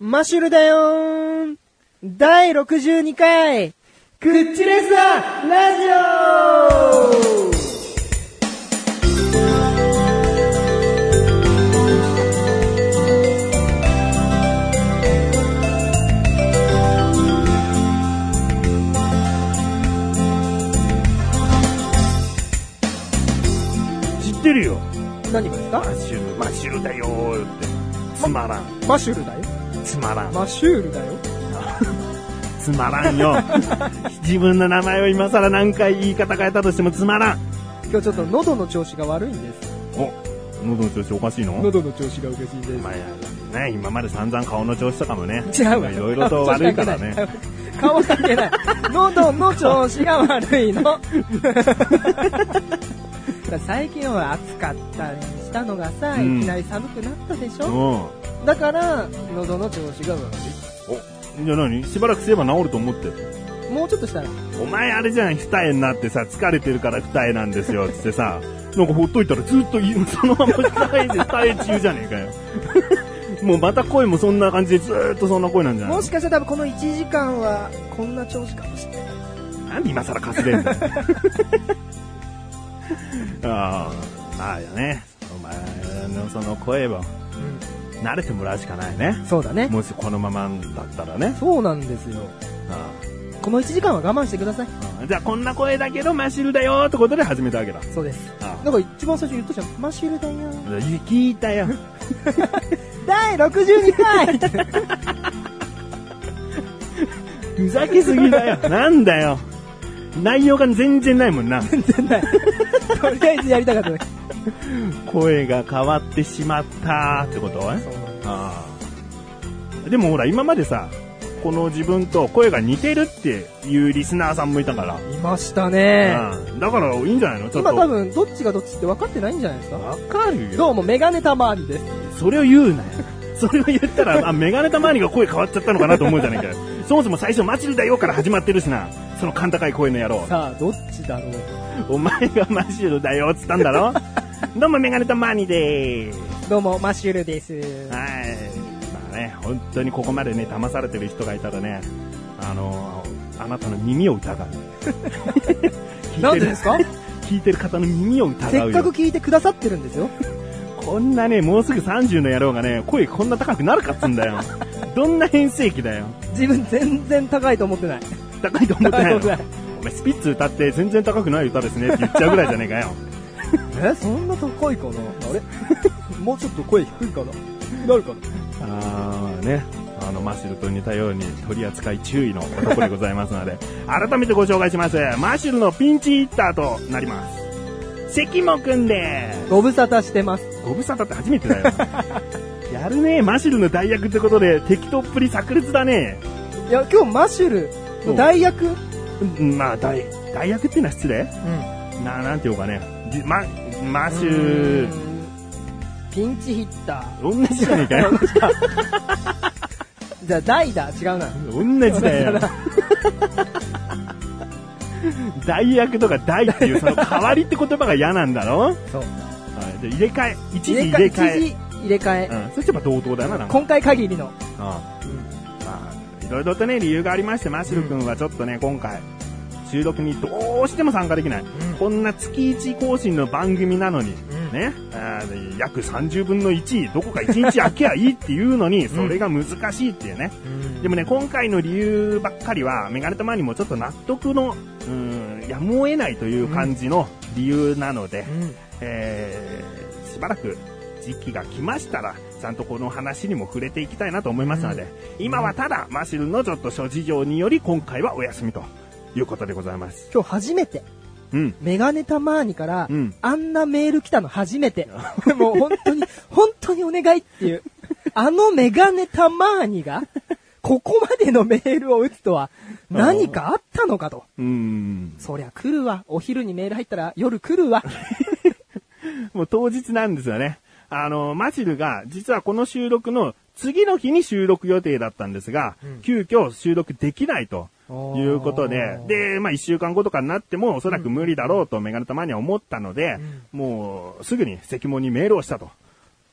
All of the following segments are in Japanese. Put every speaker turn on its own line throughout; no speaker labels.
マシュルだよーん第62回、クッチレスラーラジ
知ってるよ。
オ何がです
マ
か
ッシュル、マッシュルだよーって。つまらん、
マシュルだよ。
つまらん、
マシュールだよ。
つまらん よ。自分の名前を今更何回言い方変えたとしてもつまらん。
今日ちょっと喉の調子が悪いんです。
お、喉の調子おかしいの
喉の調子がおかしいです。
まあ、ね、今まで散々顔の調子とかもね。
違うわ
いろいろと悪いからね。。
顔関係ない。喉の調子が悪い の。最近は暑かったりしたのがさ、
うん
いきなり寒くなったでし
うん。
ょ、
お、
だから、喉の調子が悪
じゃあ何しばらくすれば治ると思ってる。
い。もうちょっとしたら、
お前あれじゃん、二重になってさ、疲れてるから二重なんです よ、つってさ、なんかほっといたらずっとい そのまま二重で二重中じゃねえかよ。 もうまた声もそんな感じでずーっとそんな声なんじゃない
もしかしたら多分この1時間は、こんな調子かもしれない。
なんで今更かすれんだよ。 ああ、まあよね。お前のその声を慣れてもらうしかないね。
そうだね。
もしこのままだったらね。
そうなんですよ。
あ
この1時間は我慢してください。
あああじゃあこんな声だけどマシルだよってことで始めたわけだ。
そうです。
あ
なんか一番最初に言ったじゃん。マシュルだよ。
あ聞いたよ。
第62回
ふざけすぎだよ。なんだよ。内容が全然ないもんな。
とりあえずやりたかっただけ。
声が変わってしまったってことああでもほら、今までさ、この自分と声が似てるっていうリスナーさんもいたから。
いましたね。
うんだからいいんじゃないのちょっと。
今多分、どっちがどっちって分かってないんじゃないですか
わかるよ。
どうも、メガネたまわりです。
それを言うなよ。 それを言ったら、あ、メガネたまわりが声変わっちゃったのかなと思うじゃないかよ。そもそも最初、マチルだよから始まってるしな。その甲高い声の野郎。
さあ、どっちだろう。
お前がマシュルだよっつったんだろどうもメガネたまーにでーす。
どうも、マシュルです。
はい。まあね、本当にここまでね、騙されてる人がいたらね、あのーあなたの耳を 疑う。聞いてる
なんで ですか
聞いてる方の耳を疑
せ
う
っ
よ。
かく聞いてくださってるんですよ。
こんなね、もうすぐ30の野郎がね、声こんな高くなるかっつん だよ。どんな変声期だよ。
自分全然高いと思ってない。
高いと思って ない
高いと思
の
って。
お前スピッツ歌って全然高くない歌ですねって言っちゃうぐらいじゃねえかよ。
え、そんな高いかなあれ もうちょっと声低いかななるかな
あーね、あのマシュルと似たように取り扱い注意の男でございますので 改めてご紹介しますマシュルのピンチヒッターとなります関もくんです
ご無沙汰してます。
ご無沙汰って初めてだよ やるねマシュルの代役ってことで適当っぷり炸裂だね
いや、今日マシュルの代役うん。
うんまあ代代役っていうのは失礼ななんていうかねじまマシュル
ピンチヒッター。
同じじゃねえかよ
じゃあ、代打、違うな。
同じだ よ代役とか代っていうその代わりって言葉が嫌なんだろ
そう。
はい、で入れ替え、一時入
入
れ
れ
替
替
え。
え。一時入れ替え。
うん、そしてまあ同等だな、なんか。
今回限りの。
ああまあ、いろいろとね、理由がありまして、マシル君はちょっとね、今回、収録にどうしても参加できない。こんな月1更新の番組なのに、
うん
ね、あーで約30分の1、どこか1日空けばいいっていうのに、それが難しいっていうね。でもね、今回の理由ばっかりは、メガネたまにもちょっと納得の、うん、やむを得ないという感じの理由なので、えーしばらく時期が来ましたら、ちゃんとこの話にも触れていきたいなと思いますので、今はただ、マシルのちょっと諸事情により、今回はお休みということでございます。
今日初めて、
うん。
メガネたまーにから、
うん
あんなメール来たの初めて。もう本当に、 本当にお願いっていう。あのメガネたまーにが、ここまでのメールを打つとは、何かあったのかと。
うん。
そりゃ来るわ。お昼にメール入ったら夜来るわ。
もう当日なんですよね。あの、マシルが、実はこの収録の次の日に収録予定だったんですが、急遽収録できないと。いうことで、で、まあ、一週間後とかになっても、おそらく無理だろうとメガネたまには思ったので、もう、すぐに関門にメールをしたと。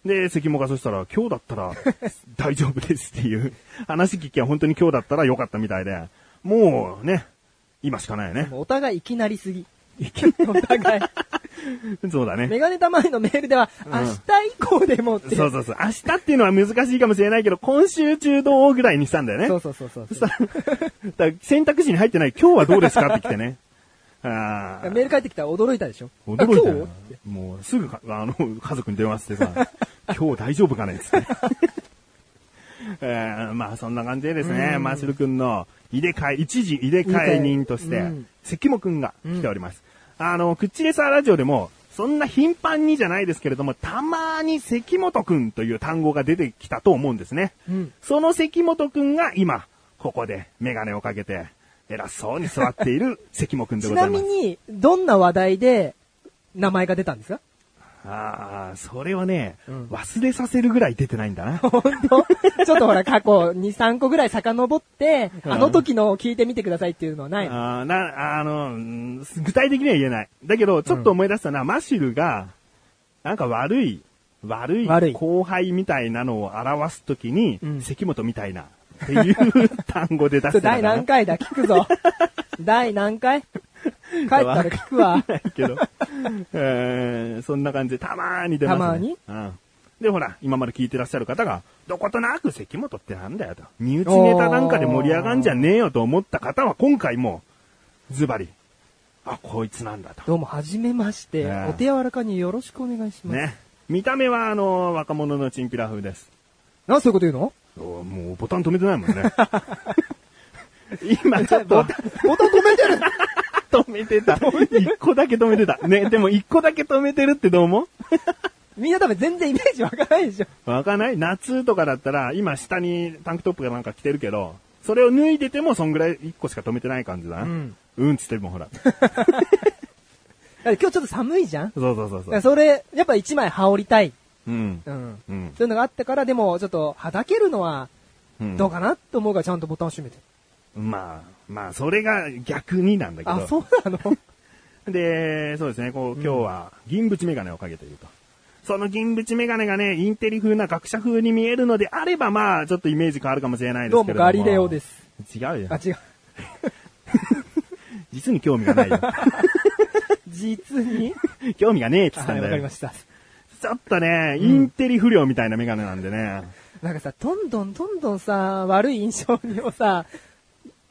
で、関もがそしたら、今日だった ら大丈夫ですっていう話聞きは本当に今日だったら良かったみたいで、もうね、今しかないよね
も。うお互いいきなりすぎ。お互い。
そうだね。
メガネたまりのメールでは、
ん
明日以降でもって。
そうそうそう。明日っていうのは難しいかもしれないけど、今週中どうぐらいにしたんだよね。
そうそうそうそう
そしたら、だから選択肢に入ってない、今日はどうですかって来 てね。ああ。
メール返ってきたら驚いたでしょ
驚いた
あ今
よ。もうすぐか、あの、家族に電話してさ、 今日大丈夫かねっつって。 えーまあそんな感じでですね、マーシル君の入れ替え、一時入れ替え人とし
う
て
ん、
関も君が来ております。あの、クッチレサーラジオでも、そんな頻繁にじゃないですけれども、たまに関本君という単語が出てきたと思うんですね。
うん
その関本君が今、ここでメガネをかけて、偉そうに座っている関も君で
ち
ござ
ない
ま
み
す。
に、どんな話題で、名前が出たんですか
ああ、それはね、
うん
忘れさせるぐらい出てないんだ な。
本当ちょっとほら、過去2、3個ぐらい遡って、
うん
あの時のを聞いてみてくださいっていうのはないの
あーなあの、うん具体的には言えない。だけど、ちょっと思い出したのは、マシルが、なんか悪い、悪
悪
い
い
後輩みたいなのを表すときに、
うん
関本みたいな、っていう 単語で出し
そ
て
れ第
たから
何回だ聞く ぞ。第何回帰ったら聞く わ。
ないけど、えーそんな感じで、たまーに出ます、ね。
たまに
うん。で、ほら、今まで聞いてらっしゃる方が、どことなく関本ってなんだよと。身内ネタなんかで盛り上がんじゃねえよと思った方は、今回も、ズバリ、あ、こいつなんだと。
どうも、はじめまして。
ね
お手柔らかによろしくお願いします。
ね。見た目は、あの、若者のチンピラ風です。
なんでそういうこと言うの
おもう、ボタン止めてないもん ね。今ちょ っ
ボ
と
タ、ン、ボタン止めてる
止めてた。一個だけ止めてた。ね、でも一個だけ止めてるってどう思
みんな多分全然イメージわからないでしょ。
うわかんない夏とかだったら、今下にタンクトップがなんか着てるけど、それを脱いでてもそんぐらい一個しか止めてない感じだな。
うん。
うんっつってもほら。そ
だって今日ちょっと寒いじゃん
うそうそう
だ
そ
から
う。
それ、やっぱ一枚羽織りたい。
うん。
うん。
うん。
そういうのがあったから、でも、ちょっと、はだけるのは、
うん
どうかなと思うから、ちゃんとボタンを閉めて。
まあ、まあ、それが逆になんだけど。
あ、そうなの
で、そうですね、こう、今日は銀縁メガネをかけていると。その銀縁メガネがね、インテリ風な学者風に見えるのであれば、まあ、ちょっとイメージ変わるかもしれないですけれ
ど
ど
う
も。
もガリレオで。す。
違うよ
あ、。 違う。
実に興味がな いよ。
実に
興味がねえって言った
は
ん
い、わ
だ
かりま
よ。
した。
ちょっとね、インテリ不良みたいなメガネなんでね。
なんかさ、どんどんどんどんさ、悪い印象をさ、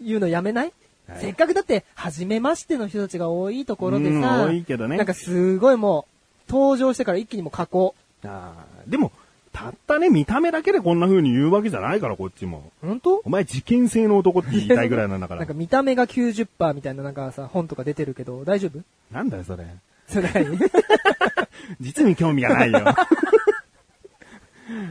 言うのやめない、
はい
せっかくだって、初めましての人たちが多いところでさ、
うん多いけどね
なんかすごいもう、登場してから一気にもう加工。
あーでも、たったね、見た目だけでこんな風に言うわけじゃないから、こっちも。
本当
お前、事件性の男って言いたいぐらい なんだか
なん
ら
か。見た目が90%みたいななんかさ、本とか出てるけど、大丈 夫
なんだよ、それ。
それ何
実に興味がないよ。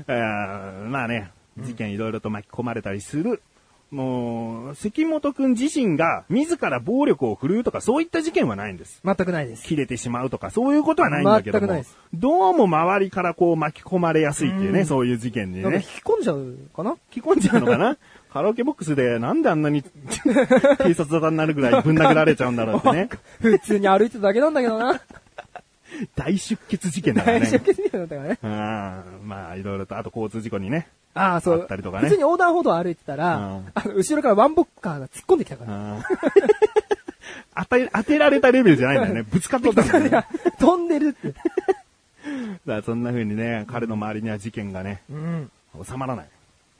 えーまあね、事件いろいろと巻き込まれたりする。もう、関本くん自身が自ら暴力を振るうとかそういった事件はないんです。
全くないです。
切れてしまうとかそういうことはないんだけど
全くない
も
です、
どうも周りからこう巻き込まれやすいっていうね、
うん
そういう事件に
なんか
ね
引。き込んじゃうかな
聞こえちゃうの かなカラオケボックスでなんであんなに 警察沙汰になるぐらいぶん殴られちゃうんだろうっ てね。
普通に歩いてただけなんだけど な。
大出血事件 だから
大
ね。
出血みたいだったからね。
あーまあ、いろいろと、あと交通事故にね。
ああ、そう。
あったりとか
普
ね
通に横断歩道歩いてたら、
うん
あの、後ろからワンボッカーが突っ込んできたから。
あー当て、当てられたレベルじゃないんだよ ね。ぶつかってきたんだよね。だか
飛んでるって。
らそんな風にね、彼の周りには事件がね、
うん。
収まらない。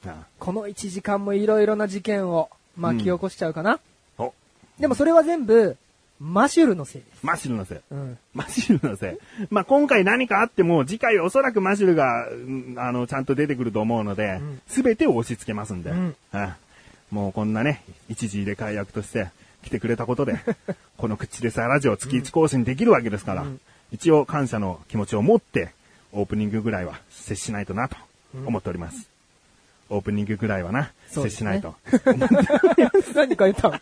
あ
この1時間もいろいろな事件を巻き起こしちゃうかな。
ーお、
でもそれは全部、マシュルのせいです。
マシルのせい。
うん。
マシルのせい。まあ、今回何かあっても、次回おそらくマシルが、うんあの、ちゃんと出てくると思うので
ん、
すべ、てを押し付けますんで、
うん
あーもうこんなね、一時入れ替え役として来てくれ たことで、この口でさラジオを月一更新できるわけですから、一応感謝の気持ちを持って、オープニングぐらいは接しないとなと思っております。オープニングぐらいはな、
そうで
接
す
し
ね
ないと。
何か言ったのい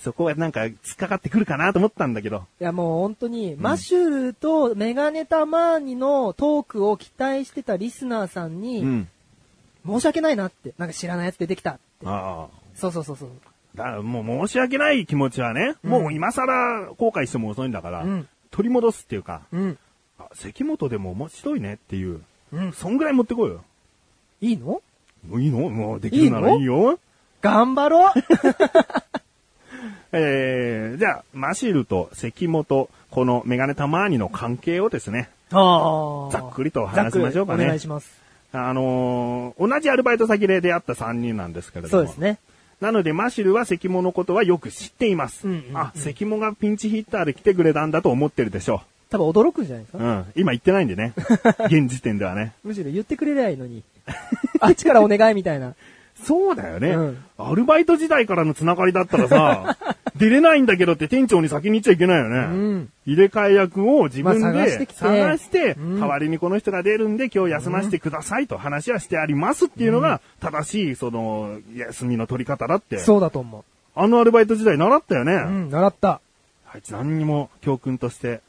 そこはなんか、突っかかってくるかなと思ったんだけど、
やもう本当に、マシュルとメガネタマーニのトークを期待してたリスナーさんに、
うん。
申し訳ないなって、なんか知らないやつ出てきたって。
ああ。
そうそうそうそう。
だもう申し訳ない気持ちはね、
うん
もう今更後悔しても遅いんだから、
うん
取り戻すっていうか、
うん。
あ関本でも面白いねっていう、
うん
そんぐらい持ってこいよ。
いいの
いいのもうできるならいいよ。
頑張ろう
えー、じゃあ、マシルと関本、このメガネたまーにの関係をですね、
あー
ざっくりと話しましょうか
ざっくり
ね
お願いします。
あのー同じアルバイト先で出会った3人なんですけれど
そ
も。
うですね。
なので、マシルは関モのことはよく知っています。
うんうんうん
あ、関モがピンチヒッターで来てくれたんだと思ってるでしょ
多分驚くんじゃないです
う。
か、
うん。今言ってないんで ね。現時点ではね。
むしろ言ってくれりゃいいの に。あっちからお願いみたいな。
そうだよね、
うん
アルバイト時代からのつながりだった らさ、出れないんだけどって店長に先に言っちゃいけないよね。
うん
入れ替え役を自分で
まあ探
探
し
し
ててきてうん
代わりにこの人が出るんで今日休ませてくださいと話はしてありますっていうのが、正しいその、休みの取り方だって。
そうだと思
あのアルバイト時代習ったよね。
う。うん、習った。
あいつ何にも教訓として、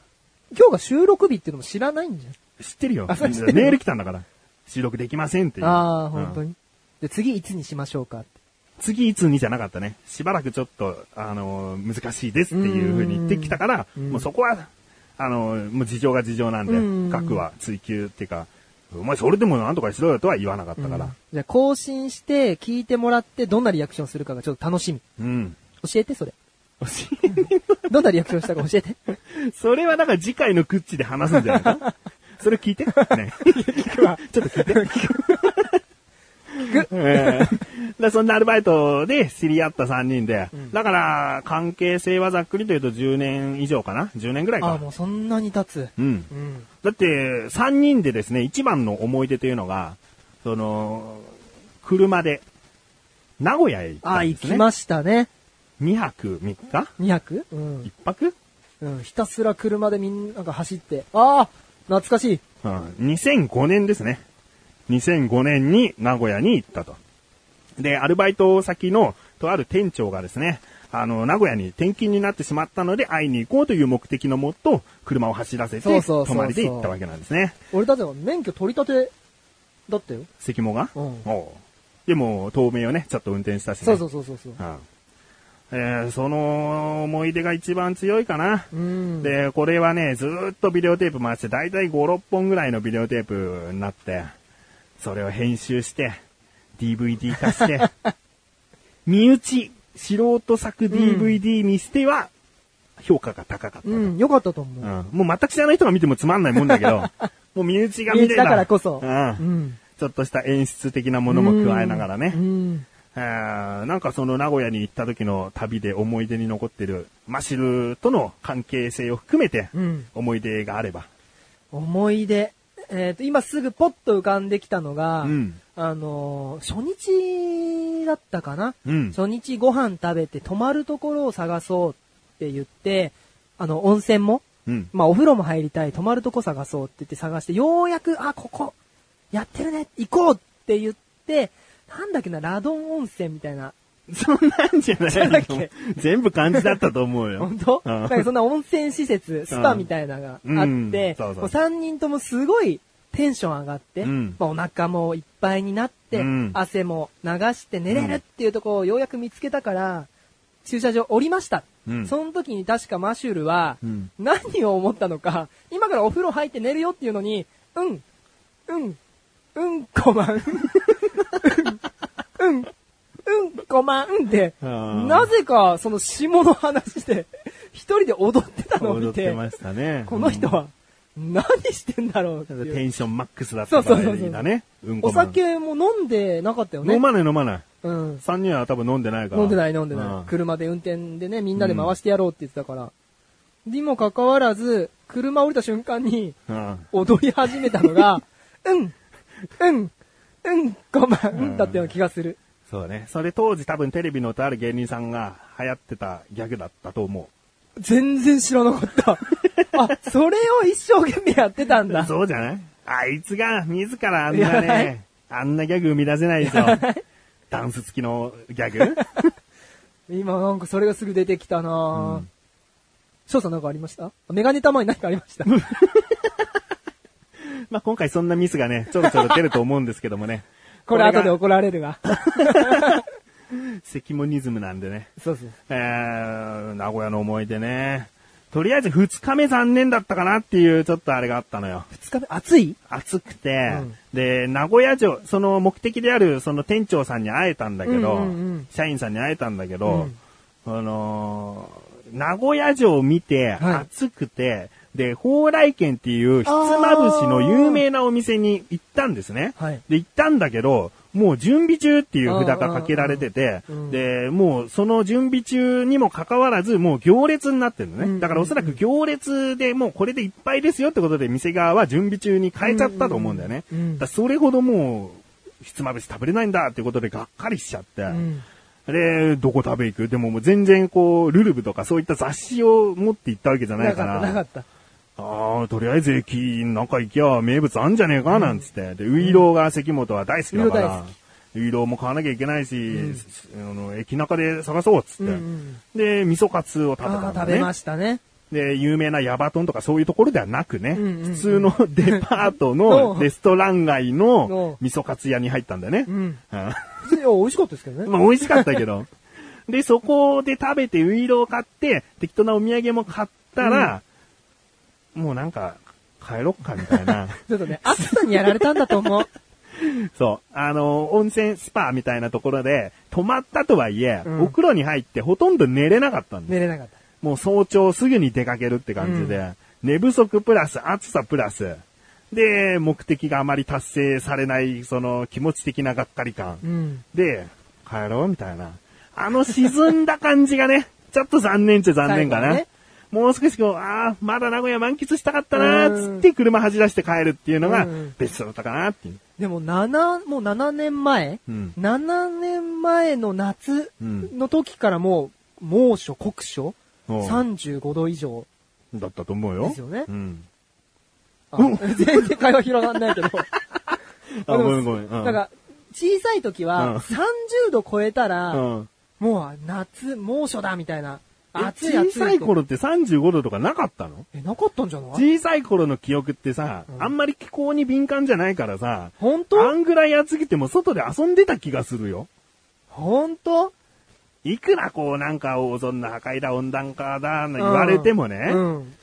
今日が収録日っていうのも知らないんじゃん。
知ってるよ。メ
あそう知ってる
ール来たんだから。収録できませんっていう。
ああ、本当
うん
に。で、次いつにしましょうかって。
次いつにじゃなかったね。しばらくちょっと、あのー難しいですっていうふうに言ってきたから、
うん
もうそこは、あのーもう事情が事情なんで、
うん
額は追求っていうか、お前それでもなんとかしろよとは言わなかったか
う
ら
ん。じゃあ更新して、聞いてもらって、どんなリアクションするかがちょっと楽しみ。
うん。
教えて、それ。どんなリアクションしたか教えて。
それはだから次回のクッチで話すんじゃな いかそれ聞いて。ね。 ちょっと聞いて。
聞く。
ええで、そんなアルバイトで知り合った3人で、
うん
だから、関係性はざっくりと言うと10年以上かな ?10 年ぐらい
あ
か
あ、もうそんなに経つ。
うん。
うん。
だって、3人でですね、一番の思い出というのが、その、車で、名古屋へ行った
ああ、
んで
行
す、ね。
きましたね。
2泊3日
2泊うん。
?1 泊
うん。ひたすら車でみんなが走って。ああ懐かしい。
うん。2005年ですね。2005年に名古屋に行ったと。で、アルバイト先のとある店長がですね、あの、名古屋に転勤になってしまったので会いに行こうという目的のもと、車を走らせ
そ
て、
うそうそうそ
泊
う
まりで行ったわけなんですね。
俺だって免許取り立て、だったよ。
関もが、
うん
おうでも、透明をね、ちょっと運転したしね。
そうそうそうそうそう。
うんえーその思い出が一番強いかな。
うん。、
で、これはね、ずーっとビデオテープ回して、だいたい5、6本ぐらいのビデオテープになって、それを編集して、DVD 化 して、身内、素人作 DVD にしては、評価が高かった、
うん、よかったと思
う
う。
んもう全く知らない人が見てもつまんないもんだけど、 もう身内が見れ
身内
ば
だからこそ
うん
うん。
ちょっとした演出的なものも加えながらね。
うん。
えーなんかその名古屋に行った時の旅で思い出に残ってるマシルとの関係性を含めて
うん。
思い出があれば。
思い出。えっ、と、今すぐポッと浮かんできたのが、
うん。
あのー初日だったかな、
うん。
初日ご飯食べて泊まるところを探そうって言って、あの、温泉も、
うん。
まあ、お風呂も入りたい、泊まるとこ探そうって言って探して、ようやく、あ、ここ、やってるね、行こうって言って、なんだっけな、ラドン温泉みたいな。
そんなんじゃない
そうだっけ
全部漢字だったと思うよ
本。当
うん
なんかそんな温泉施設、スパみたいなのがあって、
うんうんそうそう
もう3人ともすごいテンション上がって、
うん
まあ、お腹もいっぱいになって、
うん
汗も流して寝れるっていうところをようやく見つけたから、駐車場降りました。
うん
その時に確かマシュルは、
うん
何を思ったのか、今からお風呂入って寝るよっていうのに、うん、うん、うんこまん、うん、うん、うんこまんって、
あー
なぜかその下の話で、一人で踊ってたのを
踊
見
って
て、
ましたね。
この人は何してんだろうって
うん。
い
テ
う。
ンションマックスだった場合
そうそうそうそう
だね。うんこ
お
マン
酒も飲んでなかったよね。
飲まない飲まない。
うん。
3人は多分飲んでないから。
飲んでない飲んでない、
うん
車で運転でね、みんなで回してやろうって言ってたから。にもかかわらず、車降りた瞬間に
うん。
踊り始めたのが、 うん、うん、うん、ごまん、うんだったような気がする。
そうね。それ当時多分テレビのとある芸人さんが流行ってたギャグだったと思う。
全然知らなかった。あ、それを一生懸命やってたんだ。
そうじゃないあいつが自らあん
や
な
らない
ね、あんなギャグ生み出せないですよ。ダンス付きのギャ グ
今なんかそれがすぐ出てきた
う
なん翔、うさんなんかありましたメガネ玉に何かありました
まあ今回そんなミスがね、ちょろちょろ出ると思うんですけどもね。
これ後で
が
怒られるわ。
セキモニズムなんでね。
そうそう。
えー、名古屋の思い出ね。とりあえず2日目残念だったかなっていうちょっとあれがあったのよ。
二日目、暑い
暑くて、
うん
で、名古屋城、その目的であるその店長さんに会えたんだけど、
うんうんうん
社員さんに会えたんだけど、あのー名古屋城を見て、
はい
暑くて、で、蓬莱軒っていうひつまぶしの有名なお店に行ったんですね。
はい。
で、行ったんだけど、もう準備中っていう札がかけられてて
うんうんうん、
で、もうその準備中にもかかわらず、もう行列になってるの
うんうんう
ね。
ん
だからおそらく行列でもうこれでいっぱいですよってことで店側は準備中に変えちゃったと思うんだよね。
うんうんうん
だからそれほどもう、ひつまぶし食べれないんだってことでがっかりしちゃって。
うん。
で、どこ食べ行くでももう全然こう、ルルブとかそういった雑誌を持って行ったわけじゃない
なか
か
っ
ら。
た、なかった。
ああ、とりあえず駅、なんか行きゃ名物あんじゃねえか、なんつって。で、ウイローが関本は大好きだか
ウイロー大
ら
好、
ウイローも買わなきゃいけないし、あの、駅中で探そう、つって。
うんうん
で、味噌カツを食べた
あ
ん
あ、
だ
食べま
ね。
したね。
で、有名なヤバトンとかそういうところではなくね、
うんうんうん
普 通のデパート
う
の
ん
レストラン街の
う
味噌カツ屋に入ったんだよね
う。ん。
うん
いや、美味しかったですけどね。
まあ美味しかったけど。で、そこで食べてウイロー買って、適当なお土産も買ったら、もうなんか、帰ろっかみたいな。
ちょっとね、暑さにやられたんだと思う。
そう。あの、温泉スパみたいなところで、泊まったとはいえ、
うん
お風呂に入ってほとんど寝れなかったんで、
寝れなかった。
もう早朝すぐに出かけるって感じで、寝不足プラス暑さプラス、で、目的があまり達成されない、その気持ち的ながっかり感。
うん。
で、帰ろうみたいな。あの沈んだ感じがね、 ちょっと残念っちゃ残念か
最後
な。
ね
もう少しこう、ああ、まだ名古屋満喫したかったな
うん
ー、つって車走らして帰るっていうのが
うん
ベストだったかなっていう。
でも、7、もう7年前
うん。
7年前の夏
うん
の時からもう、猛暑、酷暑、
うん
35度以上。
だったと思うよ。
ですよね
うん。
あ
うん
全然会話広がんないけど。
あ、ごめんごめん。
なんか、小さい時
うん
は、30度超えた
う
ら、
ん、うん。
もう夏、猛暑だみたいな。暑い
え
暑いって。
小さい頃って35度とかなかったの
え、なかったんじゃない
小さい頃の記憶ってさ、
うん
あんまり気候に敏感じゃないからさ、
本
あ
当
んぐらい暑くても外で遊んでた気がするよ。
本当
いくらこうなんかオゾンの破壊だ、温暖化だ、言われてもね、
うん。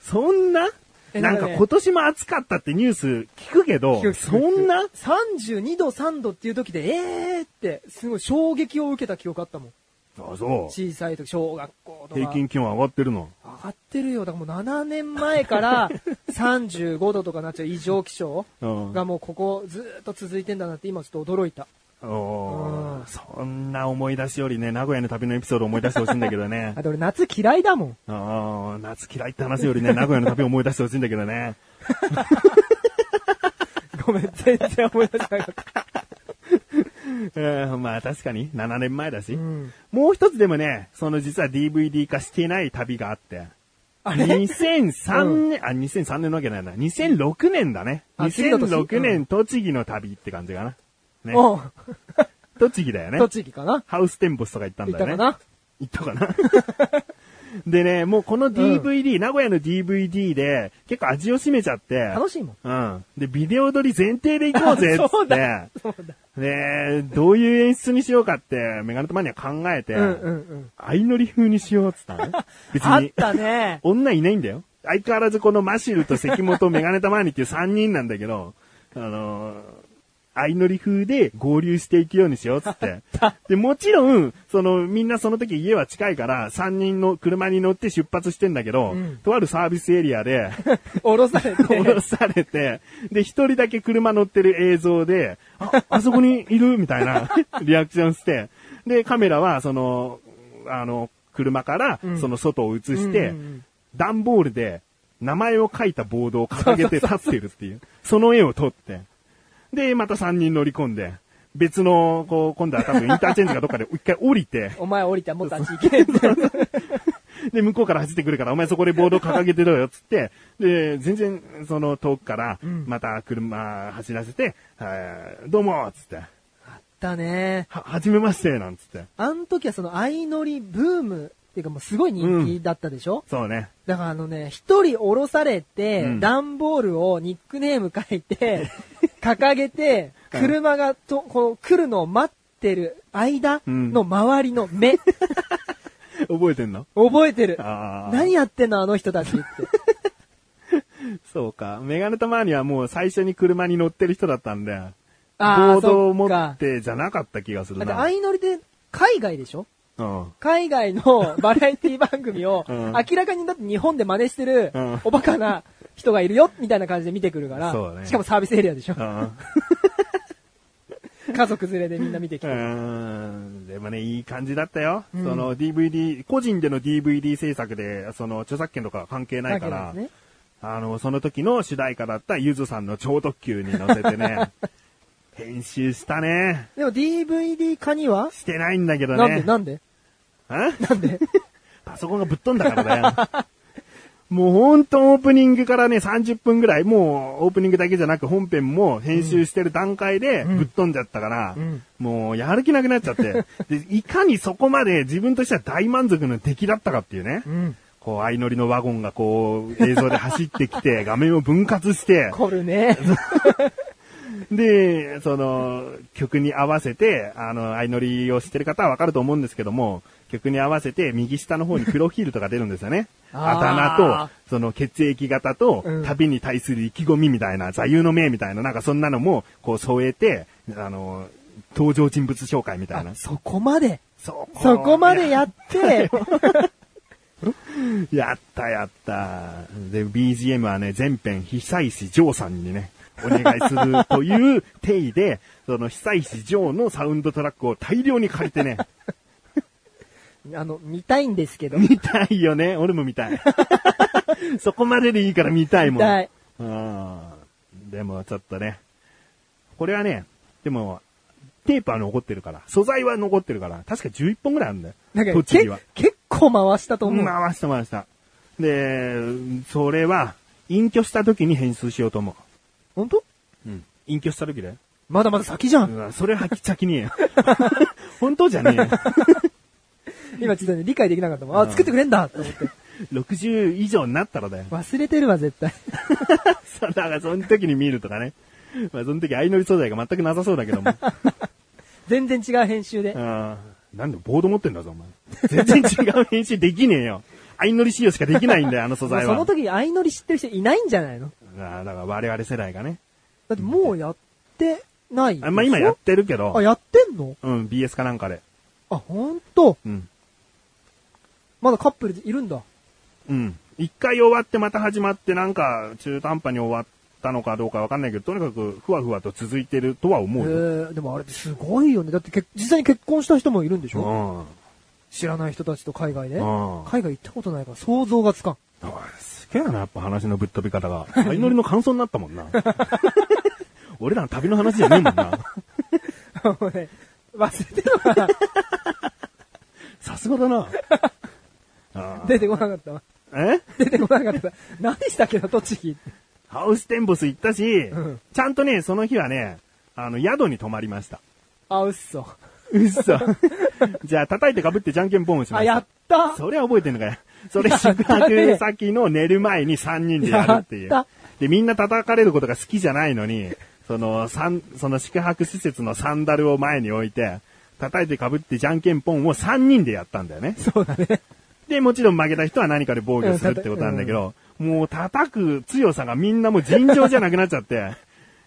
そんな
え
なん
な
か
んかね
今年も暑かったってニュース聞くけ
聞
ど
く、聞く
そんな
32度、3度っていう時で、えーって、すごい衝撃を受けた記憶あったもん。
あ、そう。
小さい時、小学校とか。
平均気温上がってるの。
上がってるよ。だからもう7年前から 35度とかなっちゃう異常気象
うん
がもうここずーっと続いてんだなって今ちょっと驚いた。
おー
うん
そんな思い出しよりね、名古屋の旅のエピソード思い出してほしいんだけどね
あ。と俺夏嫌いだもん。
あー夏嫌いって話よりね、名古屋の旅思い出してほしいんだけどね。
ごめん、全然思い出せなかった。
うんまあ確かに、7年前だし。
うん。
もう一つでもね、その実は DVD 化していない旅があって。
あれ
2003年、あ、2003年のわけないな。2006年だね。
あ次の年
2006年、栃木の旅って感じかな。ね。
おう
栃木だよね。
栃木かな
ハウステンボスとか行ったん
行っ
だよ
た
ね。
かな
行ったかな でね、もうこの DVD、名古屋の DVD で結構味を占めちゃって。
楽しいもん。
うん。で、ビデオ撮り前提で行こうぜっつって。
そうだそうだ。
ねどういう演出にしようかって、メガネとマニア考え て、
うんうんうん。
相乗り風にしようっ つったのね。別
あっ
に、
た ね。
女いないんだよ。相変わらずこのマシルと関本、メガネたまにっていう3人なんだけど、あのー相乗り風で合流していくようにしようっつって。で、もちろん、その、みんなその時家は近いから、3人の車に乗って出発してんだけど、
うん
とあるサービスエリアで、
おろされて。
降ろされて、で、一人だけ車乗ってる映像で、あ、あそこにいるみた いなリアクションして、で、カメラは、その、あの、車から
う、ん
その外を映し
う
て
んうんうん、
段ボールで名前を書いたボードを掲げて立ってるっていう、その絵を撮って、で、また3人乗り込んで、別の、こう、今度は多分インターチェンジかどっかで一回降りて、
お前降りた、もっとあっち行け。
で、向こうから走ってくるから、お前そこでボード掲げてろよ、つって、で、全然、その遠くから、
ん
また車走らせて、えーどうも、つって、は、
だね。
はじめまして、なんつって。
あの時はその相乗りブームっていうかもうすごい人気だったでしょ、
そうね。
だからあのね、一人降ろされて、
うん
段ボールをニックネーム書い て、掲げて、車がと、この来るのを待ってる間の周りの目。
覚えてんの
覚えてる。
ああ。
何やってんのあの人たち って。
そうか。メガネたまにはもう最初に車に乗ってる人だったんで、
あ
ボ
あ、
ード
そ
を持
っ
っ
か。
てじゃなかった気がする
だって
な。
相乗りで海外でしょ
うん。
海外のバラエティ番組を、
うん
明らかにだって日本で真似してる
うん、
おバカな人がいるよ、みたいな感じで見てくるから、
そうだね
しかもサービスエリアでしょ
うん
家族連れでみんな見てき
う
て。
ーんでもね、いい感じだったよ。その DVD、個人での DVD 制作で、その著作権とかは関係ないから、
わけなんですね
あの、その時の主題歌だったゆずさんの超特急に乗せ てね、編集したね。
でも DVD 化には、
してないんだけどね。
なんでなんで
ん
なんで
パソコンがぶっ飛んだからだ よ。もうほんとオープニングからね30分ぐらい、もうオープニングだけじゃなく本編も編集してる段階でぶっ飛んじゃったから、
ん
もうやる気なくなっちゃって、で、いかにそこまで自分としては大満足の出来だったかっていうね。
ん
こう、相乗りのワゴンがこう、映像で走ってきて、画面を分割して、
凝るね。
で、その、曲に合わせて、あの、相乗りをしてる方はわかると思うんですけども、曲に合わせて右下の方にプロフィールとか出るんですよね。
あー
あだ名と、その血液型と、
うん
旅に対する意気込みみたいな、座右の銘みたいな、なんかそんなのも、こう添えて、あの、登場人物紹介みたいな。
そこまで、
そ
そこまでや って、
やったやった。で、BGM はね、全編被災師ジョーさんにね、お願いするという定位で、その被災師ジョーのサウンドトラックを大量に借り てね、
あの、見たいんですけど。
見たいよね。俺も見 たい。そこまででいいから見たいも
見
ん。
たい
うん。でもちょっとね、これはね、でも、テープは残ってるから、素材は残ってるから、確か11本ぐらいあるんだよ。
なんか
栃木
け
は。
結構回したと思う。
回した回した。で、それは、隠居した時に変数しようと思
本当
う。うん。隠居した時だよ。
まだまだ先じゃん。
うわ、それはきちゃきねえよ。 本当じゃねえよ。
今ちょっとね、理解できなかったもん。あ、作ってくれんだと思って。
60以上になったらだよ。
忘れてるわ、絶対。
そう、だからその時に見るとかね。まあその時相乗り素材が全くなさそうだけど も。
全然違う編集で
う。ん。なんでボード持ってんだぞ、お前。全然違う編集できねえよ。相乗り仕様しかできないんだよ、あの素
まあ
材
そ
は。
の時、相乗り知ってる人いないんじゃないの
ああだから我々世代がね。
だってもうやってない。
あまあ今やってるけど
あ、、やってんの
うん、BS かなんかで。
あ、ほんと。
うん。
まだカップルいるんだ。
うん。一回終わってまた始まってなんか中途半端に終わったのかどうかわかんないけど、とにかくふわふわと続いてるとは
え
思うよ。
ー、でもあれってすごいよね。だってけ実際に結婚した人もいるんでし
う
ょ
ん。うん。
知らない人たちと海外で。
お
海外行ったことないから想像がつかん。
いすげえな、やっぱ話のぶっ飛び方が。相乗りの感想になったも んな。俺らの旅の話じゃねえもんな。
おい忘れてる わ。
さすが だな。あー
出てこなかったわ。
え
出てこなかった。何したっけな、栃木。
ハウステンボス行ったし、
ん
ちゃんとね、その日はね、あの、宿に泊まりました。
あ、嘘。
うっそ。 じゃあ、叩いてかぶってじゃんけんポンをしま
あ、
した
や。った
それは覚えてんのかよ。それ
やった
宿
ね
泊先の寝る前に3人でやるっていう
やった。
で、みんな叩かれることが好きじゃないのに、その、三その宿泊施設のサンダルを前に置いて、叩いてかぶってじゃんけんポンを3人でやったんだよね。
そうだね。
で、もちろん負けた人は何かで防御するってことなんだけど、もう叩く強さがみんなもう尋常じゃなくなっちゃって、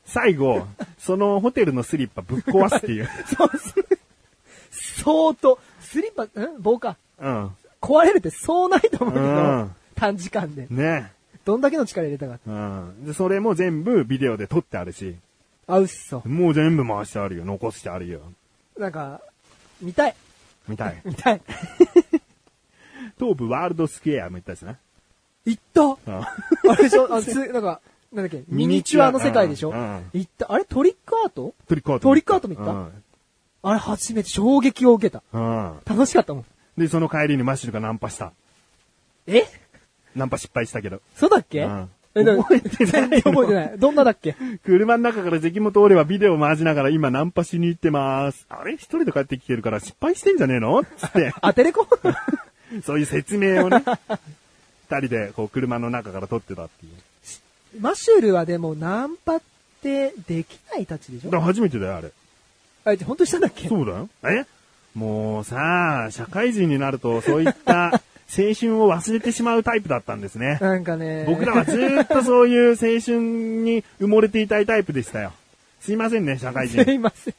最後、そのホテルのスリッパぶっ壊すっ ていう。
そうす。相当、スリッパ、ん棒か。
うん。
壊れるってそうないと思うけど、
うん
短時間で。
ね
どんだけの力入れたか。
うん。で、それも全部ビデオで撮ってあるし、
あ、嘘。
もう全部回してあるよ、残してあるよ。
なんか、見たい。
み たい。
見たい。
東部ワールドスクエアも行ったしな。
行った
うん。
あれでしょあの、つ、なんか、なんだっけ、ミニチュアの世界でしょ、
うんうん
行った。あれトリックアート
トリックアート。
トリックアートも行ったあれ初めて衝撃を受けた。
うん。うん。
楽しかったもん。
で、その帰りにマッシュルがナンパした。
え
ナンパ失敗したけど。
そうだっけ、
うん
えだ
覚えてないの
全然覚えてない。どんなだっけ
車の中から関本俺はビデオ回しながら今ナンパしに行ってます。あれ一人で帰ってきてるから失敗してんじゃねえのつ って、
あ、テレコ
そういう説明をね、二人でこう車の中から撮ってたっていう。
マシュルはでもナンパってできないたちでし
だ
ょ
から初めてだよ、あれ。
あ、じゃあ本当にしたんだっけ
そうだよ。えもうさあ、社会人になるとそういった 青春を忘れてしまうタイプだったんですね。
なんかね。
僕らはずーっとそういう青春に埋もれていたいタイプでしたよ。すいませんね、社会
す
人。
いません。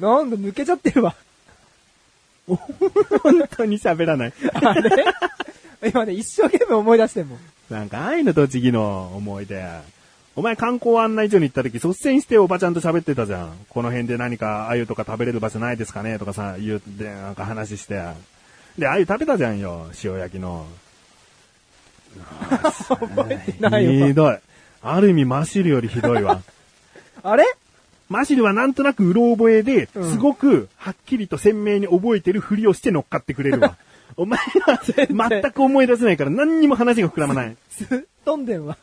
なんだ、抜けちゃってるわ。
本当に喋らない。
あれ今ね、一生懸命思い出してんもん。
なんか、愛の栃木の思い出。お前観光案内所に行った時率先しておばちゃんと喋ってたじゃん。この辺で何か鮎とか食べれる場所ないですかねとかさ、言って、なんか話して。で、鮎食べたじゃんよ、塩焼きの。
覚えてないわ
ひ。どい。ある意味マシルよりひど いわ。
あれ
マシルはなんとなくうろ覚えで、
うん
すごくはっきりと鮮明に覚えてるふりをして乗っかってくれ るわ。お前は
対
全く思い出せないから何にも話が膨らまない。
すっ飛んでんわ。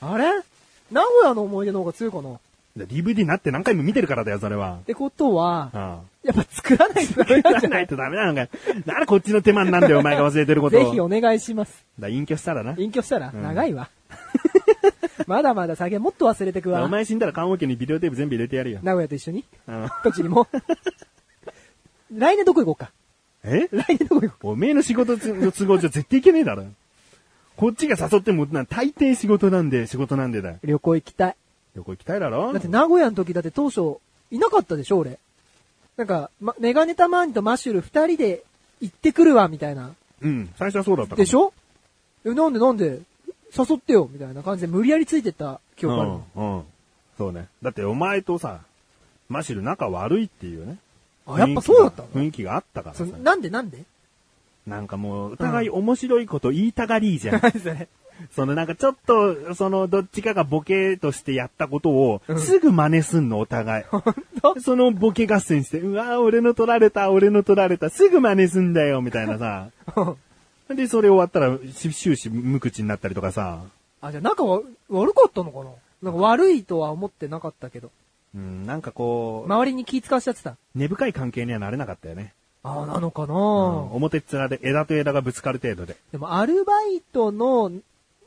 あれ名古屋の思い出の方が強いかなっ
DVD になって何回も見てるからだよ、それは。
てことは、
あ
やっぱ作らないとダ
あ。
メなんじゃな
ないいとダメなのかよ。ならこっちの手間なんだよ、お前が忘れてることを。
ぜひお願いします。
だ隠居したらな。
隠居したら
うん
長いわ。 まだまだ酒もっと忘れてくわ。
お前死んだら棺桶にビデオテープ全部入れてやるよ。
名古屋と一緒に
うん
栃木も。来年どこ行こうか。
え
来年どこ行こ
おめえの仕事の都合じゃ絶対いけねえだろ。こっちが誘っても、な大抵仕事なんで、仕事なんでだよ。
う。旅行行きたい。
旅行行きたいだろ
だって名古屋の時だって当初、いなかったでしょ、俺。なんか、ま、メガネタマーニとマッシュル二人で行ってくるわ、みたいな。
うん、最初はそうだった
でし
ょ
ょえ、なんでなんで、誘ってよ、みたいな感じで無理やりついてった記
う
憶あるの。
ん、うん。そうね。だってお前とさ、マシル仲悪いっていうね。
あ、やっぱそうだったの
雰囲気があったから
そ
さ。
うなんでなんで
なんかもう、お互い面白いこと言いたがりじゃん。
何それ。
そのなんかちょっと、そのどっちかがボケとしてやったことを
う、ん
すぐ真似すんの、お互い。
本当
そのボケ合戦して、うわー俺の取られた、俺の取られた、すぐ真似すんだよ、みたい なさ。で、それ終わったら、し終始無口になったりとかさ。
あ、じゃあ仲は悪かったのかななんか悪いとは思ってなかったけど。
うん、なんかこう、
周りに気使わしちゃってた。
根深い関係にはなれなかったよね。
ああ、なのかな、
うん表っ面で枝と枝がぶつかる程度で。
でもアルバイトの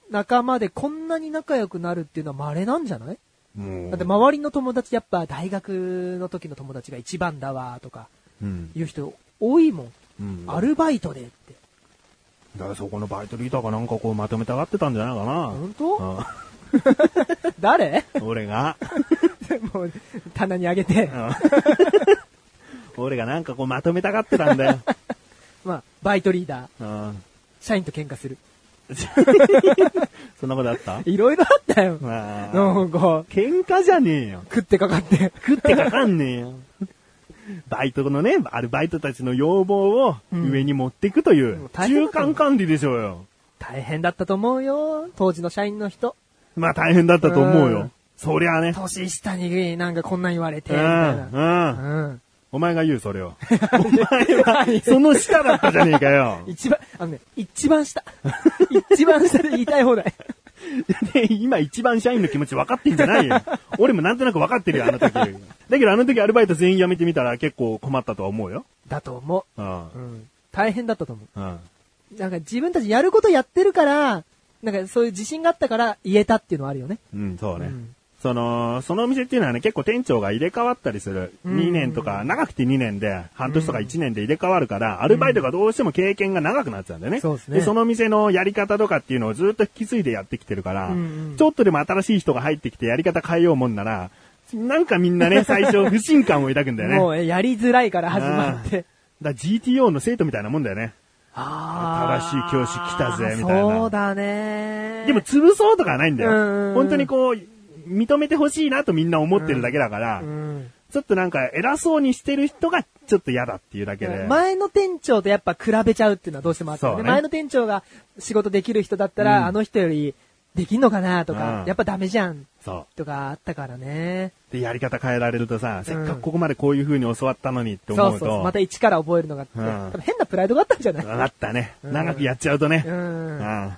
仲間でこんなに仲良くなるっていうのは稀なんじゃない
もう
だって周りの友達やっぱ大学の時の友達が一番だわとか
うん。
いう人多いもん。
うん
アルバイトでって。
だからそこのバイトリーダーがなんかこうまとめたがってたんじゃないか
本
な。
当 誰
うん。 俺が、
もう棚にあげて
う。ん俺がなんか こうまとめたがってたんだよ。
まあ、バイトリーダー、
うん。
社員と喧嘩する。
そんなことあった
いろいろあったよ。
まあ、
なんか、
喧嘩じゃねえよ。
食ってかかって。
食ってかかんねえよ。バイトのね、アルバイトたちの要望を
うん、
上に持っていくといううん
大変だ
中
と思う
間管理でしょうよ。
大変だったと思うよ。当時の社員の人。
まあ大変だったと思う
う
よ
ん。
そりゃあね。
年下になんかこんなん言われて、
う
みたいな。
ん、うん。
うん。
お前が言う、そ れを。お前は、その下だったじゃねえかよ。
一番、あのね、一番下。一番下で言いたい放題。
で、 今一番社員の気持ち分かってんじゃな いよ。俺もなんとなく分かってるよ、あの時。だけどあの時アルバイト全員辞めてみたら結構困ったとは思うよ。
だと思
うん
う。。うん。大変だったと思
うん。
う。なんか自分たちやることやってるから、なんかそういう自信があったから言えたっていうのはあるよね。
うん、そうね。
うん
その、そのお店っていうのはね、結構店長が入れ替わったりする。
うん
2年とか、長くて2年で、半年とか1年で入れ替わるから、アルバイトがどうしても経験が長くなっちゃうんだよね。
そうですね
その店のやり方とかっていうのをずっと引き継いでやってきてるか
う
ら、
んうん
ちょっとでも新しい人が入ってきてやり方変えようもんなら、なんかみんなね、最初不信感を抱くんだよね。
もうえやりづらいから始まって。
だから GTO の生徒みたいなもんだよね。
あー
新しい教師来たぜみたいな
そうだね。
でも、潰そうとかはないんだよ
うん。
本当にこう、認めてほしいなとみんな思ってるだけだから、
うん。
ちょっとなんか偉そうにしてる人がちょっと嫌だっていうだけで。
前の店長とやっぱ比べちゃうっていうのはどうしてもあったよ
そ
ね。
うね
前の店長が仕事できる人だったら、
うん
あの人よりできんのかなとか、
うん
やっぱダメじゃん
そ
とかあったからね。
う。で、やり方変えられるとさ、せっかくここまでこういう風に教わったのにって
そう
思う
そ
と。
うそう。また一から覚えるのがあって、
うん
多分変なプライドがあったんじゃない
あったね。
うん
長くやっちゃうとね。
う。
うんん。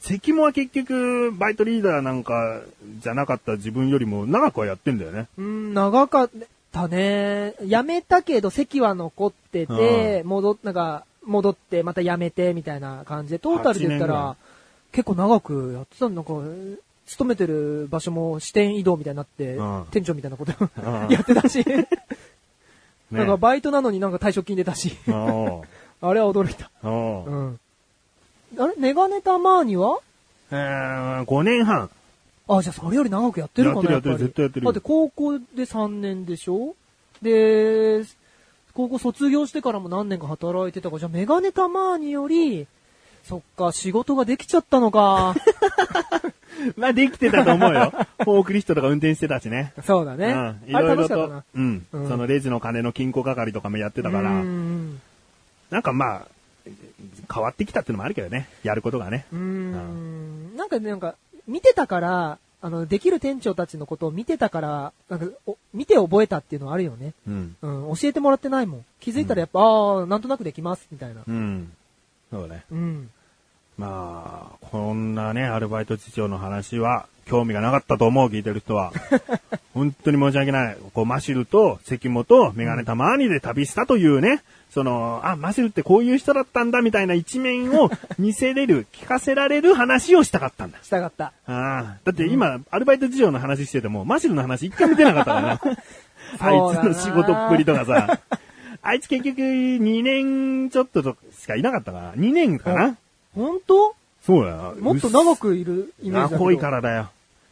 関もは結局、バイトリーダーなんかじゃなかった自分よりも長くはやってんだよね。
うん、長かったね。辞めたけど席は残ってて、戻っ、なんか、戻って、また辞めて、みたいな感じで、トータルで言った
8年ぐら
ら、結構長くやってたのなんか、勤めてる場所も支店移動みたいになって、
うん
店長みたいなこと
ん
やってたし、なんかバイトなのになんか退職金出たし。
あー
あれは驚いた。
あー
うん。あれメガネたまーには
えー5年半。
あ、じゃあそれより長くやってるかな
やってるや
ぱ
ってる
り
絶対やってる
だって高校で3年でしょで、高校卒業してからも何年か働いてたから、じゃあメガネたまーにより、そっか、仕事ができちゃったの か。
まあ、できてたと思う よ。フォークリストとか運転してたしね。
そうだね。
うん、い
あれ
ろ
楽
いろ
しかったな
と。、うん、
うん
そのレジの金の金庫係とかもやってたから、
うん。
なんかまあ、変わってきたってのもあるけどね、やることがね。
うーん。なんかね、なんか、見てたから、あの、できる店長たちのことを見てたから、なんか、お見て覚えたっていうのはあるよね。
うん。
うん、教えてもらってないもん。気づいたらやっぱ、ああ、なんとなくできます、みたいな。
うん。そうね。
うん。
まあ、こんなね、アルバイト事情の話は、興味がなかったと思う、聞いてる人は。 本当に申し訳ない。こう、マシルと関本とメガネたまーにで旅したというね、その、あ、マシルってこういう人だったんだ、みたいな一面を見せれる、聞かせられる話をしたかったんだ。
したかった。
ああ、だって今、アルバイト事情の話してても、マシルの話一回も出なかったからな。あいつの仕事っぷりとかさ。あいつ結局2年ちょっととしかいなかったから、2年かな
本当
そうだよ。
もっと長くいるイメージだけど。
濃いからだよ。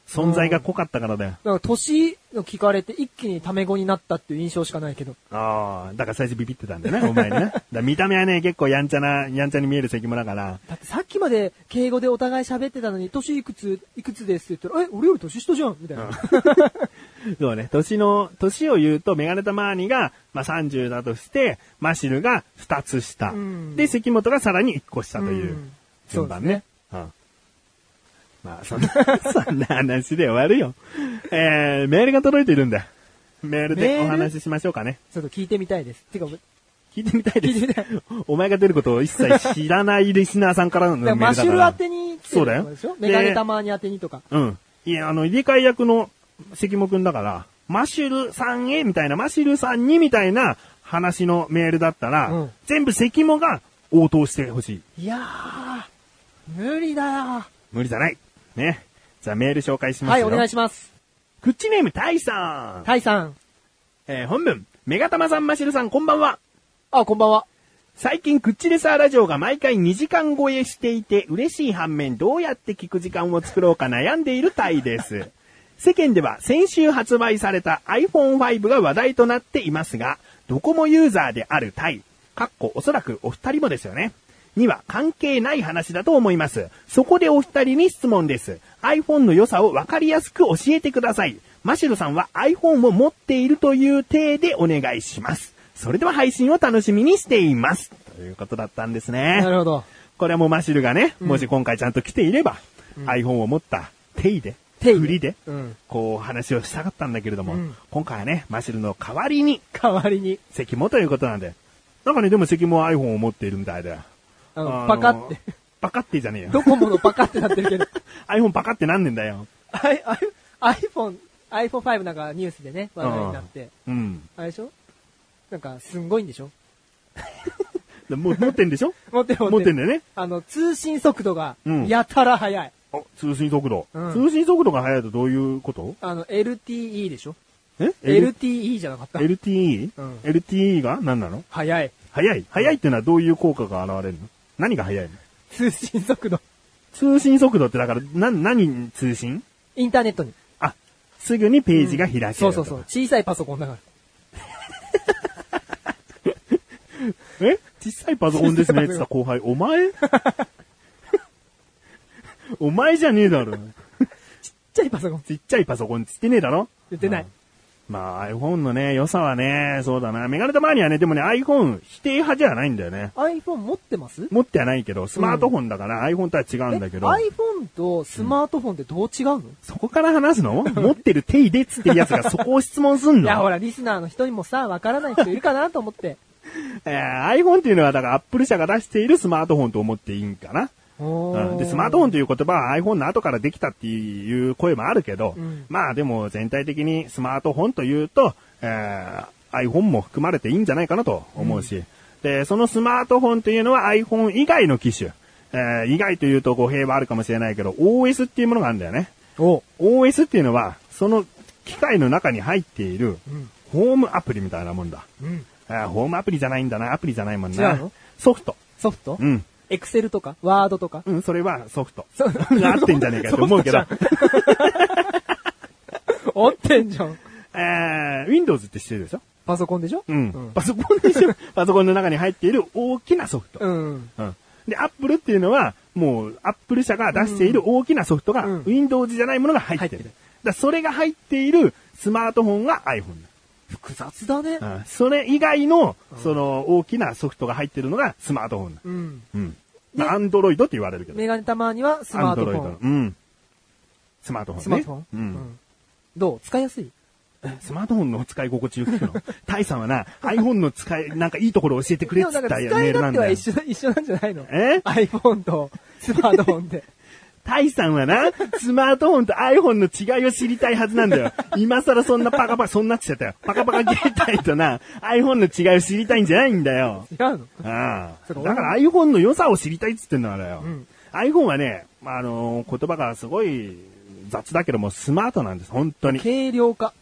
存在が濃かったからだよ。
だから年の聞かれて一気にタメ語になったっていう印象しかないけど。
ああ、だから最初ビビってたんだよね、お 前にね。だから見た目はね、結構やんちゃな、やんちゃに見える関村だから。
だってさっきまで敬語でお互い喋ってたのに、年いくつ、いくつですって言ったら、え、俺より年下じゃんみたいな。
そうね、年の、年を言うと、メガネタマーニが、まあ、30だとして、マシルが2つ下。
うん
で、関本がさらに1個下といううん順番ね。うんまあ、そんな、そんな 話で終わるよ。えー、メールが届いているんだ。メール
メー
で
ル
お話ししましょうかね。
ちょっと聞いてみたいです。てか、
聞いてみたいです。
聞いてみたい
お前が出ることを一切知らないリスナーさんからのメール
だから
だから。
マシュル宛てに来てる
そうだよ
ってことでしょ
で
メガネたまに宛てにとか。
うん。いや、あの、入れ替え役の関もくんだから、マシュルさんへみたいな、マシュルさんにみたいな話のメールだったら、
うん
全部関もが応答してほしい。
いやー、無理だよ。
無理じゃない。ね。じゃあメール紹介しま
は
す
い、
よ。
お願い
し
します。
ます。クッチネーム、タイさん。
タイさん。
えー本文、メガタマさん、マシュルさん、こんばんは。
あ、こんばんは。
最近、クッチレサーラジオが毎回2時間超えしていて、嬉しい反面、どうやって聞く時間を作ろうか悩んでいるタイです。世間では先週発売された iPhone5 が話題となっていますが、ドコモユーザーであるタイ、かっこおそらくお二人もですよね。には関係ない話だと思います。そこでお二人に質問です。iPhone の良さをわかりやすく教えてください。マシュルさんは iPhone を持っているという体でお願いします。それでは配信を楽しみにしています。ということだったんですね。
なるほど。
これはもうマシルがね、もし今回ちゃんと来ていれば、iPhone を持った手入れ、
手入れ
振りで、
うん
こう話をしたかったんだけれども、
うん
今回はね、マシルの代わりに、
代わりに、
関もということなんで。なんかね、でも関も iPhone を持っているみたいで。
あの、
あの
パカって。。
パカってじゃねえよ。
ドコモのパカってなってるけど。
iPhone パカってなんねんだよ。
あいあい iPhone、iPhone5 なんかニュースでね、話題になって。
うん。
あれでしょなんか、すんごいんでしょ
でも持ってんでしょ
持ってる
持って
る
んだよね。
あの、通信速度が
う、ん
やたら速い。
あ通信速度、
うん
通信速度が速いとどういうこと
あの、LTE でしょ
え
?LTE じゃなかった
?LTE?LTE、
うん
LTE が何なの
速い。
早い早いっていうのはどういう効果が現れるの何が早いの
通信速度。
通信速度ってだから、な、何に通信
インターネットに。
あ、すぐにページが開ける、
そうそうそう。。小さいパソコンだから。
え小さいパソコンですね
小さい
って言っ
パ
た後輩、お前お前じゃねえだろ。
ちっちゃいパソコン。
ちっちゃいパソコンって言ってねえだろ
言ってない。
まあ iPhone のね、良さはね、そうだな。メガネたまにはね、でもね iPhone 否定派じゃないんだよね。
iPhone 持ってます
持ってはないけど、スマートフォンだから iPhone とは違うんだけど。
iPhone とスマートフォンってどう違うの、
そこから話すの持ってる手入れっつってるやつ がそこを質問すん
い
の
や、ほら、リスナーの人にもさ、わからない人いるかなと思って。
えー iPhone っていうのは、だから Apple 社が出しているスマートフォンと思っていいんかな。うん、で、スマートフォンという言葉は iPhone の後からできたっていう声もあるけど、
うん
まあでも全体的にスマートフォンというと、えー iPhone も含まれていいんじゃないかなと思うし、で、そのスマートフォンというのは iPhone 以外の機種、えー以外というと語弊はあるかもしれないけど、OS っていうものがあるんだよね。
お
OS っていうのは、その機械の中に入っている
ん、
フホームアプリみたいなもんだ。
うん。
あーホームアプリじゃないんだな、アプリじゃないもん
違う
な
の。
ソフト。
ソフト
うん。
エクセルとかワードとか
うん、それはソフト。
そう
合ってんじゃねえかって思うけど。
ソ
え
フ 合ってんじゃん。
ー、Windows って知ってるでしょ
パソコンでしょ
うん。
うん
パソコンでしょ パソコンの中に入っている大きなソフト。
うん。
うん。で、Apple っていうのは、もう、Apple 社が出している大きなソフトが、
うん
Windows じゃないものが入って
入
る。
ってる
だからそれが入っているスマートフォンが iPhone
複雑だね。
だ。うん。それ以外の、その、大きなソフトが入ってるのがスマートフォンだ。
うん。
うん。まあ、Android って言われるけど。
メガネたまにはスマートフォ
Android
ン。
うん。スマートフォンね。
スマートフォン
う。
うんんどう使いやすい
スマートフォンの使い心地を聞くの。タイさん はな、iPhone の使い、なんかいいところを教えてくれ
で
っ
も
つ
な
っ
んか
た
使い
やメール
勝
なん
手は
だよ。
一緒、一緒なんじゃないの
え
?iPhone とスマートフォン で。
タイさんはな、スマートフォンと iPhone の違いを知りたいはずなんだよ。今更そんなパカパカ、そんなって言っちゃったよ。パカパカ携帯とな、iPhone の違いを知りたいんじゃないんだよ。
違うの
ああ。
そ
だ
れ
から iPhone の良さを知りたいっつってんだからよ。
うん
iPhone はね、まああのー言葉がすごい雑だけども、スマートなんです、本当に。
軽量化。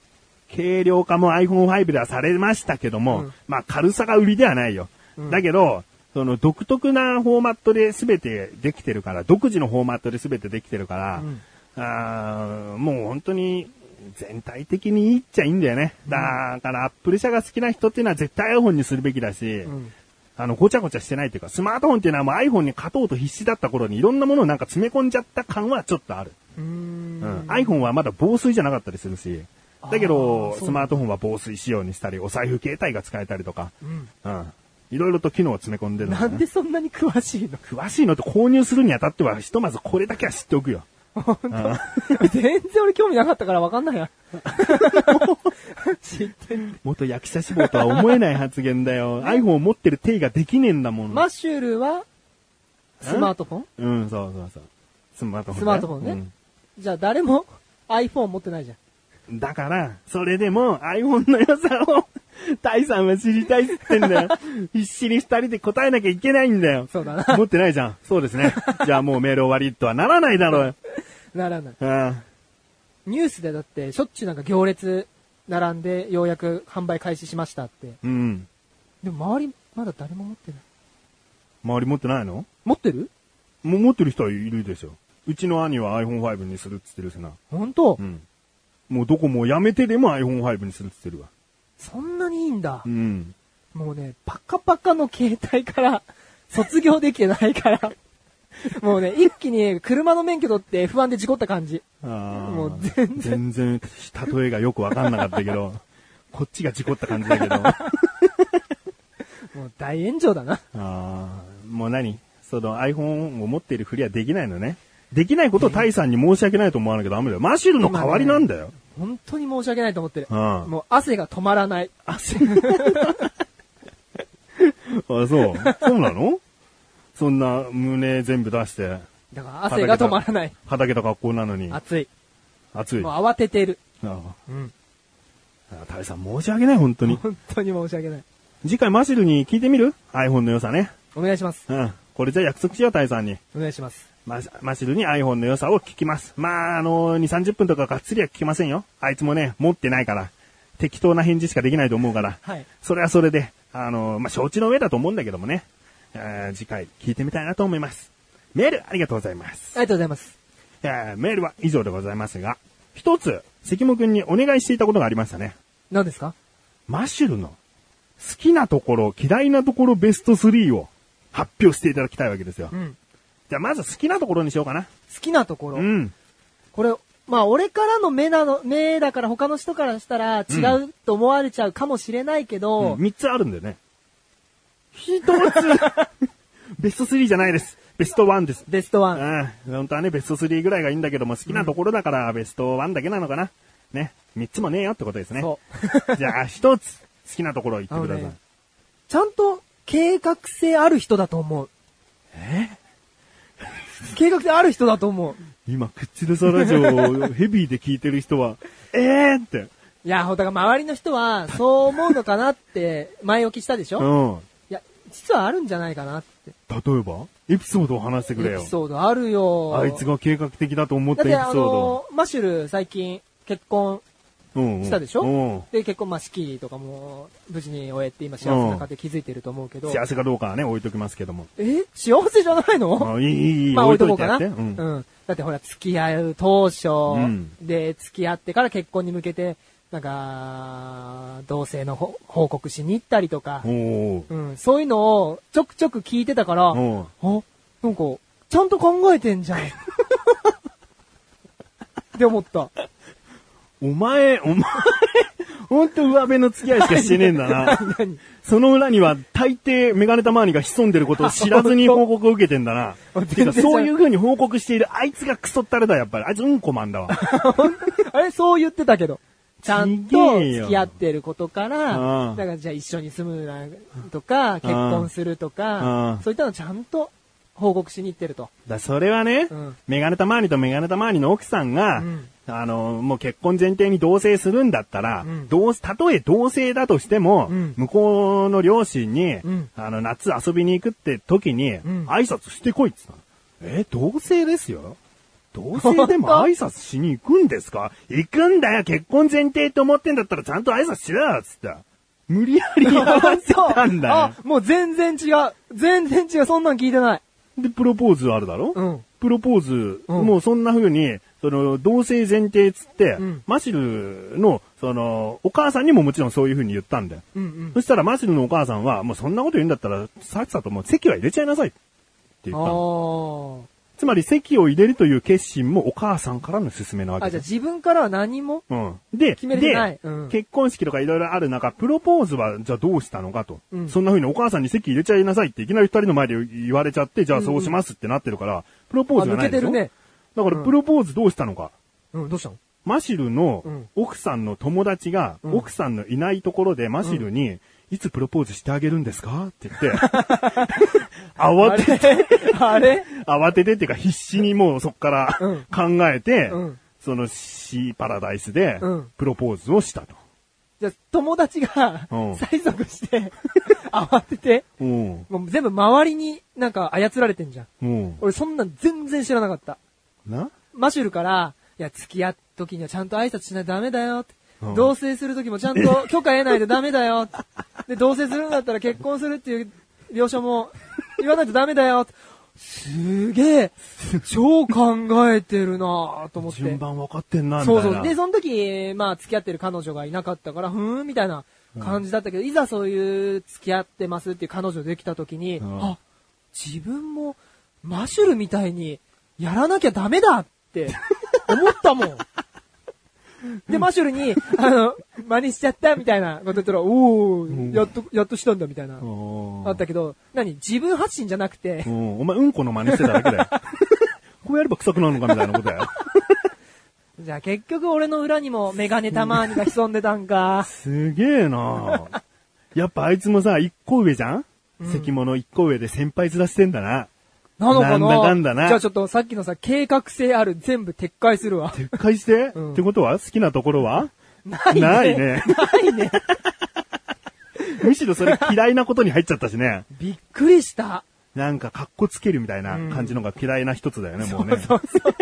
軽量化も iPhone5 ではされましたけど
う
も、
ん
まあ軽さが売りではないよ。
うん
だけど、その独特なフォーマットで全てできてるから、独自のフォーマットで全てできてるから、
うん
あーもう本当に全体的にいいっちゃいいんだよね。だから、アップル社が好きな人っていうのは絶対 iPhone にするべきだし、
うん。
あの、ごちゃごちゃしてないっていうか、スマートフォンっていうのはもう iPhone に勝とうと必死だった頃にいろんなものをなんか詰め込んじゃった感はちょっとある。
うー
うんん、iPhone はまだ防水じゃなかったりするし、だけど
あ、ーそう
スマートフォンは防水仕様にしたり、お財布携帯が使えたりとか、
うん。
うん。いろいろと機能を詰め込んでるの
な
ね
んでそんなに詳しいの
詳しいのって購入するにあたっては、ひとまずこれだけは知っておくよ。
全然俺興味なかったから分かんないや。知ってん
元役者志望とは思えない発言 だよ。iPhone を持ってる手ができねえんだもん。
マッシュルは、スマートフォン
うん、そうそうそう。スマートフォン、
スマートフォンねじゃあ誰も iPhone 持ってないじゃん。
うんだから、それでも iPhone の良さを、タイさんは知りたいっつってん だよ。必死に二人で答えなきゃいけないんだよ。
そうだな。
持ってないじゃん。そうですね。じゃあもうメール終わりとはならないだろう。
ならない。
うん。
ニュースでだって、しょっちゅうなんか行列並んで、ようやく販売開始しましたって。
うん。
でも周り、まだ誰も持ってない。
周り持ってないの
持ってる
も持ってる人はいるでしょ。うちの兄は iPhone5 にするっつってるしな。
ほんと、
うん。もうどこもやめてでも iPhone5 にするっつってるわ。
そんなにいいんだ。
うん。
もうね、パカパカの携帯から、卒業できてないから。もうね、一気に車の免許取って F1 で事故った感じ。
ああ。
もう全
然。全然、例えがよくわかんなかったけど、 こっちが事故った感じだけど。あ
もう大炎上だな。
あ。もう何その iPhone を持っているふりはできないのね。できないことをタイさんに申し訳ないと思わなきゃダメだよ。マシュルの代わりなんだよ。
本当に申し訳ないと思ってる。
うん
もう汗が止まらない。
汗。あ、そう。そうなのそんな胸全部出して。
だから汗が止まらない。
はだけた格好なのに。
暑い。
暑い。
もう
あ
慌ててる。
あ
うん。
あタイさん申し訳ない、本当に。
本当に申し訳ない。
次回マシルに聞いてみる ?iPhone の良さね。
お願いします。
うん。これじゃあ約束しよう、タイさんに。
お願いします。
マシマシルに iPhone の良さを聞きます。まあ、あの2、30分とかがっつりは聞きませんよ。あいつもね、持ってないから。適当な返事しかできないと思うから。
はい。
それはそれで、あの、まあ、承知の上だと思うんだけどもね、えー次回聞いてみたいなと思います。メールありがとうございます。
ありがとうございます。
えーメールは以上でございますが、一つ、関もくんにお願いしていたことがありましたね。
何ですか
マッシュルの好きなところ、嫌いなところベスト3を発表していただきたいわけですよ。
ん。
じゃあまず好きなところにしようかな。
好きなところ。
うん。
これ、まあ俺からの目なの、目だから他の人からしたら違うと思われちゃうかもしれないけ
う
ど、
ん三つあるんだよね。一つベスト3じゃないです。ベスト1です。
ベストワン。
うん。本当はね、ベスト3ぐらいがいいんだけども、好きなところだからベスト1だけなのかな。ね。3つもねえよってことですね。。
そう
じゃあ、1つ、好きなところ言ってくだ
あの
さい
ね。ちゃんと計画性ある人だと思う。え計画性ある人だと思う。
今、クッチルサラジオをヘビーで聞いてる人 は、えーって。
いや、ほんとだから周りの人 はそう思うのかなって前置きしたでしょ、
う
い
ん。
や、実はあるんじゃないかなって。
例えばエピソードを話してくれ
エ
よ
ピ。ソードあるよ。
あいつが計画的だと思っ
だ
た
っ
エピ
て
ソ
あ
ード。
の、マッシュル最近結婚
うんうん
したでしょ
う
で、結構まあ、式とかも無事に終えて、今幸せな家庭築いてると思うけど
ん。、幸せかどうかはね、置いときますけども。
え幸せじゃないの
あいい、いい、いい。
まあ置いとこう
て
かな。
やって
う
うん。
ん。だってほら、付き合う当初、
ん
で、付き合ってから結婚に向けて、なんか、同性のほ報告しに行ったりとか
お、ー
うん、そういうのをちょくちょく聞いてたから、あ、なんか、
おー
ちゃんと考えてんじ ゃん。って思った。
お前、お前、ほんと上辺の付き合いしかしてねえんだな。
何
その裏には大抵メガネタマーニが潜んでることを知らずに報告を受けてん だな
本。当
てかそういう風に報告しているあいつがクソったれだ、やっぱり。あいつうんこマンだわ。
あれ、そう言ってたけど。ちゃんと付き合ってることか
う
ら、だ
ん
からじゃあ一緒に住むなとか、結婚すると
う
か
ん、
そういったのちゃんと報告しに行ってると。
だそれはね、
うん
メガネタマーニとメガネタマーニの奥さんが、
うん
あの、もう結婚前提に同棲するんだったら、
うん
どうたとえ同棲だとしても、
うん
向こうの両親に、
ん
あの、夏遊びに行くって時に、
ん
挨拶してこいって言ったの。え、同棲ですよ同 棲でも挨拶しに行くんですか行くんだよ結婚前提って思ってんだったらちゃんと挨拶しろよっつって。無理や りやらせたんだよ
あ。、もう全然違う。全然違う。そんなん聞いてない。
で、プロポーズあるだろ
うん
プロポーズ、
うん
もうそんな風に、その、同性前提つって、
うん
マシルの、その、お母さんにももちろんそういう風に言ったんだよ。
うんうん。
そしたらマシルのお母さんは、もうそんなこと言うんだったら、さっさともう席は入れちゃいなさい。って言
あ
ったの
ー
つまり席を入れるという決心もお母さんからの勧めなわけ
あ、じ
で
ゃあ自分からは何も
うん。で、
決めれてない
で、
うん
結婚式とかいろいろある中、プロポーズはじゃあどうしたのかと。
うん
そんな風にお母さんに席入れちゃいなさいっていきなり二人の前で言われちゃって、じゃあそうしますってなってるから、プロポーズがないでしょ
あ抜けてるね
だからプロポーズどうしたのか。
うん、どうしたの
マシルの
うん
奥さんの友達が、
ん
奥さんのいないところでマシルに、いつプロポーズしてあげるんですかって言って、
あ
慌て
れあれ
慌ててっていうか必死にもうそっから
うん
考えて、
うん
そのシーパラダイスで
うん
プロポーズをしたと。
じゃあ友達が
うん
催促して、慌てて、
うん。
もう全部周りになんか操られてんじゃん。
うん。
俺そんなん全然知らなかった。
な
マシュルから、いや、付き合う時にはちゃんと挨拶しないとダメだよって。
うん
同棲する時もちゃん と許可得ないとダメだよって。で、同棲するんだったら結婚するっていう了承も言わないとダメだよって。すげえ、超考えてるなぁと思って。
順番分かってんな、みた
そ
いな。
うそう。で、その時、まあ、付き合ってる彼女がいなかったから、ふーん、みたいな感じだったけど、いざそういう付き合ってますっていう彼女できた時に、
ん
あ、自分もマシュルみたいにやらなきゃダメだって思ったもん。で、マシュルに、あの、真似しちゃったみたいなこと言ったら、お
ん
ー、やっと、やっとしたんだみたいな、
うん
あったけど、何自分発信じゃなくて
う、ん。お前、うんこの真似してただけだよ。 こうやれば臭くなるのかみたいなことだよ。
じゃあ結局俺の裏にもメガネたまーにが潜んでたんか。
すげえなやっぱあいつもさ、一個上じゃん、関物一個上で先輩ずらしてんだな。
なのかな
なんだかんだな
じゃあちょっとさっきのさ、計画性ある全部撤回するわ。
撤回して、
うん
ってことは好きなところは
ないね。
ないね。
ないね。
むしろそれ嫌いなことに入っちゃったしね。
びっくりした。
なんか格好つけるみたいな感じのが嫌いな一つだよね、もうね。
そうそう。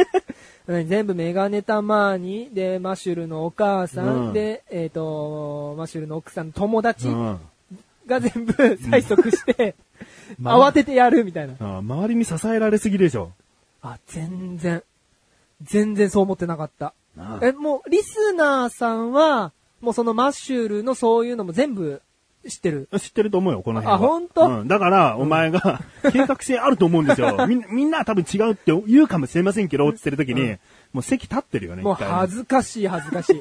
何全部メガネたまーに、で、マシュルのお母さん、
うん
で、えっ、と、マシュルの奥さんの友達
うん
が全部催促して、
まあ
慌ててやるみたいな。
あ周りに支えられすぎでしょ。
あ、全然。全然そう思ってなかった。
なあ
え、もう、リスナーさんは、もうそのマシュルのそういうのも全部知ってる。
知ってると思うよ、この辺は。
あ本当
うん。だから、お前 が、計画性あると思うんですよ。みん、みんなは多分違うって言うかもしれませんけど、って言ってる時に、もう席立ってるよね、
もう
一回ね
恥ずかしい恥ずかしい。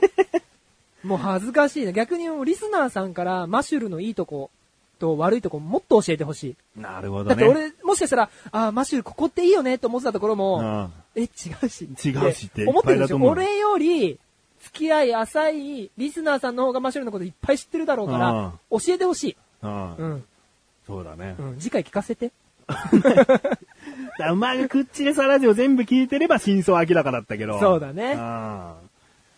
もう恥ずかしいね。逆にもうリスナーさんからマシュルのいいとこと悪いとこもっと教えてほしい。
なるほ
だ
ど
って
ね。
俺、もしかしたら、ああ、マシュルここっていいよねって思ってたところも、
うん
え、違うし。
違うしっていっぱいだと思う
思ってるでしょ。俺より、付き合い浅いリスナーさんの方がマシュルのこといっぱい知ってるだろうから、教えてほしい。
ああ
うん。
そうだね。
うん。次回聞かせて。
だからお前がくっちりさラジオ全部聞いてれば真相明らかだったけど。
そうだね
ああ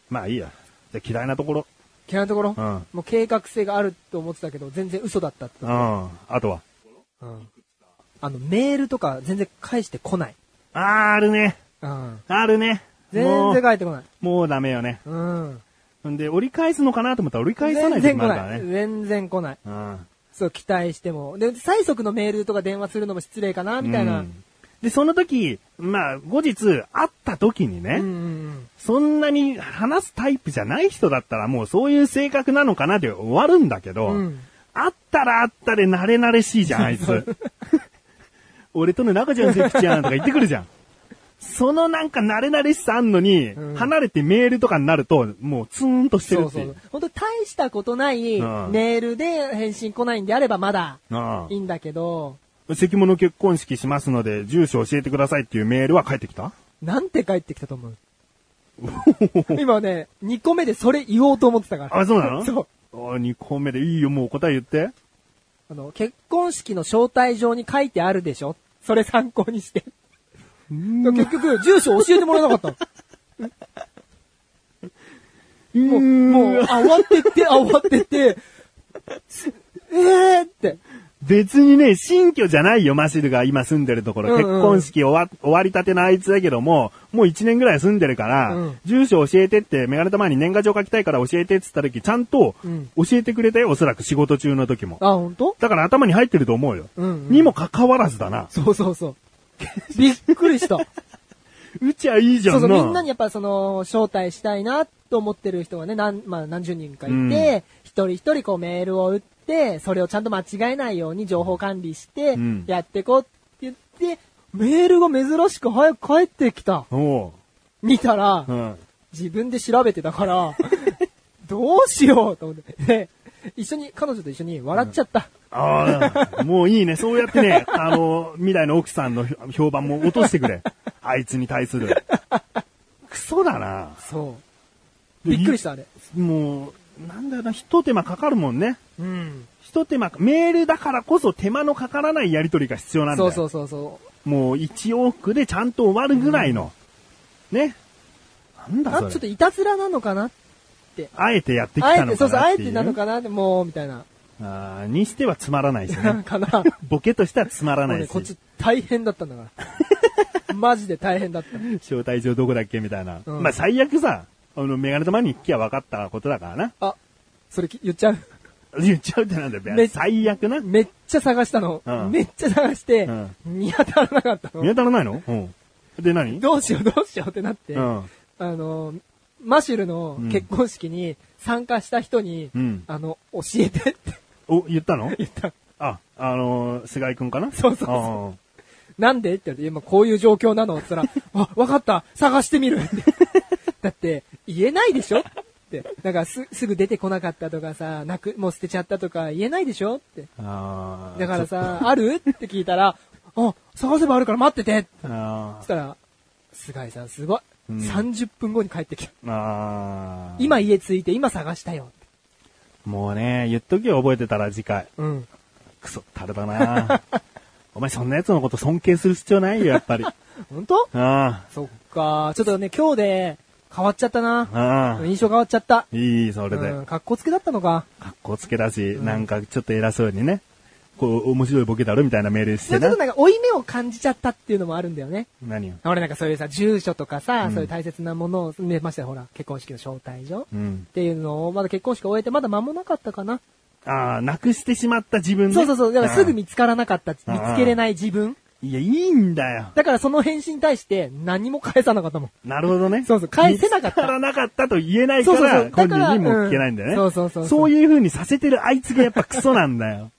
まあいいや。じゃあ嫌いなところ。
嫌いなところ、
うん
もう計画性があると思ってたけど、全然嘘だったって
うん。あとは。
うん。あの、メールとか全然返してこない。
ああ、あるね。
うん。
あるね。
全
もう
然返ってこない。
もうダメよね。
うん。
んで、折り返すのかなと思ったら折り返さな
全
い時
然
もあ
来
るから
ない。
ね。
全然来ない。
うん。
そう、期待しても。で、最速のメールとか電話するのも失礼かな、みたいな。
う
うんん。
で、その時、まあ、後日、会った時にね、
うんうん。
そんなに話すタイプじゃない人だったら、もうそういう性格なのかなで終わるんだけど、
うん
会ったら会ったで慣れ慣れしいじゃん、あいつ。 俺との仲じゃん、関ちゃんとか言ってくるじゃん。そのなんか慣れ慣れしさあんのに、
うん
離れてメールとかになると、もうツーンとして
そ
る
う
って
そ
いう
う。。本当大したことない
うん
メールで返信来ないんであればまだ
あ
いいんだけど、
あ関物結婚式しますので、住所教えてくださいっていうメールは返ってきた
なんて帰ってきたと思 う今ね、2個目でそれ言おうと思ってたから。
あ、そうな の
そう。
あ、2個目でいいよ、もう答え言って。
あの、結婚式の招待状に書いてあるでしょそれ参考にして。結局、住所教えてもらえなかったの。もう、もう、慌てて、慌てて、えーって。
別にね、新居じゃないよ、マシルが今住んでるとこ
う
ろ。
んうん
結婚式終わ終わりたてのあいつだけども、もう1年ぐらい住んでるから、
うん
住所教えてって、メガネたまに年賀状書きたいから教えてって言った時、ちゃんと
うん
教えてくれたよ、おそらく仕事中の時も。
あ、本当？
だから頭に入ってると思うよ。
うんうん
にもかかわらずだな。
そうそうそう。びっくりした。
うちはいいじゃ
そ
ん
うそう、みんなに
に。
やっぱその、招待したいなと思ってる人がね、何、まあ何十人かいて、
うん
一人一人こうメールを打って、それをちゃんと間違えないように情報管理して
うん、
やってこうって言って、メールが珍しく早く帰ってきた。
おう。
見たら、
うん。
自分で調べてたから、 どうしようと思って。で一緒に、彼女と一緒に笑っちゃった。
ああ、もういいね。そうやってね、あの、未来の奥さんの評判も落としてくれ。あいつに対する。クソだな。
そう。
で
びっくりした、あれ。
もう、なんだよな、一手間かかるもんね。
うん。
一手間、メールだからこそ手間のかからないやり取りが必要なんだ
そ
よ。
うそうそうそう。
もう一往復でちゃんと終わるぐらいの。ね。なんだ
あ、
そ
ちょ
れ
っといたずらなのかな
あえてやってき
あえ
たの
て、
か
そう
な
そう、あ
っ
え
てい
て
う
なのかなって、もう、みたいな。
あーにしてはつまらないし
なん
ね。
か な。
ボケとしてはつまら
も
な
う
い
ね、
し。
こっち大変だったんだ から。マジで大変だった。
招待状どこだっけみたいな。
うん
まあ最悪さ、あの、メガネ玉に聞きゃ分かったことだからな。
あ、それき言っちゃう。
言っちゃうってなんだ
め
よ。最悪な。
めっちゃ探したの。
うん
めっちゃ探して、
うん
見当たらなかった
見
の。
当たらないのうん。で何
どうしようどうしようってなって、
うん。
あの、マシュルの結婚式に参加した人に、
うん
あの、教えてって
お、言ったの
言った。
あ、あのー、菅井くんかな
そうそうそう
あ
なんでって言われて、今こういう状況なのって言ったら、あ、わかった、探してみるって。だって、言えないでしょって。なんかす、すぐ出てこなかったとかさ、なく、もう捨てちゃったとか言えないでしょって。
ーあー。
だからさ、あるって聞いたら、あ、探せばあるから待っててって
ちょ、あ
そしたら、菅井さんすごい。
うん
30分後に帰ってきた。
ーあー。
今家着いて、今探したよって。
もうね、言っときよ、覚えてたら次回。
うん。
クソ、たれだな お前そんな奴のこと尊敬する必要ないよ、やっぱり。あ
本当
あ
そっか。ちょっとね、今日で変わっちゃったな。
ー。ああ。
印象変わっちゃった。
いい、それで。
うん、かっこつけだったのか。
かっこつけだし、なんかちょっと偉そうにね、こう、面白いボケだろみたいなメールし
そ
て
れちょっ
な
と。なんか、負い目を感じちゃったっていうのもあるんだよね。
何よ。
俺なんかそういうさ、住所とかさ、
うん
そういう大切なものを、ね、ましてやほら、結婚式の招待状
う
っ
ん。
ていうのを、まだ結婚式終えてまだ間もなかったかな。
ああ、なくしてしまった自分ね
そうそうそう、だからすぐ見つからなかった、見
うん
つけれない自分。
うんいや、いいんだよ。
だからその返信に対して何も返さなかったもん。
なるほどね。
そうそう返せなかった
見つらなかったと言えないから、
そうそうそう
本
だから
人にも聞けないんだよね。
うんそうそうそう
そういう風にさせてるあいつがやっぱクソなんだよ。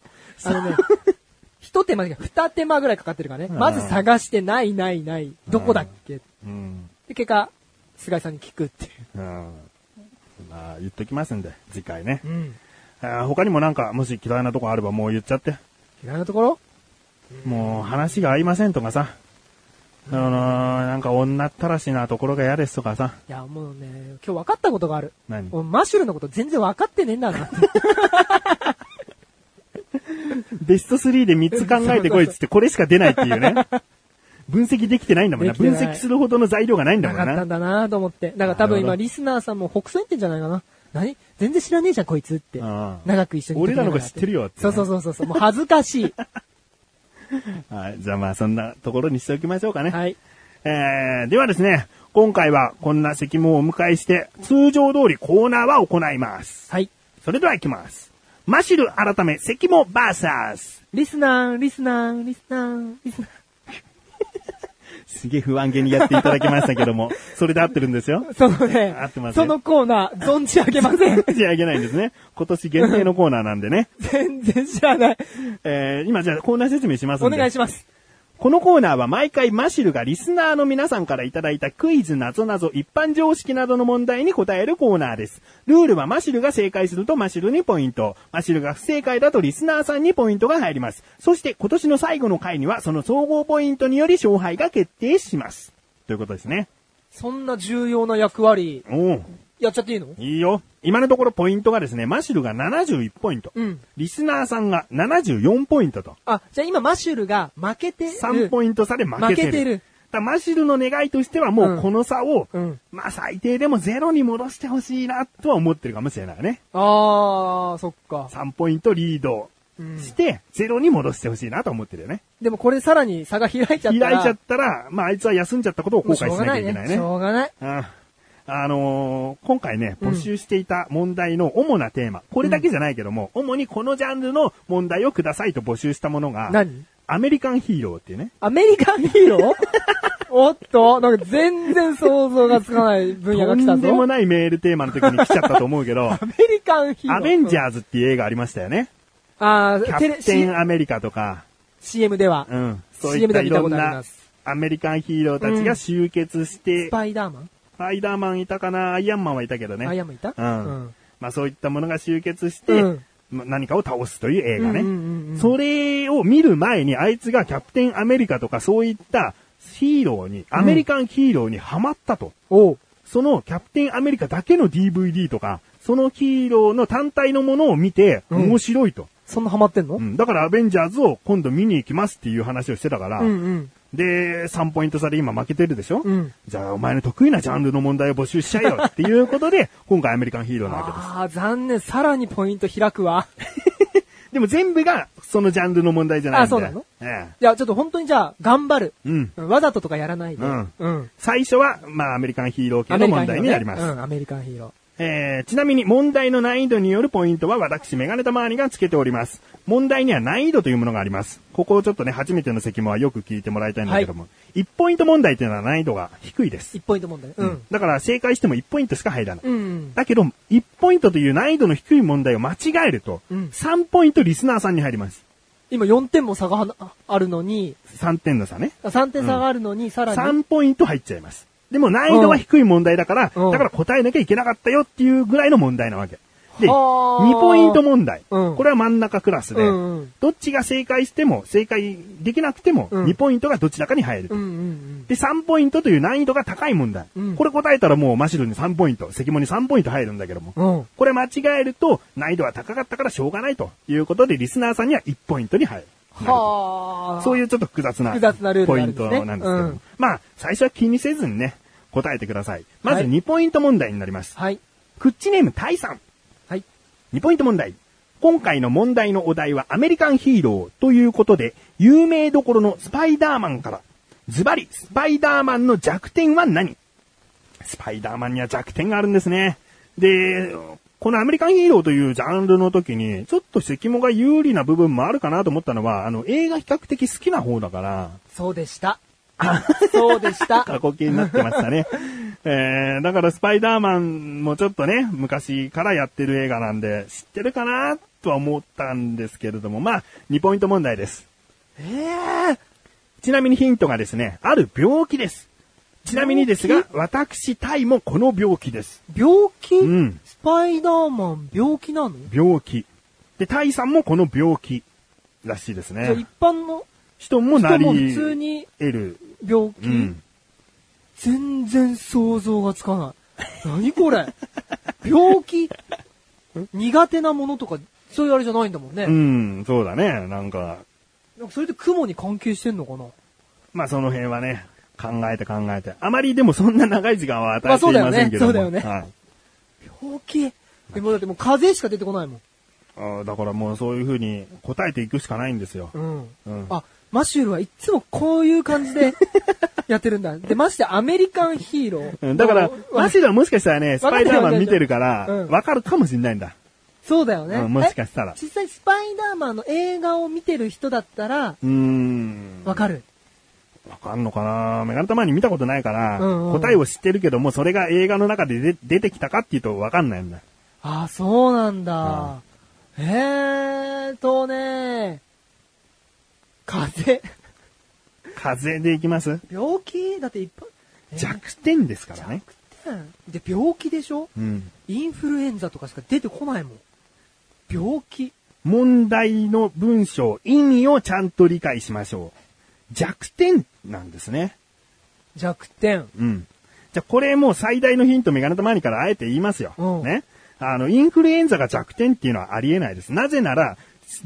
あのね、一手間、二手間ぐらいかかってるからね。
うん
まず探して、ないないない、どこだっけ
うん。
で、結果、菅井さんに聞くってい
うん。まあ、言っときますんで、次回ね
う。う。ん。
あー他にもなんか、もし嫌いなとこあればもう言っちゃって。
嫌いなところ
もう話が合いませんとかさ。あのー、なんか女ったらしなところが嫌ですとかさ。
いや、もうね、今日分かったことがある。
何
俺マシュルのこと全然分かってねえんだな。
ベスト3で3つ考えてこいっつってこれしか出ないっていう ね。分析できてないんだもんな。
できて
分
ない
析するほどの材料がないんだ
な
も
か
ん
った。
なん
だなと思って。だから多分
なるほど
今リスナーさんも北斎ってんじゃないかな。何全然知らねえじゃん、こいつって。
うん
長く一緒にい
俺らの方が知ってるよってね
そうそうそうそうそう。もう恥ずかし い。
はい。じゃあまあそんなところにしておきましょうかね。
はい。
えー、ではですね、今回はこんな席もお迎えして、通常通りコーナーは行います。
はい。
それでは行きます。マシル改め、関もバーサス。
リスナー、リスナー、リスナー、リスナ
すげえ不安げにやっていただきましたけども、 それで合ってるんですよ。
ー。そのね
合ってますね。
そのコーナー、存じ上げません
じゃああげないんですね。今年限定のコーナーなん でね。
全然知らない。
えー、今じゃあコーナー説明します
お
んで。
願いします。
このコーナーは毎回マシルがリスナーの皆さんからいただいたクイズ、謎々、一般常識などの問題に答えるコーナーです。ルールはマシルが正解するとマシルにポイント。マシルが不正解だとリスナーさんにポイントが入ります。そして今年の最後の回にはその総合ポイントにより勝敗が決定します。ということですね。
そんな重要な役割、
おお
やっちゃっていいの
いいよ。今のところポイントがですね、マシルが71ポイント。
うん
リスナーさんが74ポイントと。
あ、じゃあ今マシュルが負けてる。
3ポイント差で負けてる。
負けてる
だからマシルの願いとしてはもううんこの差を、
うん
まあ最低でもゼロに戻してほしいなとは思ってるかもしれないね。
あー、そっか。
3ポイントリード
うん
して、ゼロに戻してほしいなと思ってるよね。
でもこれさらに差が開いちゃったら。
開いちゃったら、まああいつは休んじゃったことを後
もう
悔し
しょうが
なき
な
ゃい
い
けない
ね。
ね。
しょうがない。
ああのー今回ね、
うん
募集していた問題の主なテーマ、これだけじゃないけども、主にこのジャンルの問題をくださいと募集したものが、
何
アメリカンヒーローっていうね、
アメリカンヒー ローおっと、なんか全然想像がつかない分野
と
が来た
んでも
ぞ。
ないメールテーマの時に来ちゃ ったと思うけど、
アメリカンヒーロー。
アベンジ
ー。
ャーズっていう映画ありましたよね。
あ
キ
ー、テ
ャ
レ、
プテ
C-
ンアメリカとか、
CM では
う。ん、そういっ
CM
た
で
い
見た
ろ
こ
ん
とあり
な
ます。
アメリカンヒーローたちが集結して、
スパイダーマン
スパイダーマンいたかな、アイアンマンはいたけどね。
アイアンマンいた
うん。
うん
まあそういったものが集結して、
うん
ま何かを倒すという映画ね、
うんうんうんうん
それを見る前にあいつがキャプテンアメリカとかそういったヒーローに、アメリカンヒーローにハマったと。
おう。
そのキャプテンアメリカだけの DVD とか、そのヒーローの単体のものを見て、
うん
面白いと、
そんなハマってんの
うんだからアベンジャーズを今度見に行きますっていう話をしてたから、
うんうん。
で、3ポイント差で今負けてるでしょ、
うん
じゃあお前の得意なジャンルの問題を募集しちゃえよっていうことで、今回アメリカンヒーローなわけです。
あー、残念。さらにポイント開くわ。
でも全部がそのジャンルの問題じゃないんで。
あそうなの
え
いや、ちょっと本当にじゃあ、頑張る。
えうん。
わざととかやらないで。
うん
うん。
最初は、まあ、アメリカンヒーロー系の問題になります。
アメリカンヒーローねうん、アメリカンヒーロー。
えー、ちなみに問題の難易度によるポイントは私、メガネたまわりがつけております。問題には難易度というものがあります。ここをちょっとね、初めての席もはよく聞いてもらいたいんだけども、1ポイント問題というのは難易度が低いです
1。ポイント問題。うん。
だから正解しても1ポイントしか入らない。
うん。
だけど、1ポイントという難易度の低い問題を間違えると、
うん
3ポイントリスナーさんに入ります。
今4点も差がはなああるのに、
3点の差ね。
あ3点差があるのに、さらに。
3ポイント入っちゃいます。でも難易度は低い問題だから、
うん
だから答えなきゃいけなかったよっていうぐらいの問題なわけ。で、
はあ
2ポイント問題。
うん
これは真ん中クラスで、
うんうん
どっちが正解しても、正解できなくても、
うん
2ポイントがどちらかに入ると。
うんうん
で、3ポイントという難易度が高い問題。
うん
これ答えたらもうマシルに3ポイント、関門に3ポイント入るんだけども。
うん。うん。
これ間違えると、難易度は高かったからしょうがないということで、リスナーさんには1ポイントに入る。
はあ。。
そういううちょっと複雑な
複雑なルール
ポ
が
イ
あるん
ン
です
ト
ね
なんですけども、
うん
まあ、最初は気にせずにね、答えてください。まず
はい
2ポイント問題になります。
はい。
クッチネームタイさん。
はい。
2ポイント問題。今回の問題のお題はアメリカンヒーローということで、有名どころのスパイダーマンから、ズバリ、スパイダーマンの弱点は何スパイダーマンには弱点があるんですね。で、このアメリカンヒーローというジャンルの時に、ちょっと関もが有利な部分もあるかなと思ったのは、あの、映画比較的好きな方だから、
そうでした。そうで した。
過去形になってまし たね。えー、だからスパイダーマンもちょっとね、昔からやってる映画なんで、知ってるかなとは思ったんですけれども、まあ、2ポイント問題です。
ええ
ちなみにヒントがですね、ある病気です。ちなみにですが、私、タイもこの病気です。
病気
うん
スパイダーマン病気なの
病気。で、タイさんもこの病気らしいです
じゃあ一
ね。
般の
人もな
人
り
も普通に
得る。
病気、
うん。
全然想像がつかない。何これ病気苦手なものとか、そういうあれじゃないんだもんね。
うん、そうだね。なんか、
なんかそれって雲に関係してんのかな
まあその辺はね、考えて考えて。あまりでもそんな長い時間は与えていませんけども。
まあそうだよねそうだ
はい。
病気でもだってもう風邪しか出てこないもん。
あーだからもうそういう風に答えていくしかないんですよ。
うん。
うん。
あ、マシュルはいっつもこういう感じで、やってるんだ。で、ましてアメリカンヒーロー。
うんだから、マシダはもしかしたらね、ス
わか
パ
んない
イダーマン見てるから、
うん
わかるかもしれないんだ。
そうだよね。
うんもしかしたら
え実際スパイダーマンの映画を見てる人だったら、
うーん。
わかる。
わかんのかなメガネたまに見たことないから、
うんうん
答えを知ってるけども、それが映画の中でで出てきたかっていうとわかんないんだ。
ああ、そうなんだ。えーとね、風邪。
風邪でいきます
病気だっていっぱい。えー
弱点ですからね。
で、病気でしょ
うん。
インフルエンザとかしか出てこないもん。病気。
問題の文章、意味をちゃんと理解しましょう。弱点なんですね。
弱点。
うん。じゃあ、これもう最大のヒントメガネたまにからあえて言いますよ。
うん
ね。あの、インフルエンザが弱点っていうのはありえないです。なぜなら、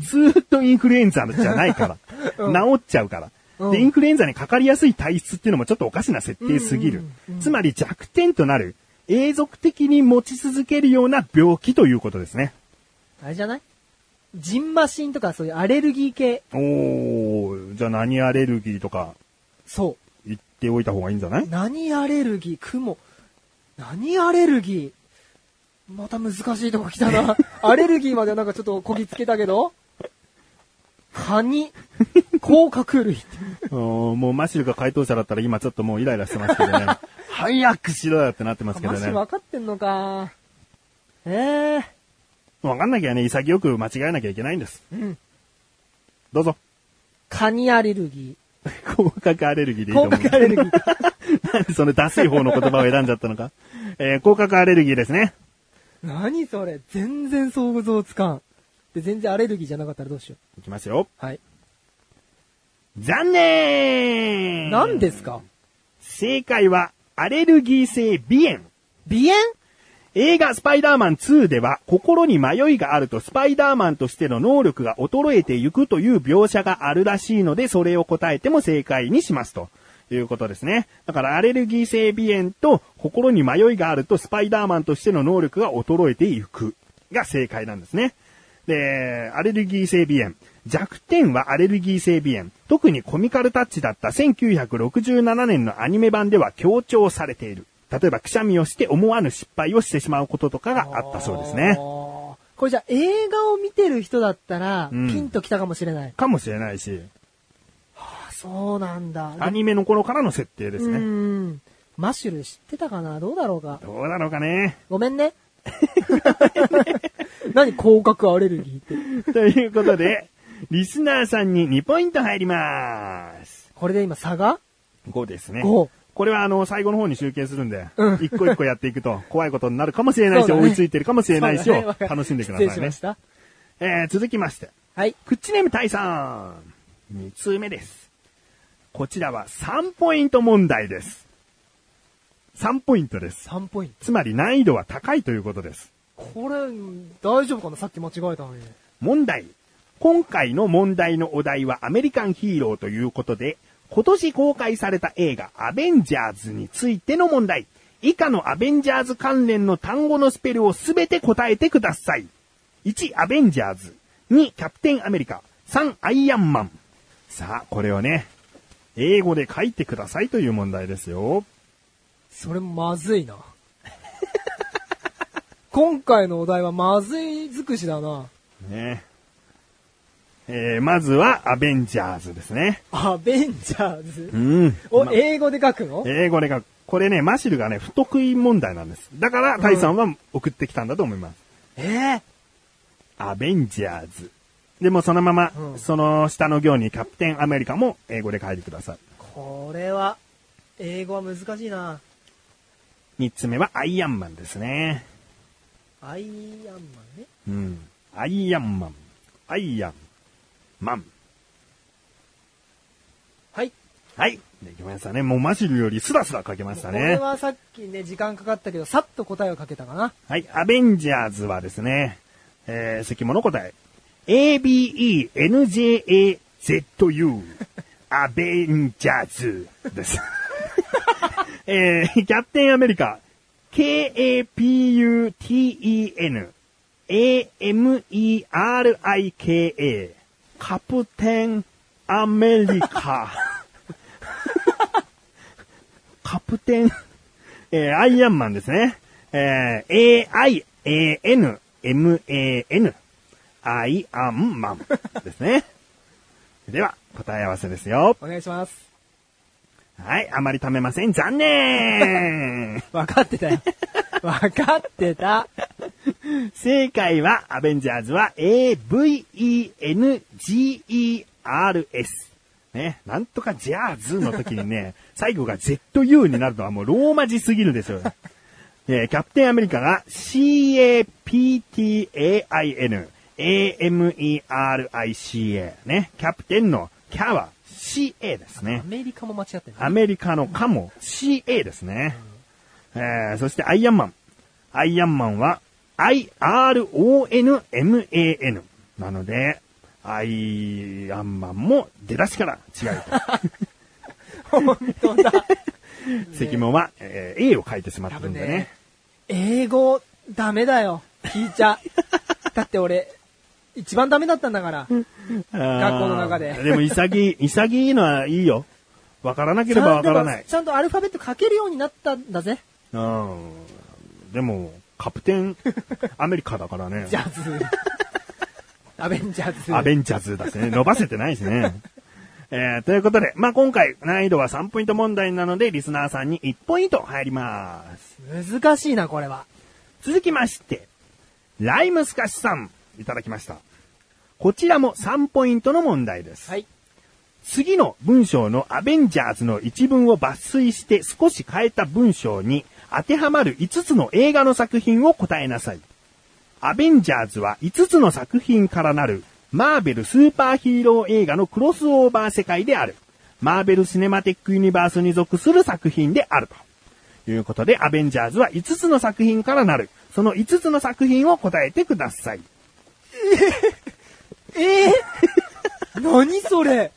ずーっとインフルエンザじゃないから。
うん
治っちゃうから。
うん
で、インフルエンザにかかりやすい体質っていうのもちょっとおかしな設定すぎる。つまり弱点となる、永続的に持ち続けるような病気ということですね。
あれじゃないジンマシンとかそういうアレルギー系。
おー、じゃあ何アレルギーとか
そう。
言っておいた方がいいんじゃない
何アレルギー雲。何アレルギーまた難しいとこ来たな。アレルギーまではなんかちょっとこぎつけたけど。カニ。甲殻類。
おーもうマシルが回答者だったら今ちょっともうイライラしてますけど ね。早くしろよってなってますけど
マジ
ね。
分かってんのか。ええ
わかんなきゃね、潔く間違えなきゃいけないんです。
うん。
どうぞ。
カニアレルギ
広角アレルギーで
ー。
いいと思
甲
う。
殻アレルギー。
なんでそのダサい方の言葉を選んじゃったのか。えー、広角アレルギーですね。
何それ全然想像つかん。で、全然アレルギーじゃなかったらどうしよ
いきますよ。
う。はい。
残念
何ですか
正解は、アレルギー性鼻炎。
鼻炎
映画スパイダーマン2では心に迷いがあるとスパイダーマンとしての能力が衰えていくという描写があるらしいのでそれを答えても正解にしますということですね。だからアレルギー性鼻炎と心に迷いがあるとスパイダーマンとしての能力が衰えていくが正解なんですね。で、アレルギー性鼻炎。弱点はアレルギー性鼻炎。特にコミカルタッチだった1967年のアニメ版では強調されている。例えば、くしゃみをして思わぬ失敗をしてしまうこととかがあったそうですね。
これじゃあ映画を見てる人だったら、
うん
ピンときたかもしれない。
かもしれないし、
あ、そうなんだ。
アニメの頃からの設定です
う
ね。
ん。マッシュル知ってたかなどうだろうか。
どうだろうかね。
ごめんね。 何甲殻アレルギーって。
ということで、リスナーさんに2ポイント入ります。
これで今差が
5ですね。
5。
これはあの、最後の方に集計するんで、
うん
一個一個やっていくと、怖いことになるかもしれないし、
そうだ
追
ね
いついてるかもしれないし、
そうだね
を
わかる
楽しんでくだ
失礼
さい
しま
ね
し。た。
えー、続きまして、
はい。
クッチネームタイさん。2通目です。こちらは3ポイント問題です。3ポイントです。
3ポイント。
つまり難易度は高いということです。
これ、大丈夫かなさっき間違えたのに。
問題。今回の問題のお題はアメリカンヒーローということで、今年公開された映画アベンジャーズについての問題。以下のアベンジャーズ関連の単語のスペルをすべて答えてください。1、アベンジャーズ。2、キャプテンアメリカ。3、アイアンマン。さあ、これをね、英語で書いてくださいという問題ですよ。
それまず いな。今回のお題はまずい尽くしだな。
ねえー、まずはアベンジャーズですね。
アベンジャーズ
うん
を英語で書くの
英語でが、これね、マシルがね、不得意問題なんです。だから、タイさんは送ってきたんだと思います。
えー
アベンジャーズ。でもそのまま、
うん
その下の行にキャプテンアメリカも英語で書いてください。
これは、英語は難しいな。
三つ目はアイアンマンですね。
アイアンマンね。
うん。アイアンマン。アイアン。マン。
はい。
はい。できましたね。もうマシルよりスラスラ書けました
これ
ね。
はさっきね、時間かかったけど、さっと答えをかけたかな。
はい、アベンジャーズはですね、えー、関物答え。A-B-E-N-J-A-Z-U。アベンジャーズです。えー、 キャプテンアメリカ。K-A-P-U-T-E-N。A-M-E-R-I-K-A。カプテンアメリカ。プテン、えーアイアンマンですね。えー A-I-A-N-M-A-N。アイアンマンですね。では、答え合わせですよ。
お願いします。
はい、あまり貯めません。残念
わかって たよ。わかってた。
正解は、アベンジャーズは A-V-E-N-G-E-R-S。ね、なんとかジャーズの時にね、最後が ZU になるのはもうローマ字すぎるでしょう。えーキャプテンアメリカが C-A-P-T-A-I-N、A-M-E-R-I-C-A。ね、キャプテンのキャは C-A ですね
ア。メリカも間違って
ア
ない。
メリカのカモ CA ですね。えー、そしてアイアンマン。アイアンマンは IRONMAN。なので、アイアンマンも出だしから違 うと。
本当だ。
関門は、えー A を書いてしまってるんでね。
英語、ダメだよ。聞いち ゃ。だって俺、一番ダメだったんだから。
学
校の中で
で も潔い、潔いのはいいよ。わからなければわからない
ちゃんと。ちゃんとアルファベット書けるようになったんだぜ。
うん。でも、カプテン、アメリカだか らね。
ジャズ。アベンジャズ。
アベンジャーズだしね。伸ばせてないしね。えー、ということで、まあ、今回、難易度は3ポイント問題なので、リスナーさんに1ポイント入ります。
難しいな、これは。
続きまして、ライムスカシさん、いただきました。こちらも3ポイントの問題です。
はい。
次の文章のアベンジャーズの一文を抜粋して少し変えた文章に当てはまる5つの映画の作品を答えなさい。アベンジャーズは5つの作品からなるマーベルスーパーヒーロー映画のクロスオーバー世界である。マーベルシネマティックユニバースに属する作品であると。いうことで、アベンジャーズは5つの作品からなる。その5つの作品を答えてください。
ええ何それ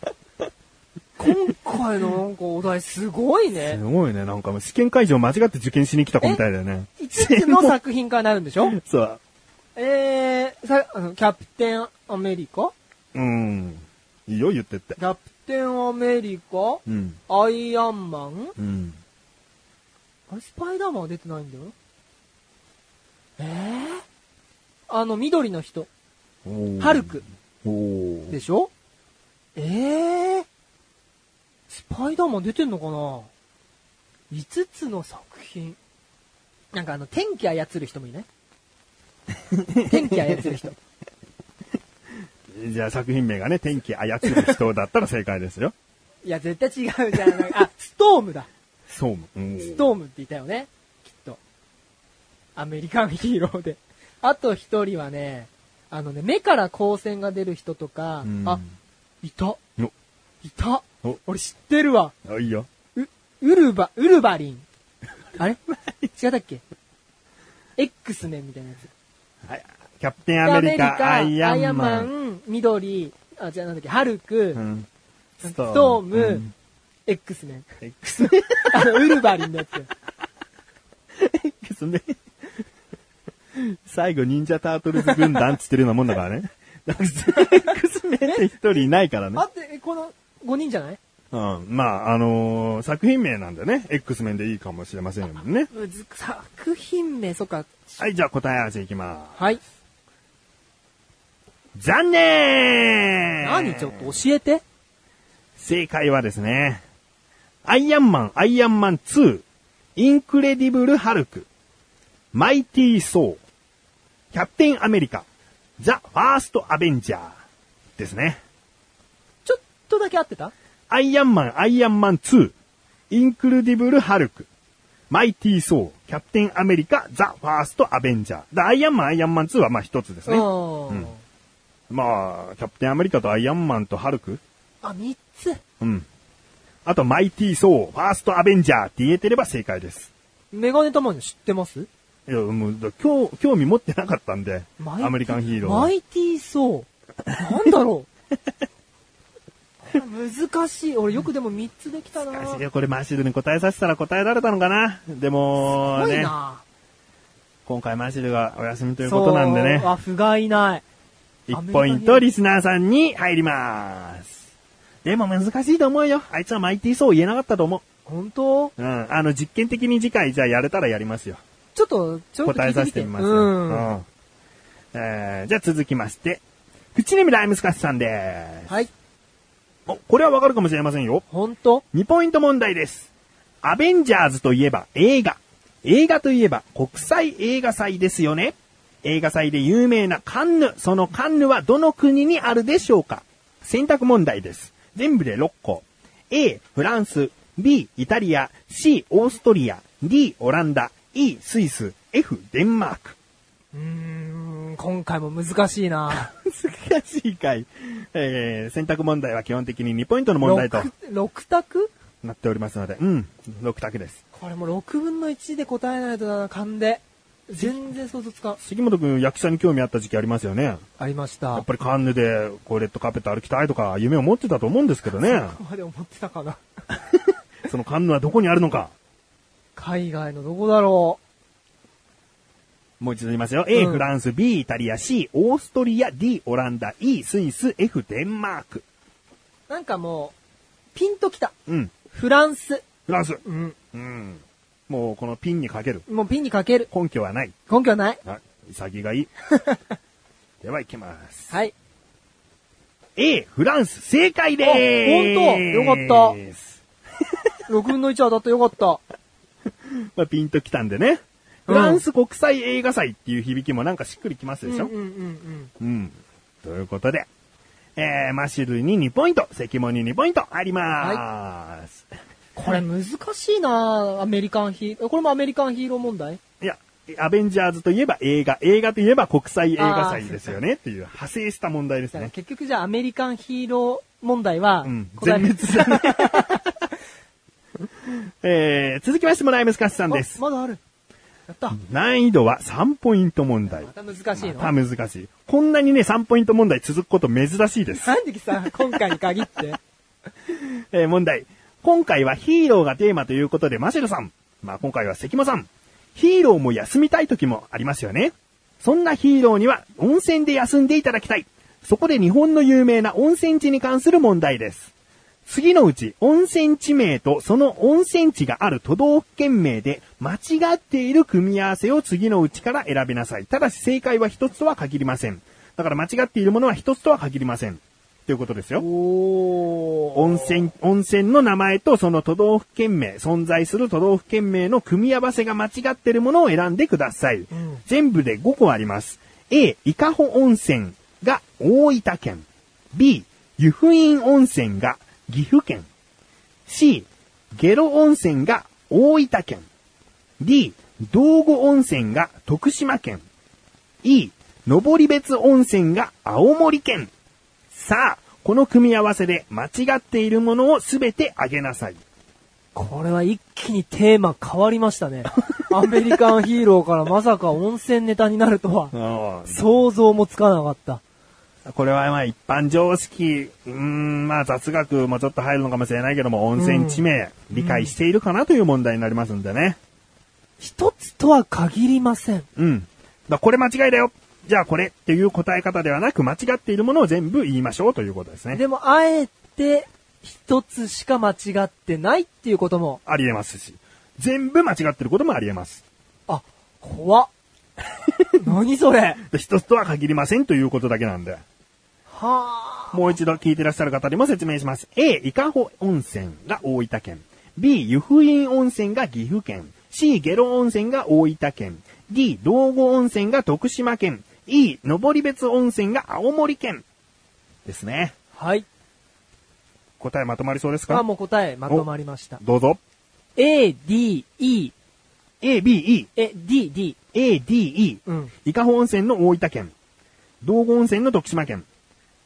今回のなんかお題すごいね
す。ごいね。なんかもう試験会場間違って受験しに来た子みたいだよね。
5つの作品からなるんでしょ
そう。
えー、さあのキャプテンアメリカ
うん。いいよ、言ってって
キ。ャプテンアメリカ
うん。
アイアンマン
うん。
あれスパイダーマンは出てないんだよえー、あの緑の人、ハル。ク
おー
でしょえー、スパイダーマン出てんのかな ?5 つの作品。なんかあの、天気操る人もいない 天気操る人。
じゃあ作品名がね、天気操る人だったら正解ですよ。
いや、絶対違うじゃん。なんかあ、ストームだ。
そうも。
ストームって言ったよね。きっと。アメリカンヒーローで。あと一人はね、あのね、目から光線が出る人とか、
うん
あ、いた、
お
いた。
お
俺知ってるわ。
あいいよ。
う、ウルバ、ウルバリ ン。あれ違ったっけ ?X メンみたいなやつ。
はい。キャプテンアメリカ、アイア
アイア
ン
ン
マ
マ
ン。
ン、緑、あ、じゃあなんだっけ、ハルク、
うん
ストーム、
うん
X メン。
X
あの、ウルバリンのやつ。
X ね。最後、忍者タートルズ軍団っつってるようなもんだからね。だから X 名って一人いないからね
あ。って、えこの5人じゃない
うん。まあ、あのー作品名なんでね、X 面でいいかもしれませんよね。
むず作品名、そっか。
はい、じゃあ答え合わせいきます。
はい。
残念
何ちょっと教えて。
正解はですね、アイアンマン、アイアンマン2、インクレディブル・ハルク、マイティー・ソー、キャプテン・アメリカ、ザ・ファースト・アベンジャーですね。
ちょっとだけ合ってた
アイアンマン、アイアンマン2、インクルディブル・ハルク、マイティー・ソー、キャプテン・アメリカ、ザ・ファースト・アベンジャー。だアイアンマン、アイアンマン2はまあ一つです
う
ね。
ん。
うんまあ、キャプテン・アメリカとアイアンマンとハルク
あ、3つ。
うん。あと、マイティー・ソー、ファースト・アベンジャーって言えてれば正解です。
メガネたまに知ってます
いや、もう、だ興興味持ってなかったんで、
マイティ
アメリカンヒーロー。
マイティーソー。なんだろう。これ難しい。俺よくでも3つできたな。
難しいよこれマーシルに答えさせたら答えられたのかなでも、
すごい
ね、
な。
今回マーシルがお休みと
と
いうことなんでね、
あ、不甲斐ない。アメリカンヒーロー
1ポイントリスナーさんに入ります。でも難しいと思うよ。あいつはマイティー・ソー言えなかったと思う。
本当
うん。あの、実験的に次回じゃあやれたらやりますよ。
ちょっと、ちょっと
答
聞
え
いて
さ
み
せ
て。
てみますよ。
うん。
うんえーじゃあ続きまして、口ネミライムスカスさんです。
はい。
お、これはわかるかもしれませんよ。
本当
2ポイント問題です。アベンジャーズといえば映画。映画といえば国際映画祭ですよね。映画祭で有名なカンヌ。そのカンヌはどの国にあるでしょうか選択問題です。全部で6個。A、フランス。B、イタリア。C、オーストリア。D、オランダ。E、スイス。F、デンマーク。
うーん、今回も難しいな。
難しいかい。えー、選択問題は基本的に2ポイントの 問題と
六六択
なっておりますので、うん、6択です。
これもう6分の1で答えないとだな、勘で。全然想像つかん。
杉本くん役者に興味あった時期ありますよね。や
ありました。
っぱりカンヌで、こう、レッドカーペット歩きたいとか、夢を持ってたと思うんですけどね。
ここまで思ってたかな。
そのカンヌはどこにあるのか。
海外のどこだろ
もう一度言いますよ。A、
うん
フランス、B、イタリア、C、オーストリア、D、オランダ、E、スイス、F、デンマーク。
う。なんかもう、ピンときた。
うん。
フランス。
フランス。
うん。
うん。もう、このピンにかける。
もうピンにかける。
根拠はない。
根拠はない。
あ、潔がいい。では、行きます。
はい。
A、フランス、正解でーす。
あ本当よか
っ
6分の1当たってよかった。
た。まあ、ピンときたんでね。
うん
フランス国際映画祭っていう響きもなんかしっくりきますでしょ、
うんうんうん
うん。ということで、えー、マッシュルに2ポイント、関門に2ポイントあります。
うん。これ難しいなアメリカンヒーロー。これもアメリカンヒーロー問題
い、や、アベンジャーズといえば映画、映画といえば国際映画祭ですよねっていう派生した問題です
だから
ね。
結局じゃあアメリカンヒーロー問題は
うん、
答え
全 滅 だね。えー、続きましてもライムスカスさんです
あ。まだある。やった。
難易度は3ポイント問題
ま。た難しいの、
また難しい。こんなにね、3ポイント問題続くこと珍しいです。
なんでさ、 今回に限って。
えー問題。今回はヒーローがテーマということで、マシェルさん。まあ、今回は関間さん。ヒーローも休みたい時もありますよね。そんなヒーローには温泉で休んでいただきたい。そこで日本の有名な温泉地に関する問題です。次のうち、温泉地名とその温泉地がある都道府県名で間違っている組み合わせを次のうちから選びなさい。ただし正解は一つとは限りません。だから間違っているものは一つとは限りません。ということですよ。
お
温泉、温泉の名前とその都道府県名、存在する都道府県名の組み合わせが間違ってるものを選んでください。
ん
全部で5個あります。A、伊香保温泉が大分県。B、湯布院温泉が岐阜県。C、下呂温泉が大分県。D、道後温泉が徳島県。E、登別温泉が青森県。さあ、この組み合わせで間違っているものをすべてあげなさい。
これは一気にテーマ変わりましたね。アメリカンヒーローからまさか温泉ネタになるとは、想像もつかなかった。
これはまあ一般常識、うーん、まあ雑学もちょっと入るのかもしれないけども、温泉地名、理解しているかなという問題になりますんでね。
一つとは限りません。
うん。だこれ間違いだよじゃあこれっていう答え方ではなく、間違っているものを全部言いましょうということですね。
でも、あえて、一つしか間違ってないっていうことも、
ありえますし。全部間違ってることもありえます。
あ、 怖っ。何それ。
で一つとは限りませんということだけなんで。
はあ。
もう一度聞いてらっしゃる方にも説明します。A、伊香保温泉が大分県。B、湯布院温泉が岐阜県。C、下呂温泉が大分県。D、道後温泉が徳島県。E、登別温泉が青森県。ですね。
はい。
答えまとまりそうです
あ、
か
もう答えまとまりました。
どうぞ。
A, D, E,
A、B、E、
え、D, D.
A、D、E。
うん。
伊香保温泉の大分県。道後温泉の徳島県。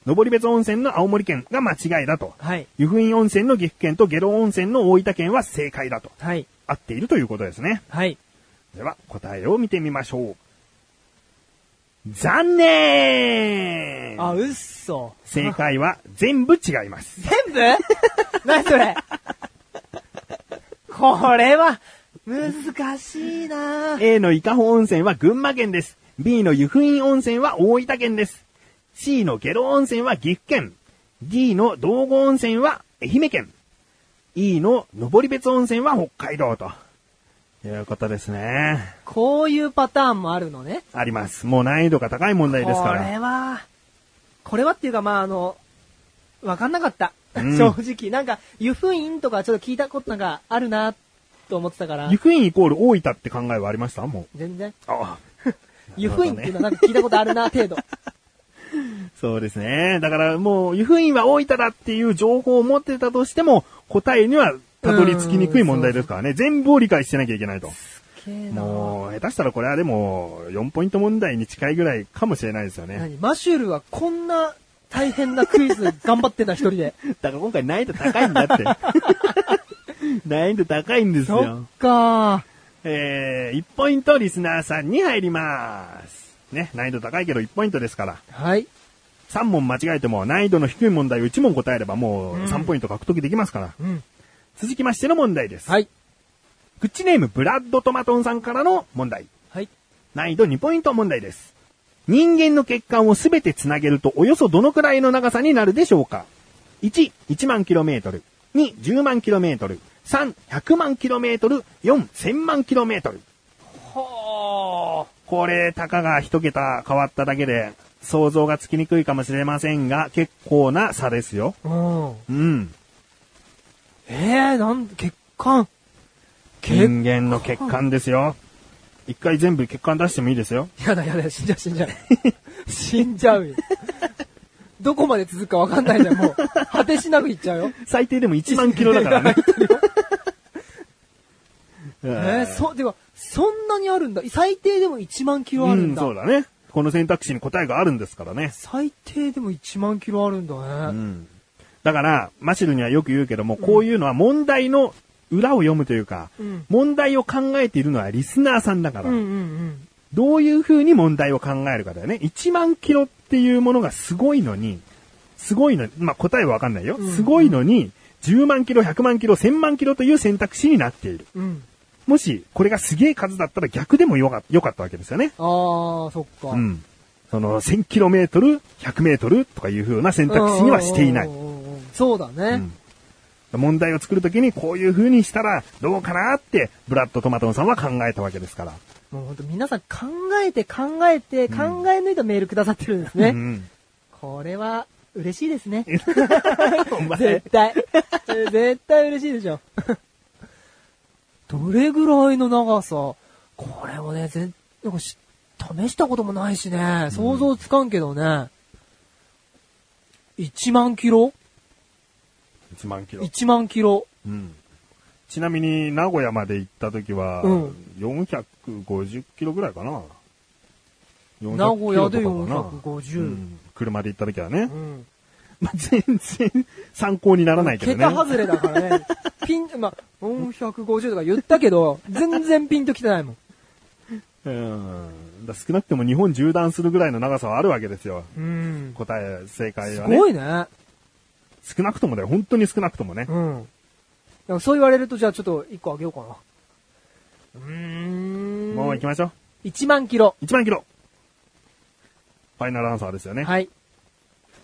登別温泉の青森県が間違いだと。
はい。
湯布院温泉の岐阜県と下呂温泉の大分県は正解だと。
はい。
合っているということですね。
はい。
では、答えを見てみましょう。残念
あ、うっそ。
正解は全部違います。
全 部何それこれは、難しいな
A の伊香保温泉は群馬県です。B の湯布院温泉は大分県です。C の下呂温泉は岐阜県。D の道後温泉は愛媛県。 E の登別温泉は北海道と。いうことですね。
こういうパターンもあるのね。
あります。もう難易度が高い問題ですか
これ
ら。
は、これはっていうか、まあ、あの、わかんなかった。
うん
正直。なんか、湯布院とかちょっと聞いたことなんかあるな、と思ってたから
湯。布院イコール大分って考えはありましたも
全然。
う。あ
湯布院っていうのはなんか聞いたことあるな、程 度。
そうですね。だからもう、湯布院は大分だっていう情報を持ってたとしても、答えにはたどり着きにくい問題ですからね。全部を理解してなきゃいけないと。
けーな
もう、下手したらこれはでも、4ポイント問題に近いぐらいかもしれないですよね。
何マシュルはこんな大変なクイズ頑張ってんだ、一人で。
だから今回難易度高いんだって。難易度高いんです
そ
よ。
っか
えー、1ポイントリスナーさんに入ります。ね、難易度高いけど1ポイントですから。
ー。はい。
3問間違えても難易度の低い問題を1問答えればもう3ポイント獲得できますから。
うん。
続きましての問題です。
はい。
グッチネームブラッドトマトンさんからの問題。
はい。
難易度2ポイント問題です。人間の血管をすべてつなげるとおよそどのくらいの長さになるでしょうか ?1、1万キロメートル。2、10万キロメートル。3、100万キロメートル。4、1000万キロメートル。
は
これ、たかが一桁変わっただけで、想像がつきにくいかもしれませんが、結構な差ですよ。
あ。うん。
うん。
えー、なん、血管。血
人間の血管ですよ。一回全部血管出してもいいですよ。
やだやだ、死んじゃう死んじゃう。死んじゃうよ。どこまで続くかわかんないじゃん、もう。果てしなくいっちゃうよ。
最低でも1万キ ロだからね。
え
え
ー、そ、では、そんなにあるんだ。最低でも1万キロあるんだ。
うん、そうだね。この選択肢に答えがあるんですからね。
最低でも1万キロあるんだ
う
ね。
ん。だから、マシルにはよく言うけども、こういうのは問題の裏を読むというか、
うん
問題を考えているのはリスナーさんだから、
うんうん
どういう風に問題を考えるかだよね。1万キロっていうものがすごいのに、すごいのに、まあ、答えはわかんないよ。
うん
すごいのに、10万キロ、100万キロ、1000万キロという選択肢になっている。
うん。うん。
もし、これがすげえ数だったら逆でもよかよかったわけですよね。
あー、そっか。
うん。その、1000キロメートル、100メートルとかいう風な選択肢にはしていない。
う
うん
うんんうんうんそうだね。
問題を作るときにこういう風にしたらどうかなって、ブラッドトマトンさんは考えたわけですから。
もうほんと皆さん考えて考えて考え抜いたメールくださってるんです
う
ね。
ん。
これは嬉しいですね。
お前
絶、対。絶対嬉しいでしょ。 どれぐらいの長さこれをね、全、なんかし、試したこともないしね。想像つかんけどね。1万キロ
1万キロ。
?1 万キロ。
うん。ちなみに、名古屋まで行ったときは、
うん
450キロぐらいかな。400
名古屋で
キロとかかな
450
うん車で行ったときはね
う。ん。
まあ全然参考にならないけどね。
桁外れだから ね。ピン、まあ、450とか言ったけど、全然ピンときてないもん。
うん。だ少なくとも日本縦断するぐらいの長さはあるわけですよ。
うん。
答え、正解
す
はね。
ごいね。
少なくともだよ。本当に少なくともね
う。ん。なんかそう言われると、じゃあちょっと一個あげようかな。うーん。
もう行きましょう。
1万キロ。
1万キロ。ファイナルアンサーですよね。
はい。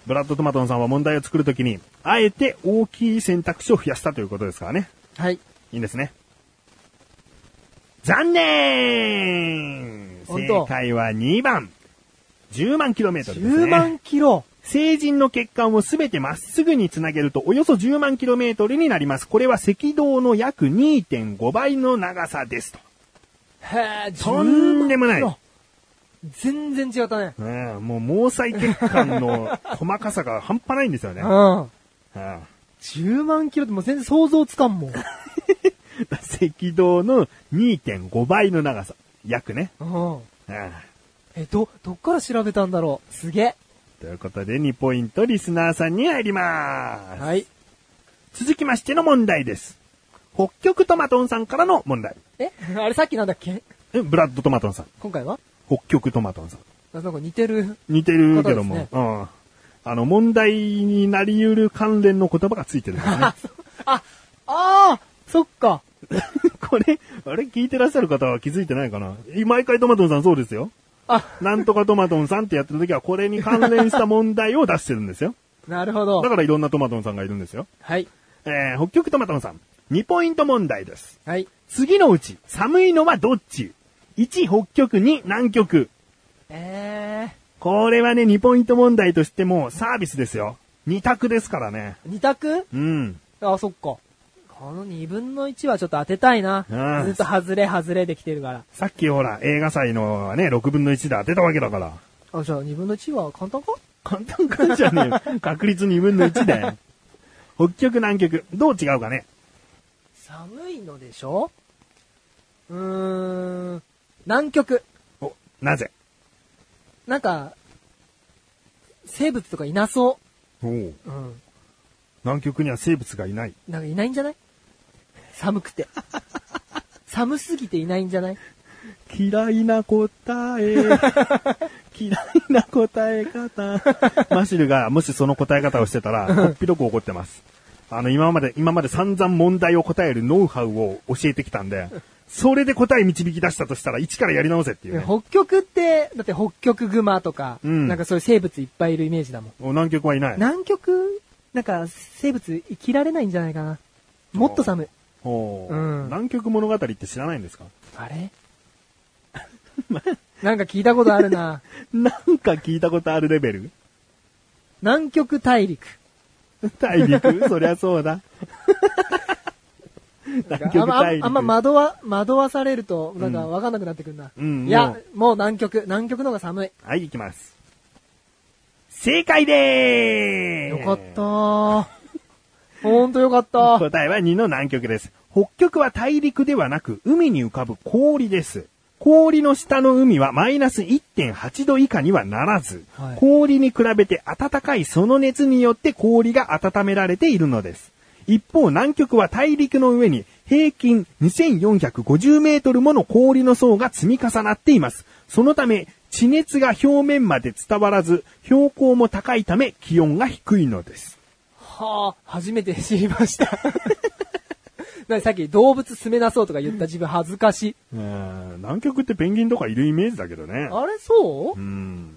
ブラッドトマトンさんは問題を作るときに、あえて大きい選択肢を増やしたということですからね。
はい。
いいんですね。残念
本当
正解は2番。10万キロメートルですね。
10万キロ。
成人の血管をすべてまっすぐにつなげるとおよそ10万キロメートルになります。これは赤道の約2.5倍の長さですと。
へえ、
とんでもない
10万キロ全然違ったね。
ねえ、もう毛細血管の細かさが半端ないんです よ
う
ね。
ん。
うん
10万キロってもう全然想像つかんもん。
赤道の2.5倍の長さ。約ね。
うん。
うん
え、ど、どっから調べたんだろう。すげえ。
ということで2ポイントリスナーさんに入ります。
はい。
続きましての問題です。北極トマトンさんからの問題。
えあれさっきなんだっけ
えブラッドトマトンさん。
今回は
北極トマトンさん。
なんか似てる。
似てるけども、
方です
うん。あの、問題になり得る関連の言葉がついてるんで すね。
あ、あーそっか。
これ、あれ聞いてらっしゃる方は気づいてないかな毎回トマトンさんそうですよ。
あ、
なんとかトマトンさんってやってる時はこれに関連した問題を出してるんですよ。
なるほど
だ。からいろんなトマトンさんがいるんですよ。
はい。
えー、北極トマトンさん、2ポイント問題です。
はい。
次のうち、寒いのはどっち ?1 北極、2南極。
え
これはね、2ポイント問題としてもサービスですよ。2択ですからね。
ー、二択
うん。
あ、そっか。この二分の一はちょっと当てたいな。
うん
ずっと外れ外れできてるから。
さっきほら、映画祭のはね、6分の1で当てたわけだから。
あ、じゃあ二分の一は簡単か
簡単かじゃねえよ。確率2分の1で。北極、南極、どう違うかね。
寒いのでしょうーん、南極。
お、なぜ
なんか、生物とかいなそ
おう
う。うん。
南極には生物がいない。
なんかいないんじゃない寒 くて。寒すぎていないんじゃない
嫌いな答 え。嫌いな答え方。マシルがもしその答え方をしてたら、こっぴどく怒ってます。あの、今まで、今まで散々問題を答えるノウハウを教えてきたんで、それで答え導き出したとしたら、一からやり直せっていう、ね。
北極って、だって北極熊とか、
うん
なんかそういう生物いっぱいいるイメージだもん。
お南極はいない。
南極、なんか生物生きられないんじゃないかな。もっと寒い。
ほう
うん
南極物語って知らないんですか
あ れなんか聞いたことある な。
なんか聞いたことあるレベル
南極大陸。
大陸そりゃそうだ。
なん
南
かあん
極
ま、
大
あん
陸。
あんま惑わ、惑わされると、なんかわかんなくなってくるな。
うん
い
も
や、もう南極。南極の方が寒い。
はい、行きます。正解でー
よ
す
かったー。 ほんとよかった。
答えは2の南極です。北極は大陸ではなく、海に浮かぶ氷です。氷の下の海はマイナス1.8度以下にはならず、
はい
氷に比べて暖かいその熱によって氷が温められているのです。一方、南極は大陸の上に平均2450メートルもの氷の層が積み重なっています。そのため、地熱が表面まで伝わらず、標高も高いため気温が低いのです。
はあ、初めて知りました。 なにさっき動物住めなそうとか言った自分恥ずかしい。
えー南極ってペンギンとかいるイメージだけどね。
あれそうう
うん。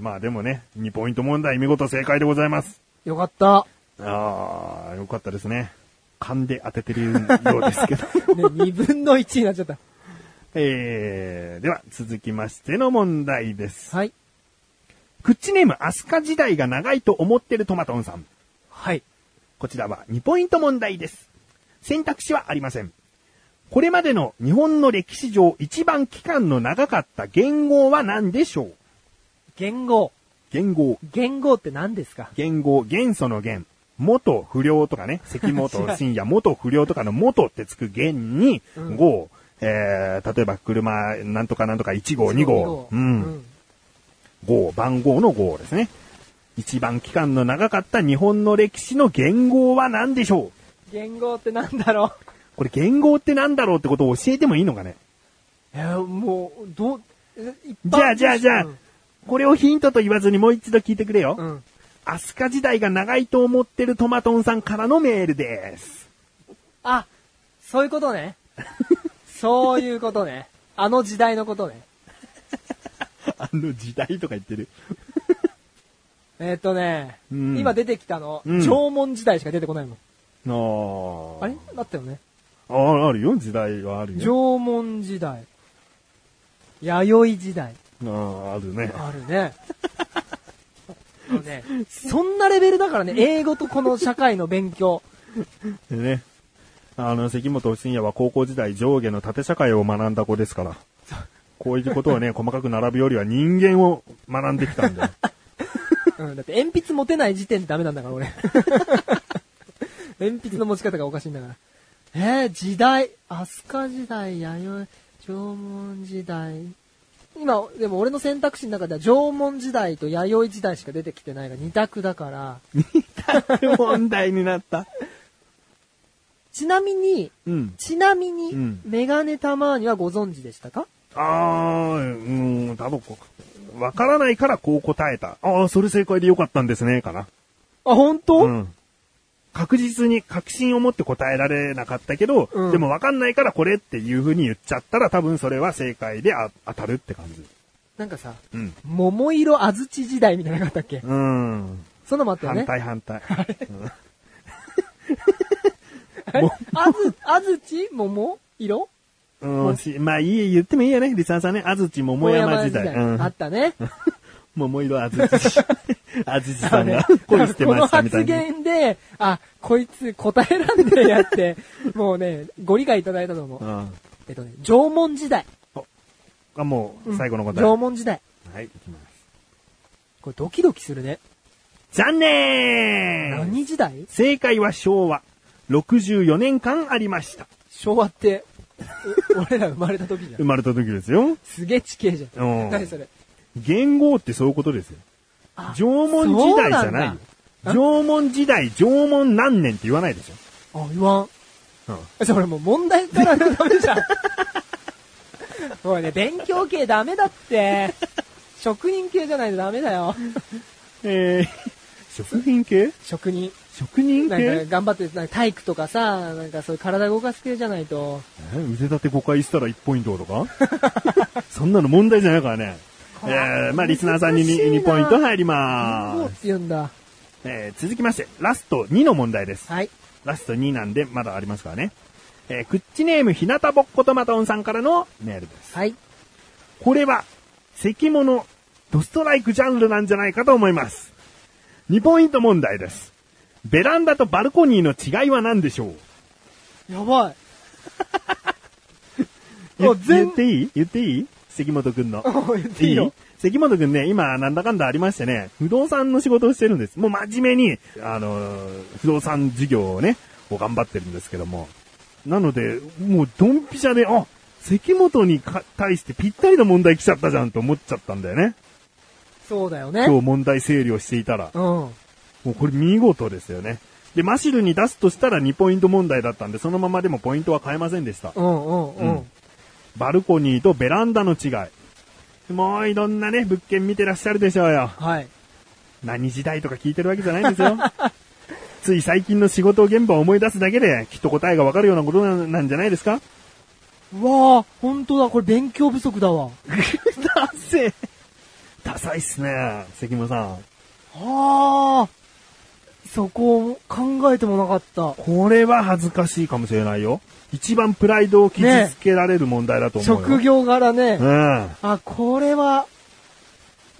まあでもね、2ポイント問題見事正解でございます。
よかった。
ああ、よかったですね。勘で当ててるようですけど。
ね、二分の一になっちゃった。
えー、では続きましての問題です。
はい。
クッチネームアスカ時代が長いと思ってるトマトンさん。
はい。
こちらは2ポイント問題です。選択肢はありません。これまでの日本の歴史上一番期間の長かった元号は何でしょう
言語。
元号。
言語って何ですか
元号、元素の元、元不良とか ね、関元、深夜、元不良とかの元ってつく元に、
うん
号、えー、例えば車、なんとかなんとか1号、2号、う、
うんん
号、番号の号ですね。一番期間の長かった日本の歴史の元号は何でしょう
言語ってなんだろう
これ元号ってなんだろうってことを教えてもいいのかね
えーもう、どう、え一般
じゃあじゃあじゃあ
うん、
これをヒントと言わずにもう一度聞いてくれよ。
うん。
アスカ時代が長いと思ってるトマトンさんからのメールです。
あ、そういうことね。そういうことね。あの時代のことね。
あの時代とか言ってる。
えーっ、とね、
うん
今出てきたの、
うん
縄文時代しか出てこないもん。
ああ。
あれだったよね。
ああるよ、時代はあるよ。
縄文時代。弥生時代。
ああ、あるね。
あるね。あのね、そんなレベルだからね、英語とこの社会の勉強。
でね。あの、関本信也は高校時代上下の縦社会を学んだ子ですから。こういうことを ね、細かく並ぶよりは人間を学んできたんだよ。
うん、だって鉛筆持てない時点でダメなんだから、俺。鉛筆の持ち方がおかしいんだから。えー、時代、飛鳥時代、弥生、縄文時代。今、でも俺の選択肢の中では縄文時代と弥生時代しか出てきてないが二択だから。
問題になった。
ちなみに、
うん。
ちなみに、
うん
メガネたまーにはご存知でしたか
ああ、うん、多分こうわからないからこう答えた。ああ、それ正解でよかったんですね、かな。
あ、本当、
うん。確実に確信を持って答えられなかったけど、
うん
でも分かんないからこれっていう風に言っちゃったら多分それは正解であ当たるって感じ。
なんかさ、
うん。
桃色安土時代みたいなのなかったっけ
うん。
そんなのもあったよ
反
ね。
対反対。うん
えあず、あずち桃色
うん、しまあいい、言ってもいいよね、リサさんね。安土桃山時代。
桃
うん
あっ。たね。
桃色安土。安土さんが
こ
恋してま
の
したみた
発
いな。
言で、あ、こいつ答えらんねえやって、もうね、ご理解いただいたと思う。
うん。
えっとね、縄文時代。
あ、もう、最後の答え。
縄文時代。
はい、いきます。
これドキドキするね。
残念
何時代
正解は昭和。64年間ありました。
昭和って、う俺ら生まれた時じゃん
生。まれた時ですよ。
すげえ地形じゃ
うん
ん。何それ。
元号ってそういうことですよ。
あ
縄文時代じ
そ
ゃないよ。
うなんだ
縄文時代、縄文何年って言わないでしょ。
あ、言わん。
うん
えそれもう問題からのダメじゃん。おいね、勉強系ダメだって。職人系じゃないとダメだよ。
えー、 食品系
職人。
職人
なんか
系
頑張って、なんか体育とかさ、なんかそういう体動かす系じゃないと。
え腕立て5回したら1ポイントとか そんなの問題じゃないからね。えー、まあリスナーさんに
難しいな
2, ポイント入り
そうっ
ま
て
す。
言うんだ。
えー、続きまして、ラスト2の問題です。
はい。
ラスト2なんでまだありますからね。えー、クッチネームひなたぼっことまたおんさんからのメールです。
はい。
これは、関物、ドストライクジャンルなんじゃないかと思います。2ポイント問題です。ベランダとバルコニーの違いは何でしょう
やばい。
言
あ全
言っていい言っていい関本くんの。
言っていいよ
関本くんね、今、なんだかんだありましてね、不動産の仕事をしてるんです。もう真面目に、あのー、不動産事業をね、を頑張ってるんですけども。なので、もうドンピシャで、あ、関本にか対してぴったりの問題来ちゃったじゃんと思っちゃったんだよね。
そうだよね。
今日問題整理をしていたら。
うん。
もうこれ見事ですよね。で、マシルに出すとしたら2ポイント問題だったんで、そのままでもポイントは変えませんでした。
うんうんう
うんん。バルコニーとベランダの違い。もういろんなね、物件見てらっしゃるでしょうよ。
はい。
何時代とか聞いてるわけじゃないんで すよ。つい最近の仕事現場を思い出すだけで、きっと答えがわかるようなことななんじゃないですか
うわあ、ほんとだ。これ勉強不足だ わ。
だせダサいっすね、関間さん。
はあ。そこを考えてもなかった。
これは恥ずかしいかもしれないよ。一番プライドを傷つけられる問題だと思うよ。
職業柄ね。
うん。
あ、これは、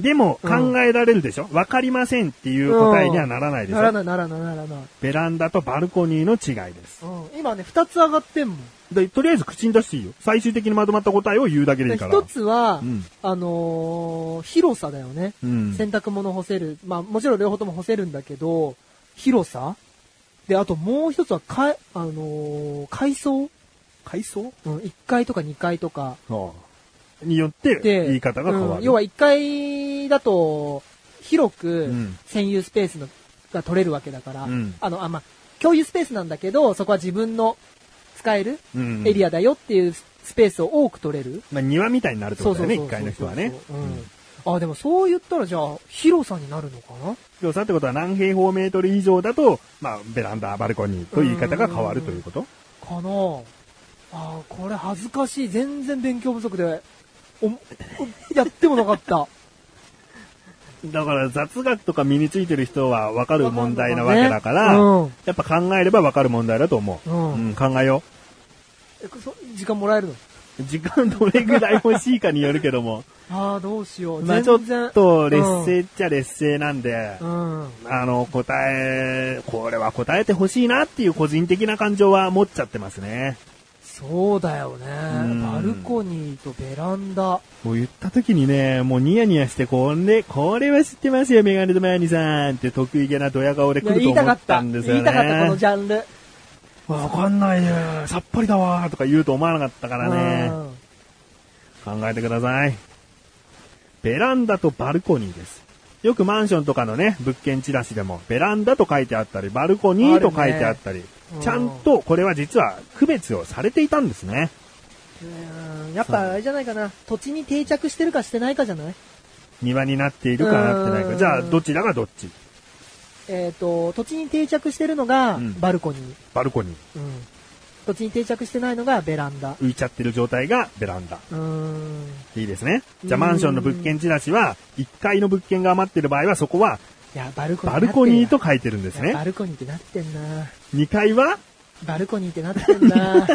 でも、
うん
考えられるでしょわ、かりませんっていう答えにはならないでし
なら
ょ
ない、ならない、ならない。
ベランダとバルコニーの違いです。
うん。今ね、二つ上がってんもん。
で、とりあえず口に出していいよ。最終的にまとまった答えを言うだけでいいから。
一つは、
うん
あのー広さだよね。
うん。
洗濯物干せる。まあ、もちろん両方とも干せるんだけど、広さで、あともう一つは、か、あのー階層
階層
うん、1階とか2階とか。
そう。によって、
で、
言い方が変わ
う
る。
ん要は1階だと、広く
うん、
占有スペースのが取れるわけだから、
うん
あの、あ、まあ、共有スペースなんだけど、そこは自分の使える
うん
エリアだよっていうスペースを多く取れる。
まあ、庭みたいになるってことだよね、
そう
1
そうそうそう
階の人はね。
うんあ、でもそう言ったらじゃあ、広さになるのかな
広さってことは何平方メートル以上だと、まあ、ベランダ、バルコニーと言い方が変わるということ
かなあー、これ恥ずかしい。全然勉強不足で、お、おやってもなか った。
だから雑学とか身についてる人は分かる問題なわ
わかる
け
のね
だから、
うん
やっぱ考えれば分かる問題だと思う。
うん
うん、考えよう。
えそ時間もらえるの
時間どれぐらい欲しいかによるけ ども。
ああ、どうしよう。
まあ
全
ちょ
然。
っと劣勢っちゃ劣勢なんで、
うん。うん。
あの、答え、これは答えて欲しいなっていう個人的な感情は持っちゃってますね。
そうだよね。
ん
バルコニーとベランダ。
もう言った時にね、もうニヤニヤして、これ、これは知ってますよ、メガネとマヤニさんって得意げなドヤ顔で
い
来
や
ると
言い
思
たか
っ
った。
たんですよ
言
ね。
いたかった、このジャンル。
わかんないね。さっぱりだわーとか言うと思わなかったから
う
ね。
ん
考えてください。ベランダとバルコニーです。よくマンションとかのね、物件チラシでも、ベランダと書いてあったり、バルコニーと書いてあったり、
うん
ちゃんとこれは実は区別をされていたんですね。
うんやっぱあれじゃないかな。土地に定着してるかしてないかじゃない
庭になっているかなってないか。
うん
じゃあ、どちらがどっち
えっ、と、土地に定着してるのが
うん
バルコニー、
バルコニ
う
ー。
ん土地に定着してないのがベランダ。
浮いちゃってる状態がベランダ。
うーん。
いいですね。じ
う
ゃあ、
ん
マンションの物件チラシは、1階の物件が余ってる場合は、そこはい
や、バルコニー
バ
なってんな。
ルコニーと書いてるんです
いや
ね
バ。ルコニーってなってんな。
2階は
バルコニーってなってん な。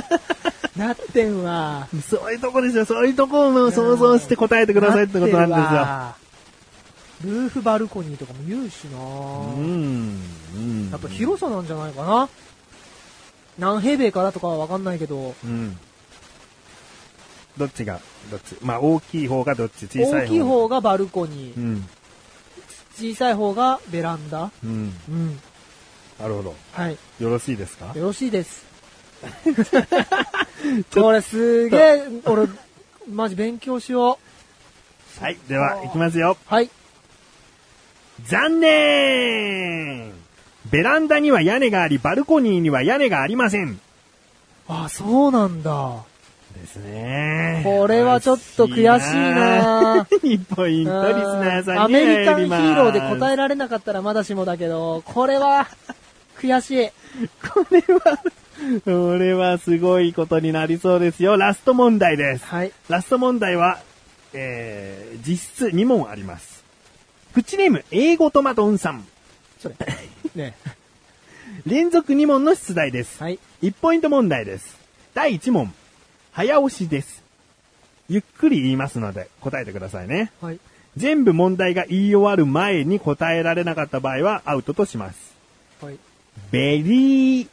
なってんわ。
そういうとこですよ。そういうとこを想像して答えてくださいってことなんですよ。
ですよ。ルーフバルコニーとかも言うしな、
うん。うん
やっぱ広さなんじゃないかな。何平米からとかはわかんないけど、
うん。どっちが、どっち。まあ、大きい方がどっち、小さい方が。
大きい。方がバルコニ
う
ー、
ん。
小さい方がベランダ。
うん。
うん。
なるほど。
はい。
よろしいですか
よろしいです。 これすげえ、俺、マジ勉強しよ
はい。では、いきますよ。
う。はい。
残念ベランダには屋根があり、バルコニーには屋根がありません。
あ、そうなんだ。
ですね
これはちょっと悔しいな
2ポイントリスナーさんに
アメリカンヒ
入ります
ーローで答えられなかったらまだしもだけど、これは、悔しい。
これは、これはすごいことになりそうですよ。ラスト問題です。
はい。
ラスト問題は、えー、実質2問あります。口ネーム、英語トマトンさん。
それ。ね。
連続2問の出題です。
はい。
1ポイント問題です。第1問。早押しです。ゆっくり言いますので、答えてくださいね。
はい。
全部問題が言い終わる前に答えられなかった場合はアウトとします。
はい。
ベリー、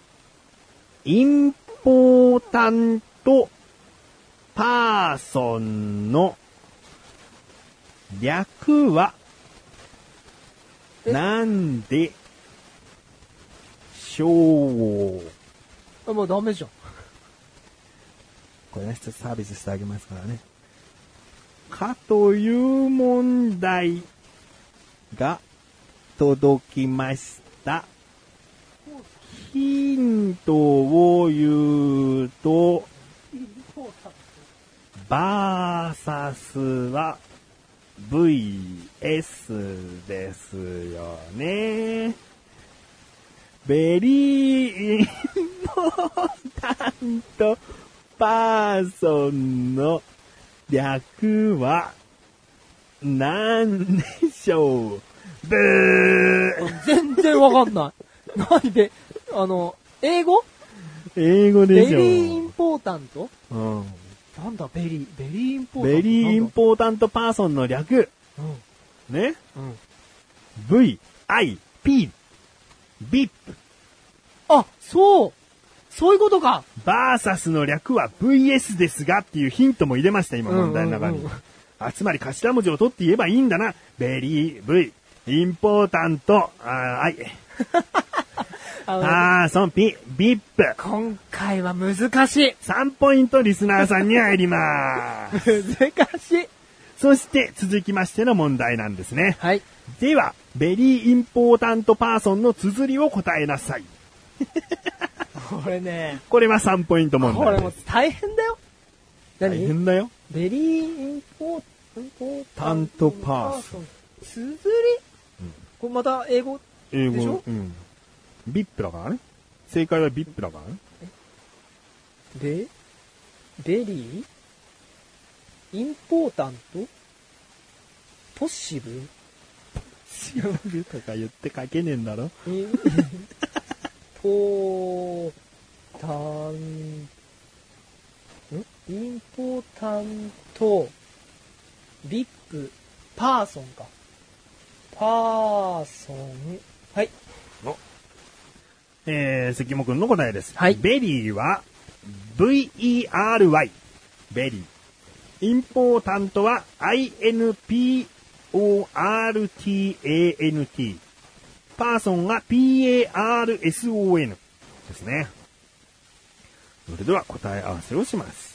インポータント、パーソンの、略は、
え
なんで、しょう。
あもうダメじゃん。
これね、ちょっとサービスしてあげますからね。かという問題が届きました。ヒントを言うと、バーサスは VS ですよね。ベリーインポータントパーソンの略は何でしょうブー
全然わかんない。何で、あの、英語
英語
ベ
で
リ
しょ
ーインポータント
うん
なんだ、ベリー。ベリーインポータント
ベリーイン
ポ
ポータントパーソンの略。ね
うん。うん。
?V, I, P, VIP。
あ、そうそういうことか
バーサスの略は VS ですがっていうヒントも入れました、今問題の中に。
うんうんうん
あつまり頭文字を取って言えばいいんだな。ベリー、V、インポータント、あー、I、
あの
パーソン、P、ビップ。
今回は難し い。
3ポイントリスナーさんに入りま す。
難しい。
そして続きましての問題なんですね。
はい。
では、ベリーインポータントパーソンの綴りを答えなさい。
これね、
これは3ポイント問
これ
題
も
で
う
す。
大変だよ。
大
何
変だよ。
ベリーインポータントン。つづりこれまた英語
英語
でしょ
うん。ビップだからね。正解はビップだからね。
ベ、ベリーインポータントポッシブ
シャブとか言って書けねえんだろ。
インポータン、んインポータント、ビップ、パーソンか。パーソン。はい。
えー、関もくんの答えです。
はい
ベリーは、V-E-R-Y。ベリー。インポータントは、I-N-P-O-R-T-A-N-T。パーソンが P-A-R-S-O-N。ですね。それでは答え合わせをします。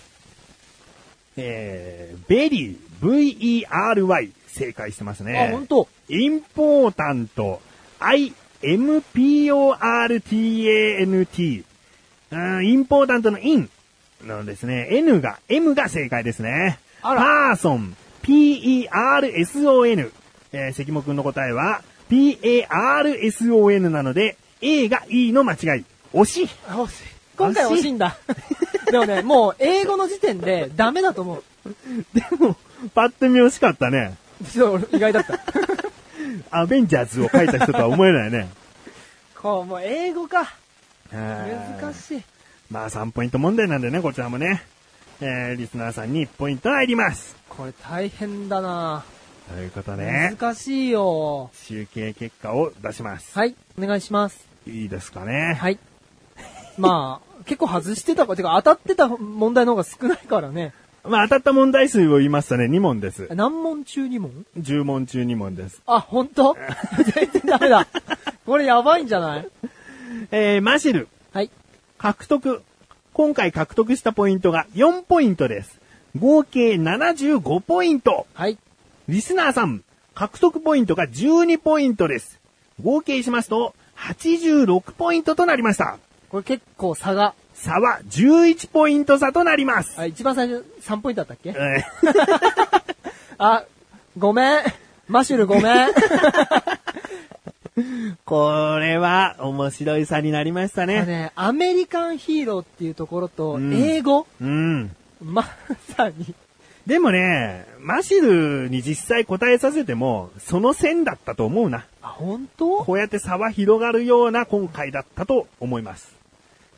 えー、ベリー、V-E-R-Y。正解してますね。
あ、ほんと。
インポータント、I-M-P-O-R-T-A-N-T。うんインポータントのインのですね、N が、M が正解ですね。
あら
パーソン、P-E-R-S-O-N。えー、関もくんの答えは、P-A-R-S-O-N なので、A が E の間違い。惜しい。
あ惜しい今回惜しいんだ。 でもね、もう英語の時点でダメだと思う。
でも、パッと見惜しかったね。
ちょっと俺意外だった。
アベンジャーズを書いた人とは思えないね。
こう、もう英語か。 難しい。
まあ3ポイント問題なんでね、こちらもね。えー、リスナーさんに1ポイント入ります。
これ大変だな
ということで、
難しいよ。
集計結果を出します。
はい、お願いします。
いいですかね。
はい。まあ、結構外してたか、てか当たってた問題の方が少ないからね。
まあ当たった問題数を言いますとね、2問です。
何問中2問
10問中2問です。
あ、本当 全然ダメだ。これやばいんじゃない
えー、マシル、
はい。
獲得。今回獲得したポイントが4ポイントです。合計75ポイント。
はい。
リスナーさん、獲得ポイントが12ポイントです。合計しますと、86ポイントとなりました。
これ結構差が。
差は11ポイント差となります。
あ一番最初3ポイントだったっけ
え
あ、ごめん。マシュルごめん。
ーこれは面白い差になりました
あの
ね。
ね、アメリカンヒーローっていうところと、
うん
英語、
うん。
まさに。
でもね、マシルに実際答えさせても、その線だったと思うな。
あ、本当
こうやって差は広がるような今回だったと思います。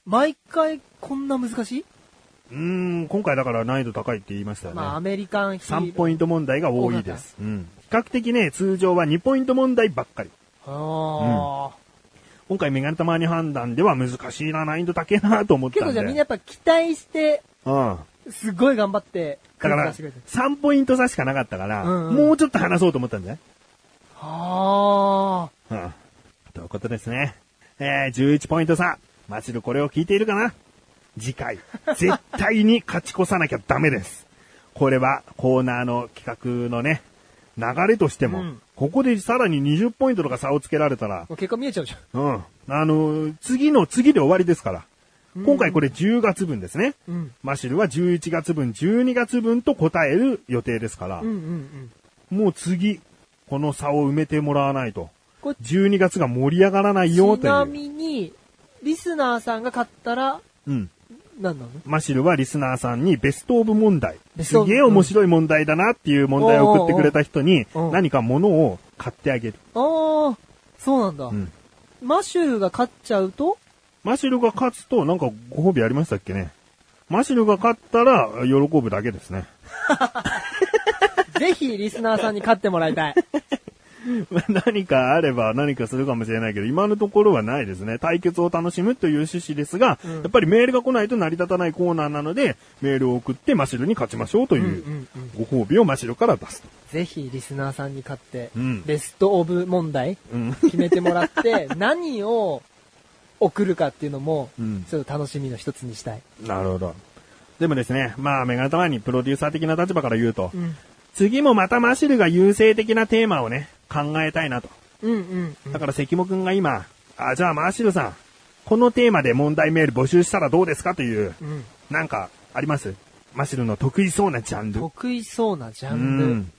毎回こんな難しい、
うーん、今回だから難易度高いって言いましたよね。
まあ、アメリカンヒーロー。
3ポイント問題が多いです。うん。比較的ね、通常は2ポイント問題ばっかり。
ああ、
今回メガネたまに判断では難しいな、難易度高いなと思ったん
結
で。
構じゃあみんなやっぱ期待して、
うん。
すごい頑張って、
だか
出
ら、
してくれてる
3ポイント差しかなかったから、
うんうん
もうちょっと話そうと思ったんだよ。
ああ、
うん。ということですね。えー、11ポイント差。マチルこれを聞いているかな次 回、絶対に勝ち越さなきゃダメです。これはコーナーの企画のね、流れとしても、
うん
ここでさらに20ポイントとか差をつけられたら、
もう結果見えちゃうじゃん。
うん。あのー次の次で終わりですから。今回これ10月分ですね。
うん。
マシルは11月分、12月分と答える予定ですから、
うんうんうん。
もう次、この差を埋めてもらわないと。
これ
12月が盛り上がらないよ
ち
と
な
いう。
みに、リスナーさんが勝ったら、
うん。
なんなの
マシルはリスナーさんにベストオブ問題。
ベス
す
トオブ
げえ面白い問題だなっていう問題を送ってくれた人に
おうおうおう
何か物を買ってあげる。
ああ、そうなんだ。
うん
マシュルが勝っちゃうと、
マシルが勝つとなんかご褒美ありましたっけねマシルが勝ったら喜ぶだけですね。
ぜひリスナーさんに勝ってもらいたい。
何かあれば何かするかもしれないけど、今のところはないですね。対決を楽しむという趣旨ですが、
うん
やっぱりメールが来ないと成り立たないコーナーなので、メールを送ってマシルに勝ちましょうという
うんうん
ご褒美をマシルから出すと。
ぜひリスナーさんに勝って、
うん
ベストオブ問題
うん。
決めてもら って、何を送るかっていうのも、
うん
ちょっと楽しみの一つにしたい。
なるほど。でもですね、まあメガネたまにプロデューサー的な立場から言うと、
うん。
次もまたマシルが優勢的なテーマをね、考えたいなと。
うんうん、うん
だから関もくんが今、あ、じゃあマシルさん、このテーマで問題メール募集したらどうですかという、
うん。
なんか、ありますマシルの得意そうなジャンル。
得意そうなジャ
う
ンル。
ん。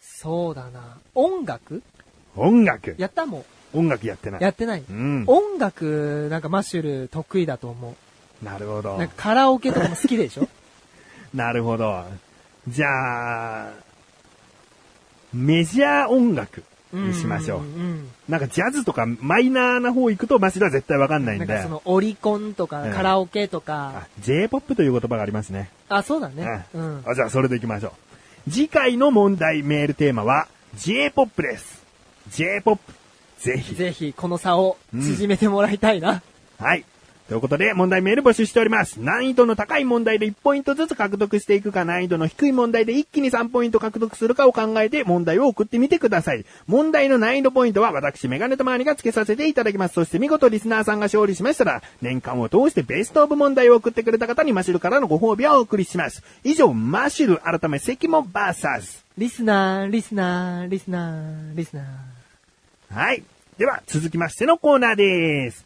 そうだな。音楽
音楽。
やったも。
音楽やってなんい。
やってない。
うん。
音楽、なんかマッシュル得意だと思
なるほ
う。
ど
なん。かカラオケとかも好きでしょ
なるほど。じゃあ、メジャー音楽 にしましょう。
んん
なんかジャズとかマイナーな方行くとマシルは絶対わかんな
う
い
ん。な
ん
ん
で。
かそのオリコンと
う
か
ん
カラオケとか
あ、J-POP という言葉がありますね。
あ、そうだね。う
うん
ん。
あじゃあ、それで行きましょう。次回の問題メールテーマは J-POP です。J-POP。ぜひ。
ぜひこの差を縮めてもらいたいな。
はい。ということで、問題メール募集しております。難易度の高い問題で1ポイントずつ獲得していくか、難易度の低い問題で一気に3ポイント獲得するかを考えて、問題を送ってみてください。問題の難易度ポイントは、私、メガネとマーニが付けさせていただきます。そして、見事リスナーさんが勝利しましたら、年間を通してベストオブ問題を送ってくれた方に、マシュルからのご褒美をお送りします。以上、マシュル、改め、関もバーサス。
リスナー、リスナー、リスナー、リスナー。
はい。では、続きましてのコーナーです。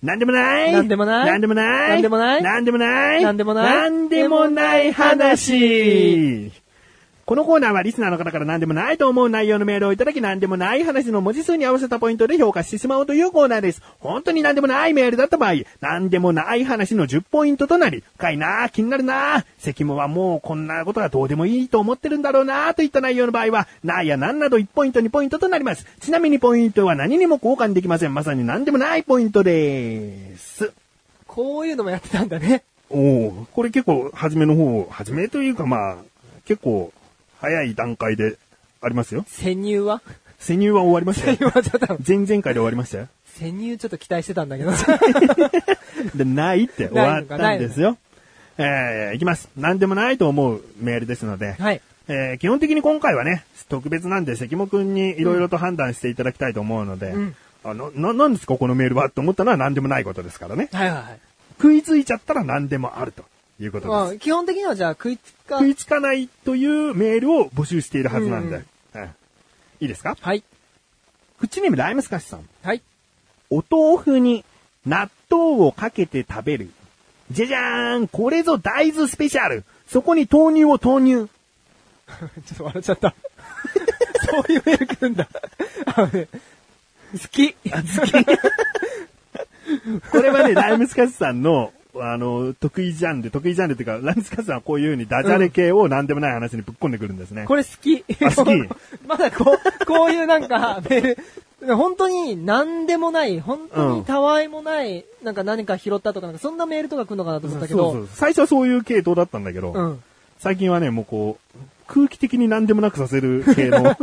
なんでもない。
なんでもない
なんでもない。
なんでもない
なんでもない。
なんでもない
なんでもない話。このコーナーはリスナーの方から何でもないと思う内容のメールをいただき何でもない話の文字数に合わせたポイントで評価してしまおうというコーナーです。本当に何でもないメールだった場合、何でもない話の10ポイントとなり、深いなぁ、気になるなぁ、関もはもうこんなことはどうでもいいと思ってるんだろうなぁといった内容の場合は、なぁやなんなど1ポイント2ポイントとなります。ちなみにポイントは何にも交換できません。まさに何でもないポイントです。
こういうのもやってたんだ ね。
おお、これ結構、初めの方、初めというかまあ、結構、早い段階でありますよ。
潜入 は
潜入は終わりました
潜入
よ。
はちょっと、
前々回で終わりましたよ。
潜入ちょっと期待してたんだけ ど。
で、ないって終わったんですよ。えー、いきます。何でもないと思うメールですので、
はい。
えー基本的に今回はね、特別なんで、関もくんにいろいろと判断していただきたいと思うので、
うん
あの、な、なんですかこのメールはと思ったのは何でもないことですからね。
はいはいはい。
食いついちゃったら何でもあるということです。
まあ、基本的にはじゃあ食いつか
食。いつかないというメールを募集しているはずなんで。
うん
ええいいですか
はい。
口にライムスカシさん。
はい。
お豆腐に納豆をかけて食べる。じゃじゃーんこれぞ大豆スペシャルそこに豆乳を投入
ちょっと笑っちゃった。 そういうメール来るんだ。あのね好き。
これはね、ライムスカシさんの、あの、得意ジャンル、得意ジャンルっていうか、ライムスカシさんはこういう風にダジャレ系を何でもない話にぶっ込んでくるんですね。
これ好き。
あ好き
まだこう、こういうなんかメール、本当に何でもない、本当にたわいもない、なんか何か拾ったとか、なんかそんなメールとか来るのかなと思ったけど、
そうそう最初はそういう系統だったんだけど、
うん。
最近はね、もうこう、空気的に何でもなくさせる系の。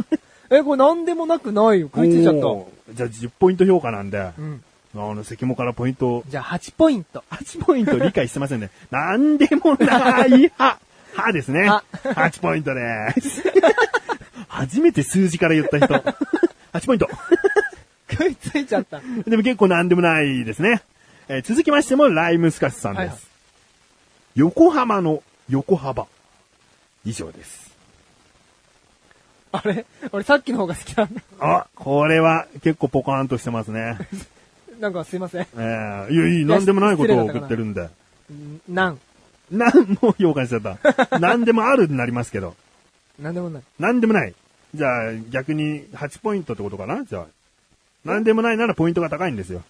え、これ何でもなくないよ。食いついちゃった。
おーじゃあ10ポイント評価なんで、あ
うん。
の、関もからポイント、
じゃあ8ポイント。
8ポイント理解してま せんね。なんでもない派。派ですね。
は
8ポイントです。初めて数字から言った人。8ポイント。
食いついちゃった。
でも結構なんでもないですね。えー続きましても、ライムスカスさんです。
はいはい
横浜の横幅。以上です。
あれ俺さっきの方が好きなんだ。
あ、これは結構ポカーンとしてますね。
なんかすいません。
えー、いや、いい、なんでもないことを送ってるんで。
なん。
なん、もう評価しちゃった。 なんでもあるになりますけど。
なんでもない。
なんでもない。じゃあ、逆に8ポイントってことかなじゃあ。なんでもないならポイントが高いんですよ。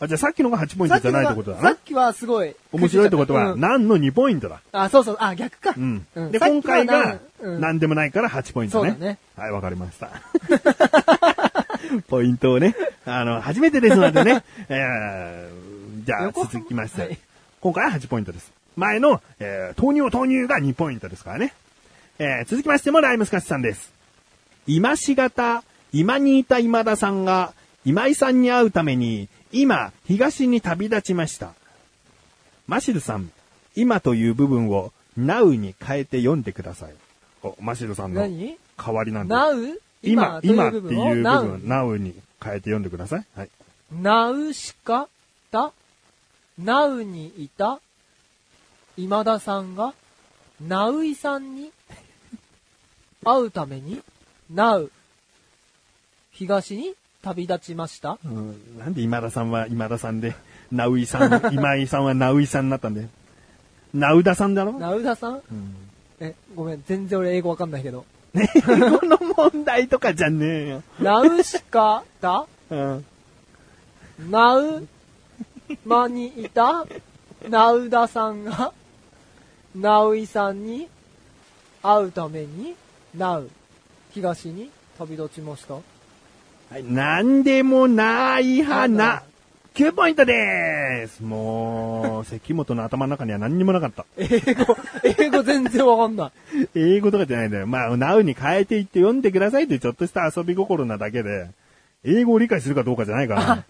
あ、じゃあさっきのが8ポイン
さっ
ト
き
じゃ
の
ないって
が
ことだ
さ
な
っ。きはすごい。
面白いってことは、
うん
なんの2ポイントだ。
あ、そうそう、あ、逆か。
うん。
うん
で、
さっ
今
きは
回
なん
が、
うん
なんでもないから8ポイントね。
そうだね
はい、わかりました。 ポイントをね、あの、初めてですのでね、えー、じゃあ、
横浜
続きまして、
はい
今回は8ポイントです。前の、えー、豆乳を投入が2ポイントですからね。えー、続きましても、ライムスカッシュさんです。今しがた、今にいた今田さんが、今井さんに会うために、今、東に旅立ちました。マシルさん、今という部分を now に変えて読んでください。お、マシルさんの
何
代わりなんで。
なう
今、今っていう部分を
now。
now に変えて読んでください。はい。
なうしかたなうにいた今田さんがなういさ んに会うためになう東に旅立ちました
うんなんで今田さんは今田さんで、ナウイさ ん、今井さんはナウイさんになったんだよ。ナウダさんだろ
なうださん
うん
え、ごめん、全然俺英語わかんないけど。
ね えこの問題とかじゃねえよ。
なうしかた
うん。
なうまにいたなうださんがなういさんに会うためになう東に旅立ちました
はい、なんでもない花。9ポイントでーす。もう、関本の頭の中には何にもなかった。
英語英語全然わかんない
英語とかじゃないんだよ。まあ、ナウに変えていって読んでくださいってちょっとした遊び心なだけで、英語を理解するかどうかじゃないか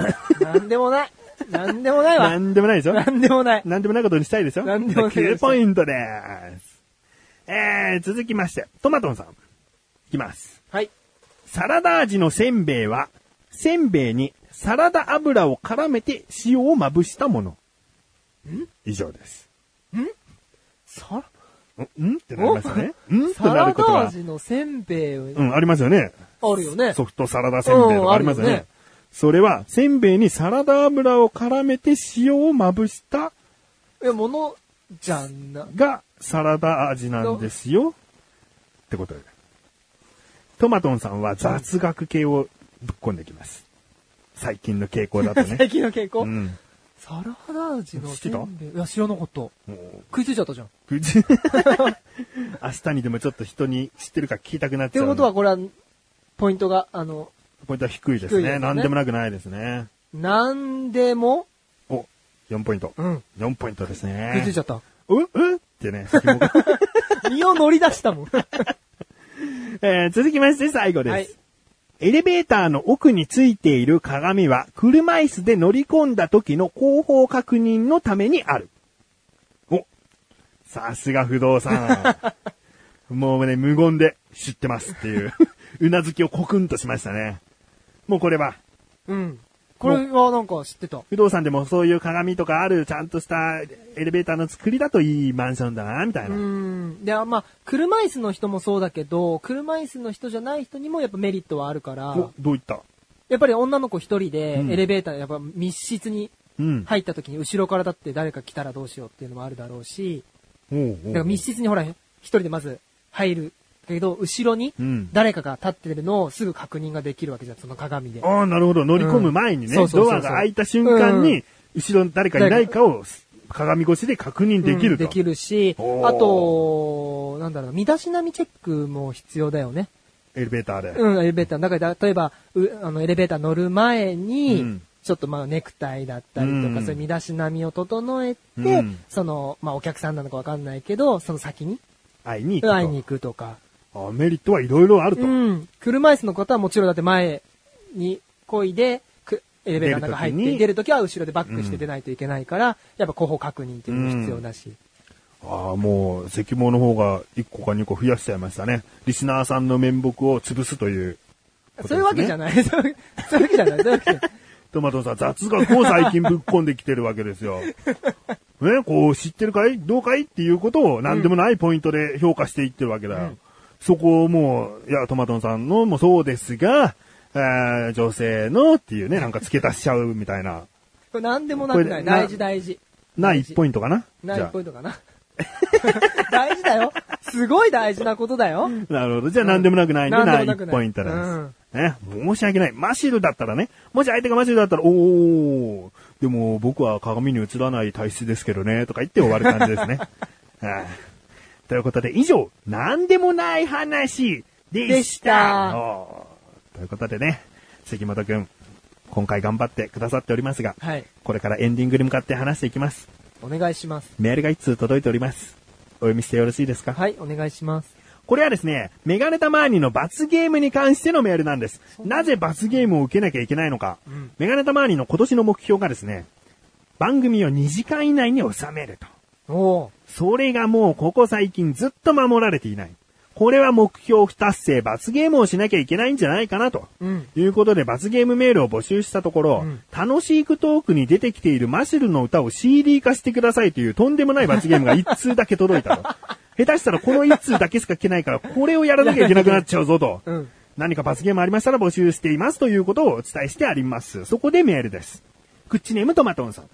ら。
なんでもないなんでもない
な
わ
んでもないでしょ
なんでもない
なんでもないことにしたいでしょ
なんでもないでしょ
9ポイントでーす。えー、続きまして、トマトンさん。いきます。
はい
サラダ味のせんべいは、せんべいにサラダ油を絡めて塩をまぶしたもの。ん以上です。
さ
んんってなりますよね。
お
んって
サ
な
ラ
ること
ダ
が。
味のせんべい
うん、ありますよね。
あるよね
ソフトサラダせんべいとかありますよ
う
ね。
んあるよね
それは、せんべいにサラダ油を絡めて塩をまぶした
えものじゃんな
がサラダ味なんですよ。ってことで。トマトンさんは雑学系をぶっ込んできます。最近の傾向だとね。
最近の傾向、
うん。
サラダ味の
知ってた
せんべい。いや、知らなかった。食
もう、
いついちゃったじゃん。っ
無事 明日にでもちょっと人に知ってるか聞きたくなっち
て
ゃう。
ことは、、これは、ポイントが、あの、
ポイントは低いです
低いですね
ね。なんでもなくないですね。
なんでも、
お、4ポイント。
うん。
4ポイントですね。
食いついちゃった。
ううってね、先 も
身を乗り出したもん。
えー続きまして最後です。
はい
エレベーターの奥についている鏡は、車椅子で乗り込んだ時の後方確認のためにある。お、さすが不動 産。もうね、無言で知ってますっていう、うなずきをコクンとしましたね。もうこれは、
うん。これはなんか知ってた。
不動産でもそういう鏡とかある、ちゃんとしたエレベーターの作りだといいマンションだな、みたいうな。
ん。で、まあ、車椅子の人もそうだけど、車椅子の人じゃない人にもやっぱメリットはあるから、
お、どういった
やっぱり女の子一人で
うん
エレベーター、やっぱ密室に
うん。
入った時に後ろからだって誰か来たらどうしようっていうのもあるだろうし、
おうおう
だから密室にほら、一人でまず入る。だけど、後ろに
うん
誰かが立ってるのをすぐ確認ができるわけじゃん、その鏡で。
ああ、なるほど。乗り込む前に
うん
ね、
そうそうそう
ド
そ
ア
う
が開いた瞬
う
間
んう
に、後ろに誰かいないかを鏡越しで確認できる
うん
と。
できるし、
おー
あと、なんだろう、身だしなみチェックも必要だよね。
エレベーターで。
うん、エレベーター。だから、例えば、うあのエレベーター乗る前に、
うん
ちょっとまあネクタイだったりとか、
うん
そういう身だしなみを整えて、
うん
その、まあお客さんなのかわかんないけど、その先に
会いに行くと。
会いに行くとか。
あーメリットはいろいろあると。
うん。車椅子の方はもちろんだって前に漕いで、くエレベーターの中入っ
出る時
て、
に
出るときは後ろでバックして出ないといけないから、やっぱ後方確認っていうのも必要だし。
ああ、もう、石毛の方が1個か2個増やしちゃいましたね。リスナーさんの面目を潰すという。
そういうわけじゃ
ない。
ない。そういうそういうわけじゃない。そういうわけじゃない。
トマトさん、雑学を最近ぶっ込んできてるわけです よ。ね、こう、知ってるかいどうかいっていうことを何でもないポイントで評価していってるわけだよ。
うん
そこをもう、いや、トマトさんのもそうですが、えー女性のっていうね、なんか付け足しちゃうみたいな。
これ何でもなくな
これ
い。
な
大事大事。
な、1ポイントかな
な
じ
い
ゃ
ポイントかな。 大事だよ。すごい大事なことだよ。
あ なるほど。じゃあ何でもなくないんで、
うん
な
何で
い
もなく
1
ない
ポイントなんです。ね、申し訳ない。マシルだったらね、もし相手がマシルだったら、おー、でも僕は鏡に映らない体質ですけどね、とか言って終わる感じで すね。はいということで、以上、何でもない話で
で
し。
したた
おーということでね、関本くん、今回頑張ってくださっておりますが、
はい。
これからエンディングに向かって話していきます。
お願いします。
メールが1通届いております。お読みしてよろしいですか
はい、お願いします。
これはですね、メガネタマーニの罰ゲームに関してのメールなんです。なぜ罰ゲームを受けなきゃいけないのか。
ん
メガネタマーニの今年の目標がですね、番組を2時間以内に収めると。
おー
それがもうここ最近ずっと守られていない。これは目標不達成罰ゲームをしなきゃいけないんじゃないかなと。
うん。
ということで罰ゲームメールを募集したところ、
うん
楽しいクトークに出てきているマシュルの歌を CD 化してくださいというとんでもない罰ゲームが1通だけ届 いたと。下手したらこの1通だけしか聞けないから、これをやらなきゃいけなくなっちゃうぞと。
うん。
何か罰ゲームありましたら募集していますということをお伝えしてあります。そこでメールです。クッチネームトマトンさん。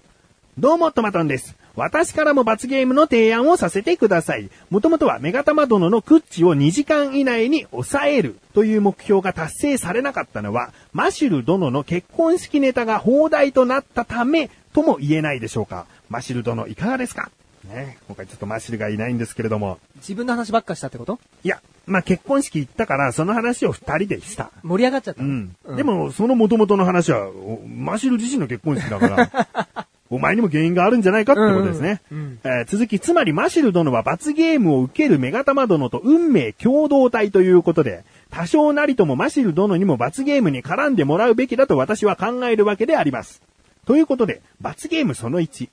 どうも、トマトンです。私からも罰ゲームの提案をさせてください。もともとはメガタマ殿のクッチを2時間以内に抑えるという目標が達成されなかったのは、マシュル殿の結婚式ネタが放題となったためとも言えないでしょうか。マシュル殿いかがですかね、今回ちょっとマシュルがいないんですけれども。
自分の話ばっかしたってこと
いや、まあ、結婚式行ったから、その話を二人でした。
盛り上がっちゃった。
うん。で、も、その元々の話は、おマシル自身の結婚式だから、 お前にも原因があるんじゃないかってことですね。
うんうん
えー続き、つまりマシル殿は罰ゲームを受けるメガタマ殿と運命共同体ということで、多少なりともマシル殿にも罰ゲームに絡んでもらうべきだと私は考えるわけであります。ということで、罰ゲームその1。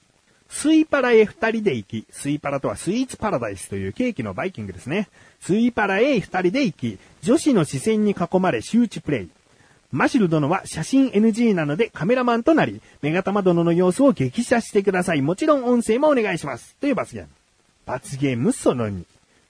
スイパラへ二人で行き、スイパラとはスイーツパラダイスというケーキのバイキングですね。スイパラへ二人で行き、女子の視線に囲まれ周知プレイ。マシル殿は写真 NG なのでカメラマンとなり、メガタマ殿の様子を激写してください。もちろん音声もお願いします。という罰ゲーム。罰ゲームその2。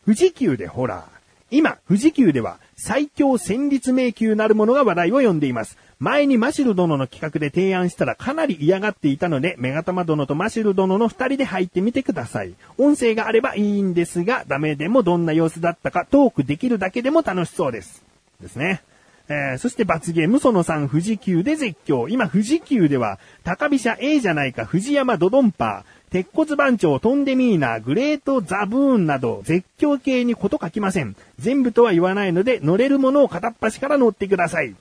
富士急でホラー。今、富士急では最強戦慄迷宮なるものが話題を呼んでいます。前にマシル殿の企画で提案したらかなり嫌がっていたので、メガタマ殿とマシル殿の二人で入ってみてください。音声があればいいんですが、ダメでもどんな様子だったかトークできるだけでも楽しそうです。ですね。えーそして罰ゲーム、その3、富士急で絶叫。今、富士急では、高飛車 A じゃないか、藤山ドドンパー、鉄骨番長、トンデミーナ、グレートザブーンなど、絶叫系にこと書きません。全部とは言わないので、乗れるものを片っ端から乗ってください。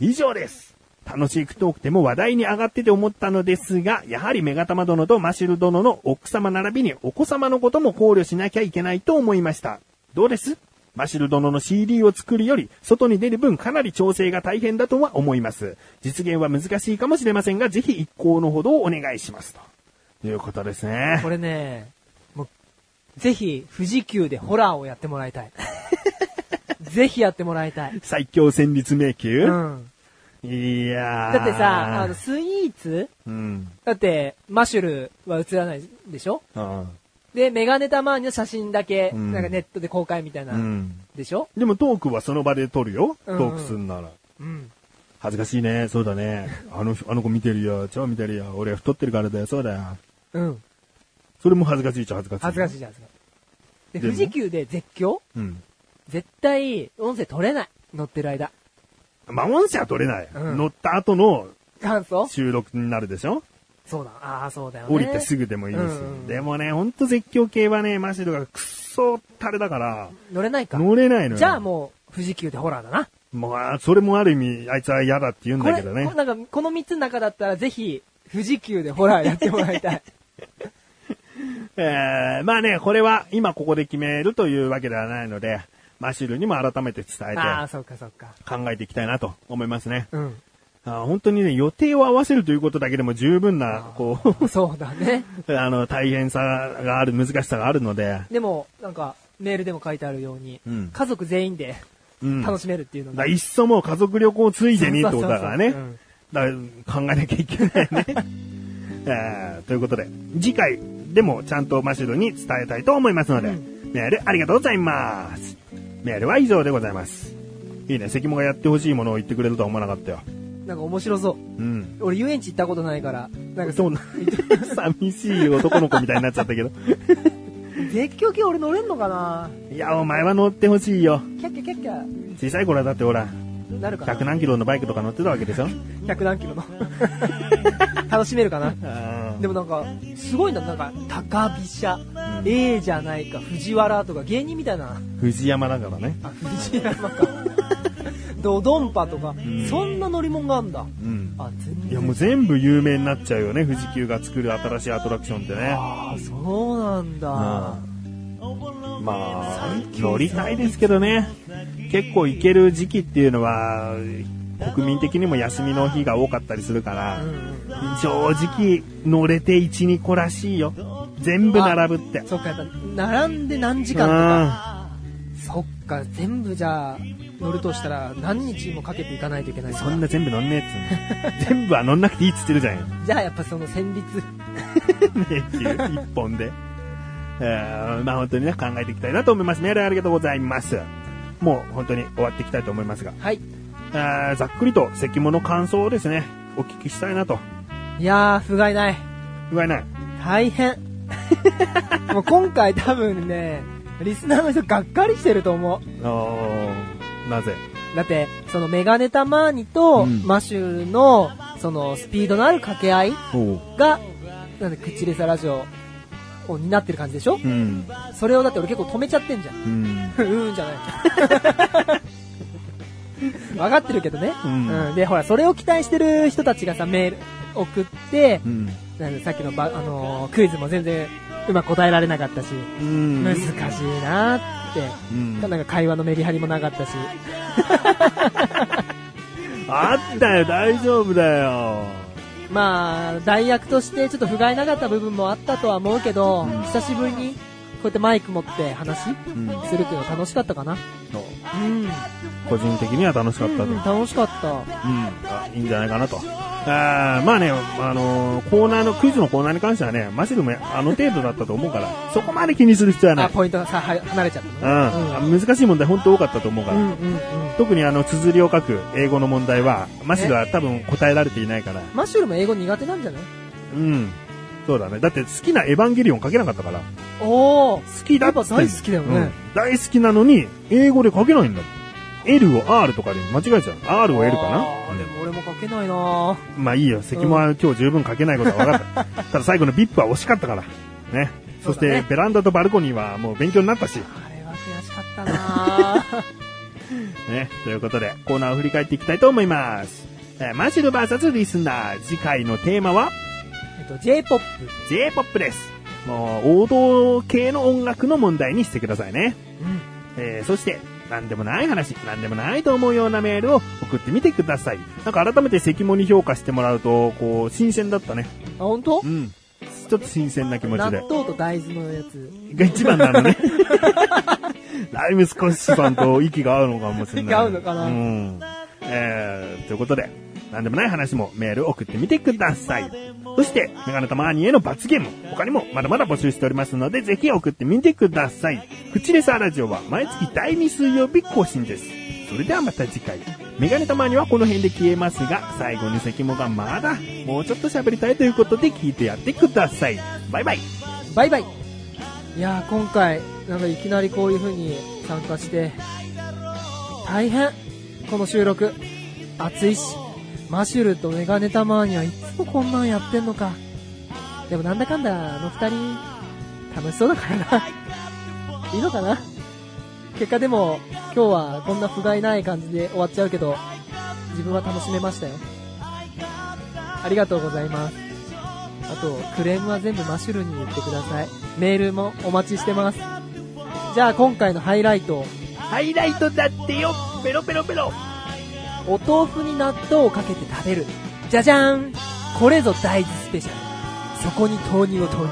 以上です。楽しくトークでも話題に上がってて思ったのですが、やはりメガタマ殿とマシル殿の奥様並びにお子様のことも考慮しなきゃいけないと思いました。どうですマシル殿の CD を作るより、外に出る分かなり調整が大変だとは思います。実現は難しいかもしれませんが、ぜひ一行のほどをお願いします。ということですね
こ。れね、もう、ぜひ、富士急でホラーをやってもらい たい。ぜひやってもらいたい。
最強戦慄迷
う
宮、
ん。
いやー。
だってさ、あの、スイーツ
うん。
だって、マシュルは映らないでしょ
あ
で、メガネたまーにの写真だけ、
うん
なんかネットで公開みたい
あ
な、
うん。
でしょ
でもトークはその場で撮るよ。
うん
トークすんなら。
うん。
恥ずかしいね。そうだね。あの、あの子見てるよ。超見てるよ。俺は太ってるからだよ。そうだよ。
うん。
それも恥ずかしいっちゃ恥ずかしい。
恥ずかしい
い。
じゃん、恥ずかしい。で、
でも
富士急で絶叫
うん。
絶対、音声取れない。乗ってる間。
まあ、音声は撮れない。
うん
乗った後の
感想
収録になるでしょ
そうだ。ああ、そうだよね。
降りてすぐでもいいですよ、
うん
でもね、ほんと絶叫系はね、マシルがくっそ垂れだから、
乗れないか。
乗れないのよ。
じゃあもう、富士急でホラーだな。
う。まあ、それもある意味、あいつは嫌だって言うん
こ
だ
れ、
けどね
こ。なんか、この3つの中だったら、ぜひ、富士急でホラーやってもらい たい。
えー、まあね、これは今ここで決めるというわけではないので、マシルにも改めて伝え
ああ、
て
そっかそっか。
考えていきたいなと思いますね。
うん。
あー本当にね、予定を合わせるということだけでも十分な、こ
そうだね。
う、 あの、大変さがある、難しさがあるので、
でも、なんか、メールでも書いてあるように、
うん
家族全員で
うん。
楽しめるっていうの
だから
が、
いっそもう家族旅行ついでにってことだから
そ
ね。
うそうそううん
だから考えなきゃいけないね。 えーということで、次回でもちゃんとマシュルに伝えたいと思いますので、
う
メールありがとうございます。メールは以上でございます。いいね、関もがやってほしいものを言ってくれるとは思わなかったよ。
なんか面白そう。
うん。
俺、遊園地行ったことないから、なんかそ、
そうんな、寂しい男の子みたいになっちゃったけど。
絶叫系俺乗れんのかない
や、お前は乗ってほしいよ。
キャッキャキャッキャ
小さい頃はだってほら、
なるかな
100何キロのバイクとか乗ってたわけでしょ。
100何キロの。 楽しめるかな
あ
でもなんか、すごいんだ、なんか、高飛車、A じゃないか、藤原とか、芸人みたいな、
ー藤山だからね。
あ、藤山か、ドドンパとか、そんな乗り物があんだ。
うん。
あ、全
いやも
然。
う全部有名になっちゃうよね、富士急が作る新しいアトラクションってね。
ああ、そうなんだ。
まあ、乗りたいですけどね。結構行ける時期っていうのは、国民的にも休みの日が多かったりするから
う、ん。
正直乗れて1、2個らしいよ。全部並ぶって。
そっか、やっぱ、並んで何時
う
間とか。
ん
そっか、全部じゃあ、乗るとしたら、何日もかけていかないといけないか
そんな全部乗んねえっつうの全部は乗んなくていいっつってるじゃん。
じゃあ、やっぱその戦慄。
ねっていう、一本で。えーまあ本当にね、考えていきたいなと思います。メールありがとうございます。もう本当に終わっていきたいと思いますが、
はい。
えーざっくりと関物の感想をですね、お聞きしたいなと。
いやー、不甲斐ない。
うがいない。
大変。 もう今回多分ね、リスナーの人がっかりしてると思う。
なぜ
だって、そのメガネタマーニと
うん
マシュルの、そのスピードのある掛け合いが、なんで、口レサラジオを担ってる感じでしょ
うん。
それをだって俺結構止めちゃってんじゃ ん。
うん。
うーんじゃない。 わかってるけどね。
うん
で、ほら、それを期待してる人たちがさ、メール送って、
うん。
なんでさっきのば、あのークイズも全然うまく答えられなかったし。
うん
難しいなーって、
うん
なんか会話のメリハリもなか ったし
あったよ、大丈夫だよ。
まあ代役としてちょっと不甲斐なかった部分もあったとは思うけど、
うん
久しぶりにこうやってマイク持って話す
うん。
るっていうのは楽しかったかなうん、
個人的には楽しかったと。
うん、楽しかった
うんあいいんじゃないかなと。あーまあね、あのーコーナーの、クイズのコーナーに関してはね、マシルもあの程度だったと思うから、そこまで気にする必要はない
あ、。ポイントがさ、は離れちゃったのね。
うん、難しい問題本当多かったと思うから。
うんうんうん。
特にあの、綴りを書く英語の問題は、マシルは多分答えられていないから。
マッシュルも英語苦手なんじゃない
うん。そうだね。だって好きなエヴァンゲリオン書けなかったから。
おー。
好きだっつってんの
やっぱ大好きだよね
うん大好きなのに、英語で書けないんだもん L を R とかで間違えちゃう。R を L かな、
あーで
う
も俺も書けないなぁ
んまあいいよ。関もは今日十分書けないことは分か った。ただ最後の VIP は惜しかったから。ね。
そ
そし
うだ
て、
ね
ベランダとバルコニーはもう勉強になったし。
あれは悔しかったなぁ
ね。ということで、コーナーを振り返っていきたいと思います。えーマシル VS リスナー。次回のテーマは、
えっと、J-POP。
J-POP です。もう、王道系の音楽の問題にしてくださいね。えーそして、なんでもない話、なんでもないと思うようなメールを送ってみてください。なんか改めて関門に評価してもらうと、こう、新鮮だったね。
あ、本当
う？ん。ちょっと新鮮な気持
納
ちで。
豆と大豆のやつ。
が一番なのね。ライムスコッシュさんと息が合うのかもしれない。
息が合うのかな
うん。えー、ということで、なんでもない話もメール送ってみてください。そして、メガネとマーニーへの罰ゲーム、他にもまだまだ募集しておりますので、ぜひ送ってみてください。フチレサーラジオは毎月第2水曜日更新です。それではまた次回。メガネとマーニーはこの辺で消えますが、最後に関もがまだ、もうちょっと喋りたいということで聞いてやってください。バイバイ。
バイバイいやー今回、なんかいきなりこういう風に参加して、大変この収録。暑いし、マシュルとメガネタマーにはいつもこんなんやってんのか。でもなんだかんだ、あの二人、楽しそうだからな。いいのかな結果でも、今日はこんな不甲斐ない感じで終わっちゃうけど、自分は楽しめましたよ。ありがとうございます。あと、クレームは全部マシュルに言ってください。メールもお待ちしてます。じゃあ今回のハイライト、
ハイライトだってよペロペロペロ
お豆腐に納豆をかけて食べる。じゃじゃーんこれぞ大豆スペシャル。そこに豆乳を投入。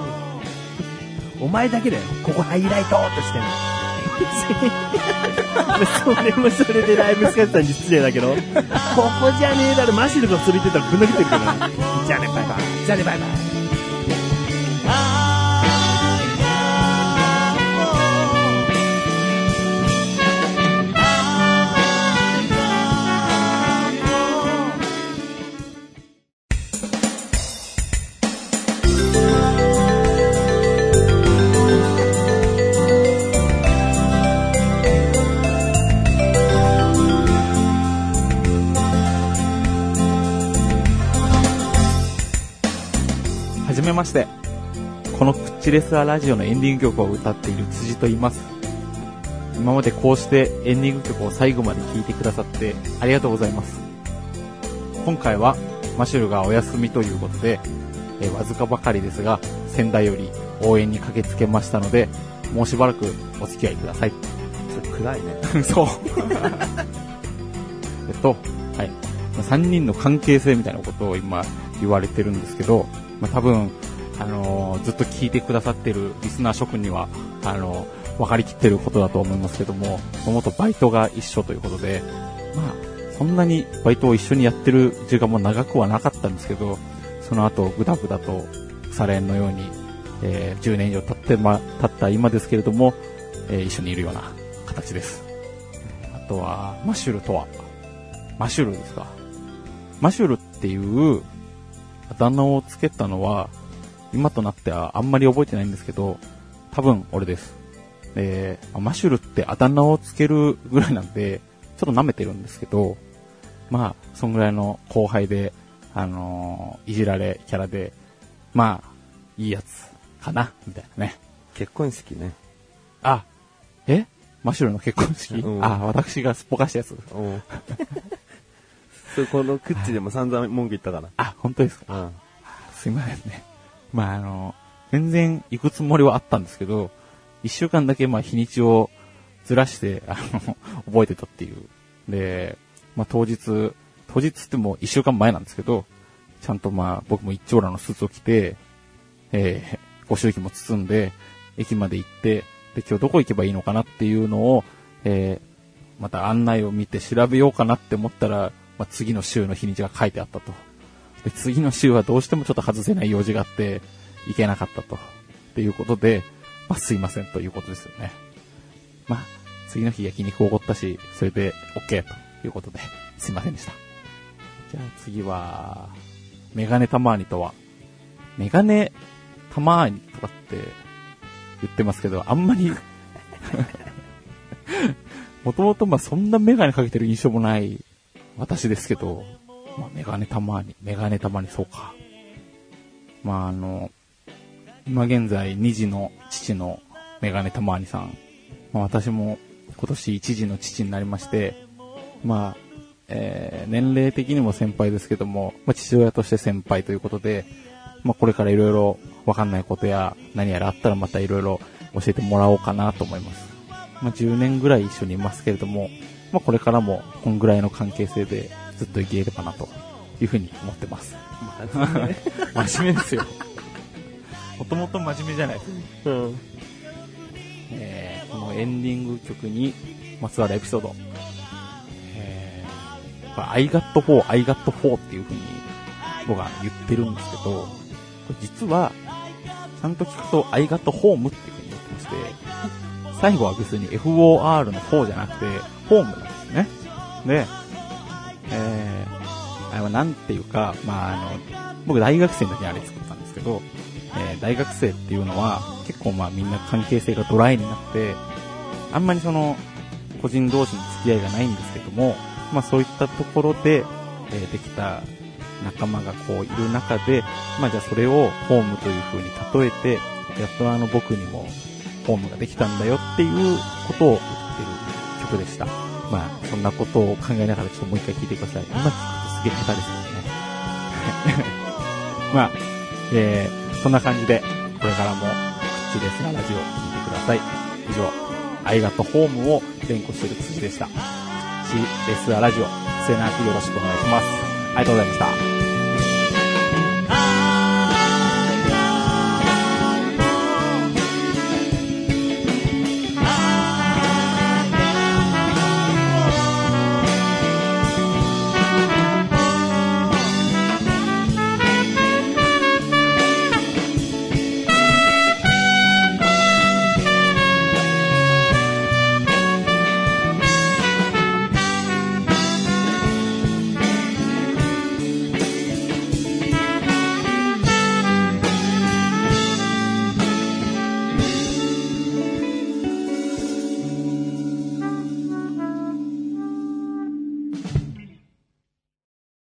お前だけだよ。ここハイライトとしてんの。 それもそれでライブスカッさんに失礼だけど、ここじゃねえだろ、マシルがそれ言ってたらぶん殴ってるからね。じゃあね、バイバイ。
じゃあね、バイバイ。
はじめまして。このプッチレスラーラジオのエンディング曲を歌っている辻と言います。今までこうしてエンディング曲を最後まで聴いてくださってありがとうございます。今回はマシュルがお休みということで、えーわずかばかりですが、仙台より応援に駆けつけましたので、もうしばらくお付き合いください。
暗いね。
そう。えっと、はい。3人の関係性みたいなことを今言われてるんですけど、まあ、多分、あのーずっと聞いてくださってるリスナー諸君には、あのー分かりきってることだと思いますけども、もとバイトが一緒ということで、まあ、そんなにバイトを一緒にやってる時間も長くはなかったんですけど、その後、ぐだぐだと、腐れ縁のように、えー10年以上経って、ま、経った今ですけれども、えー一緒にいるような形です。あとは、マシュルとは。マシュルですか。マシュルっていう、あだ名をつけたのは、今となってはあんまり覚えてないんですけど、多分俺です。で、まあマシュルってあだ名をつけるぐらいなんで、ちょっと舐めてるんですけど、まあ、そんぐらいの後輩で、あのーいじられキャラで、まあ、いいやつ、かな、みたいなね。
結婚式ね。
あ、えマシュルの結婚式、
うん
あ、私がすっぽかしたやつ。
おう そこのクッチでも散々文句言ったか
あ、本当ですか。
ら。うん。
すいませんね。まあ、あの、全然行くつもりはあったんですけど、一週間だけ、まあ、日にちをずらして、あの、 覚えてたっていう。で、まあ、当日、当日って言っても一週間前なんですけど、ちゃんとまあ、僕も一丁羅のスーツを着て、えー、ご祝儀も包んで、駅まで行って、で、今日どこ行けばいいのかなっていうのを、えー、また案内を見て調べようかなって思ったら、まあ、次の週の日にちが書いてあったと。で、次の週はどうしてもちょっと外せない用事があって、行けなかったと。っていうことで、まあ、すいませんということですよね。まあ、次の日焼肉おごったし、それで OK ということで、すいませんでした。じゃあ次は、メガネたまーにとは。メガネたまーにとかって言ってますけど、あんまり、 もともとまあそんなメガネかけてる印象もない私ですけど、まあメガネたまーに、メガネたまーにそうか。まああの、今現在2児の父のメガネたまーにさん。まあ私も今年1児の父になりまして、まあ、えー年齢的にも先輩ですけども、まあ、父親として先輩ということで、まあ、これからいろいろわかんないことや何やらあったらまたいろいろ教えてもらおうかなと思います。まあ、10年ぐらい一緒にいますけれども、まあ、これからもこんぐらいの関係性でずっといければなというふうに思ってます。 真面目ですよ。 もともと真面目じゃないです
うん。
えーこのエンディング曲にまつわるエピソード。えー、これ I got 4、I got 4っていう風に僕は言ってるんですけど、これ実は、ちゃんと聞くと I got home っていう風に言ってまして、最後は別に FOR の4じゃなくて、ホームなんですね。で、えー、あれはなんていうか、まああの、僕大学生の時にあれ作ったんですけど、えー大学生っていうのは結構まあみんな関係性がドライになって、あんまりその個人同士の付き合いがないんですけども、まあそういったところで、えーできた仲間がこういる中で、まあじゃあそれをホームという風に例えて、やっとあの僕にもホームができたんだよっていうことを言ってる曲でした。まあそんなことを考えながらちょっともう一回聴いてください。今聴くとすげえ下手ですけどね。 まあ、えー、そんな感じで、これからも、口レスなラジオを聞いてください。以上、愛がとホームを連呼している辻でした。口レスララジオ、末永くよろしくお願いします。ありがとうございました。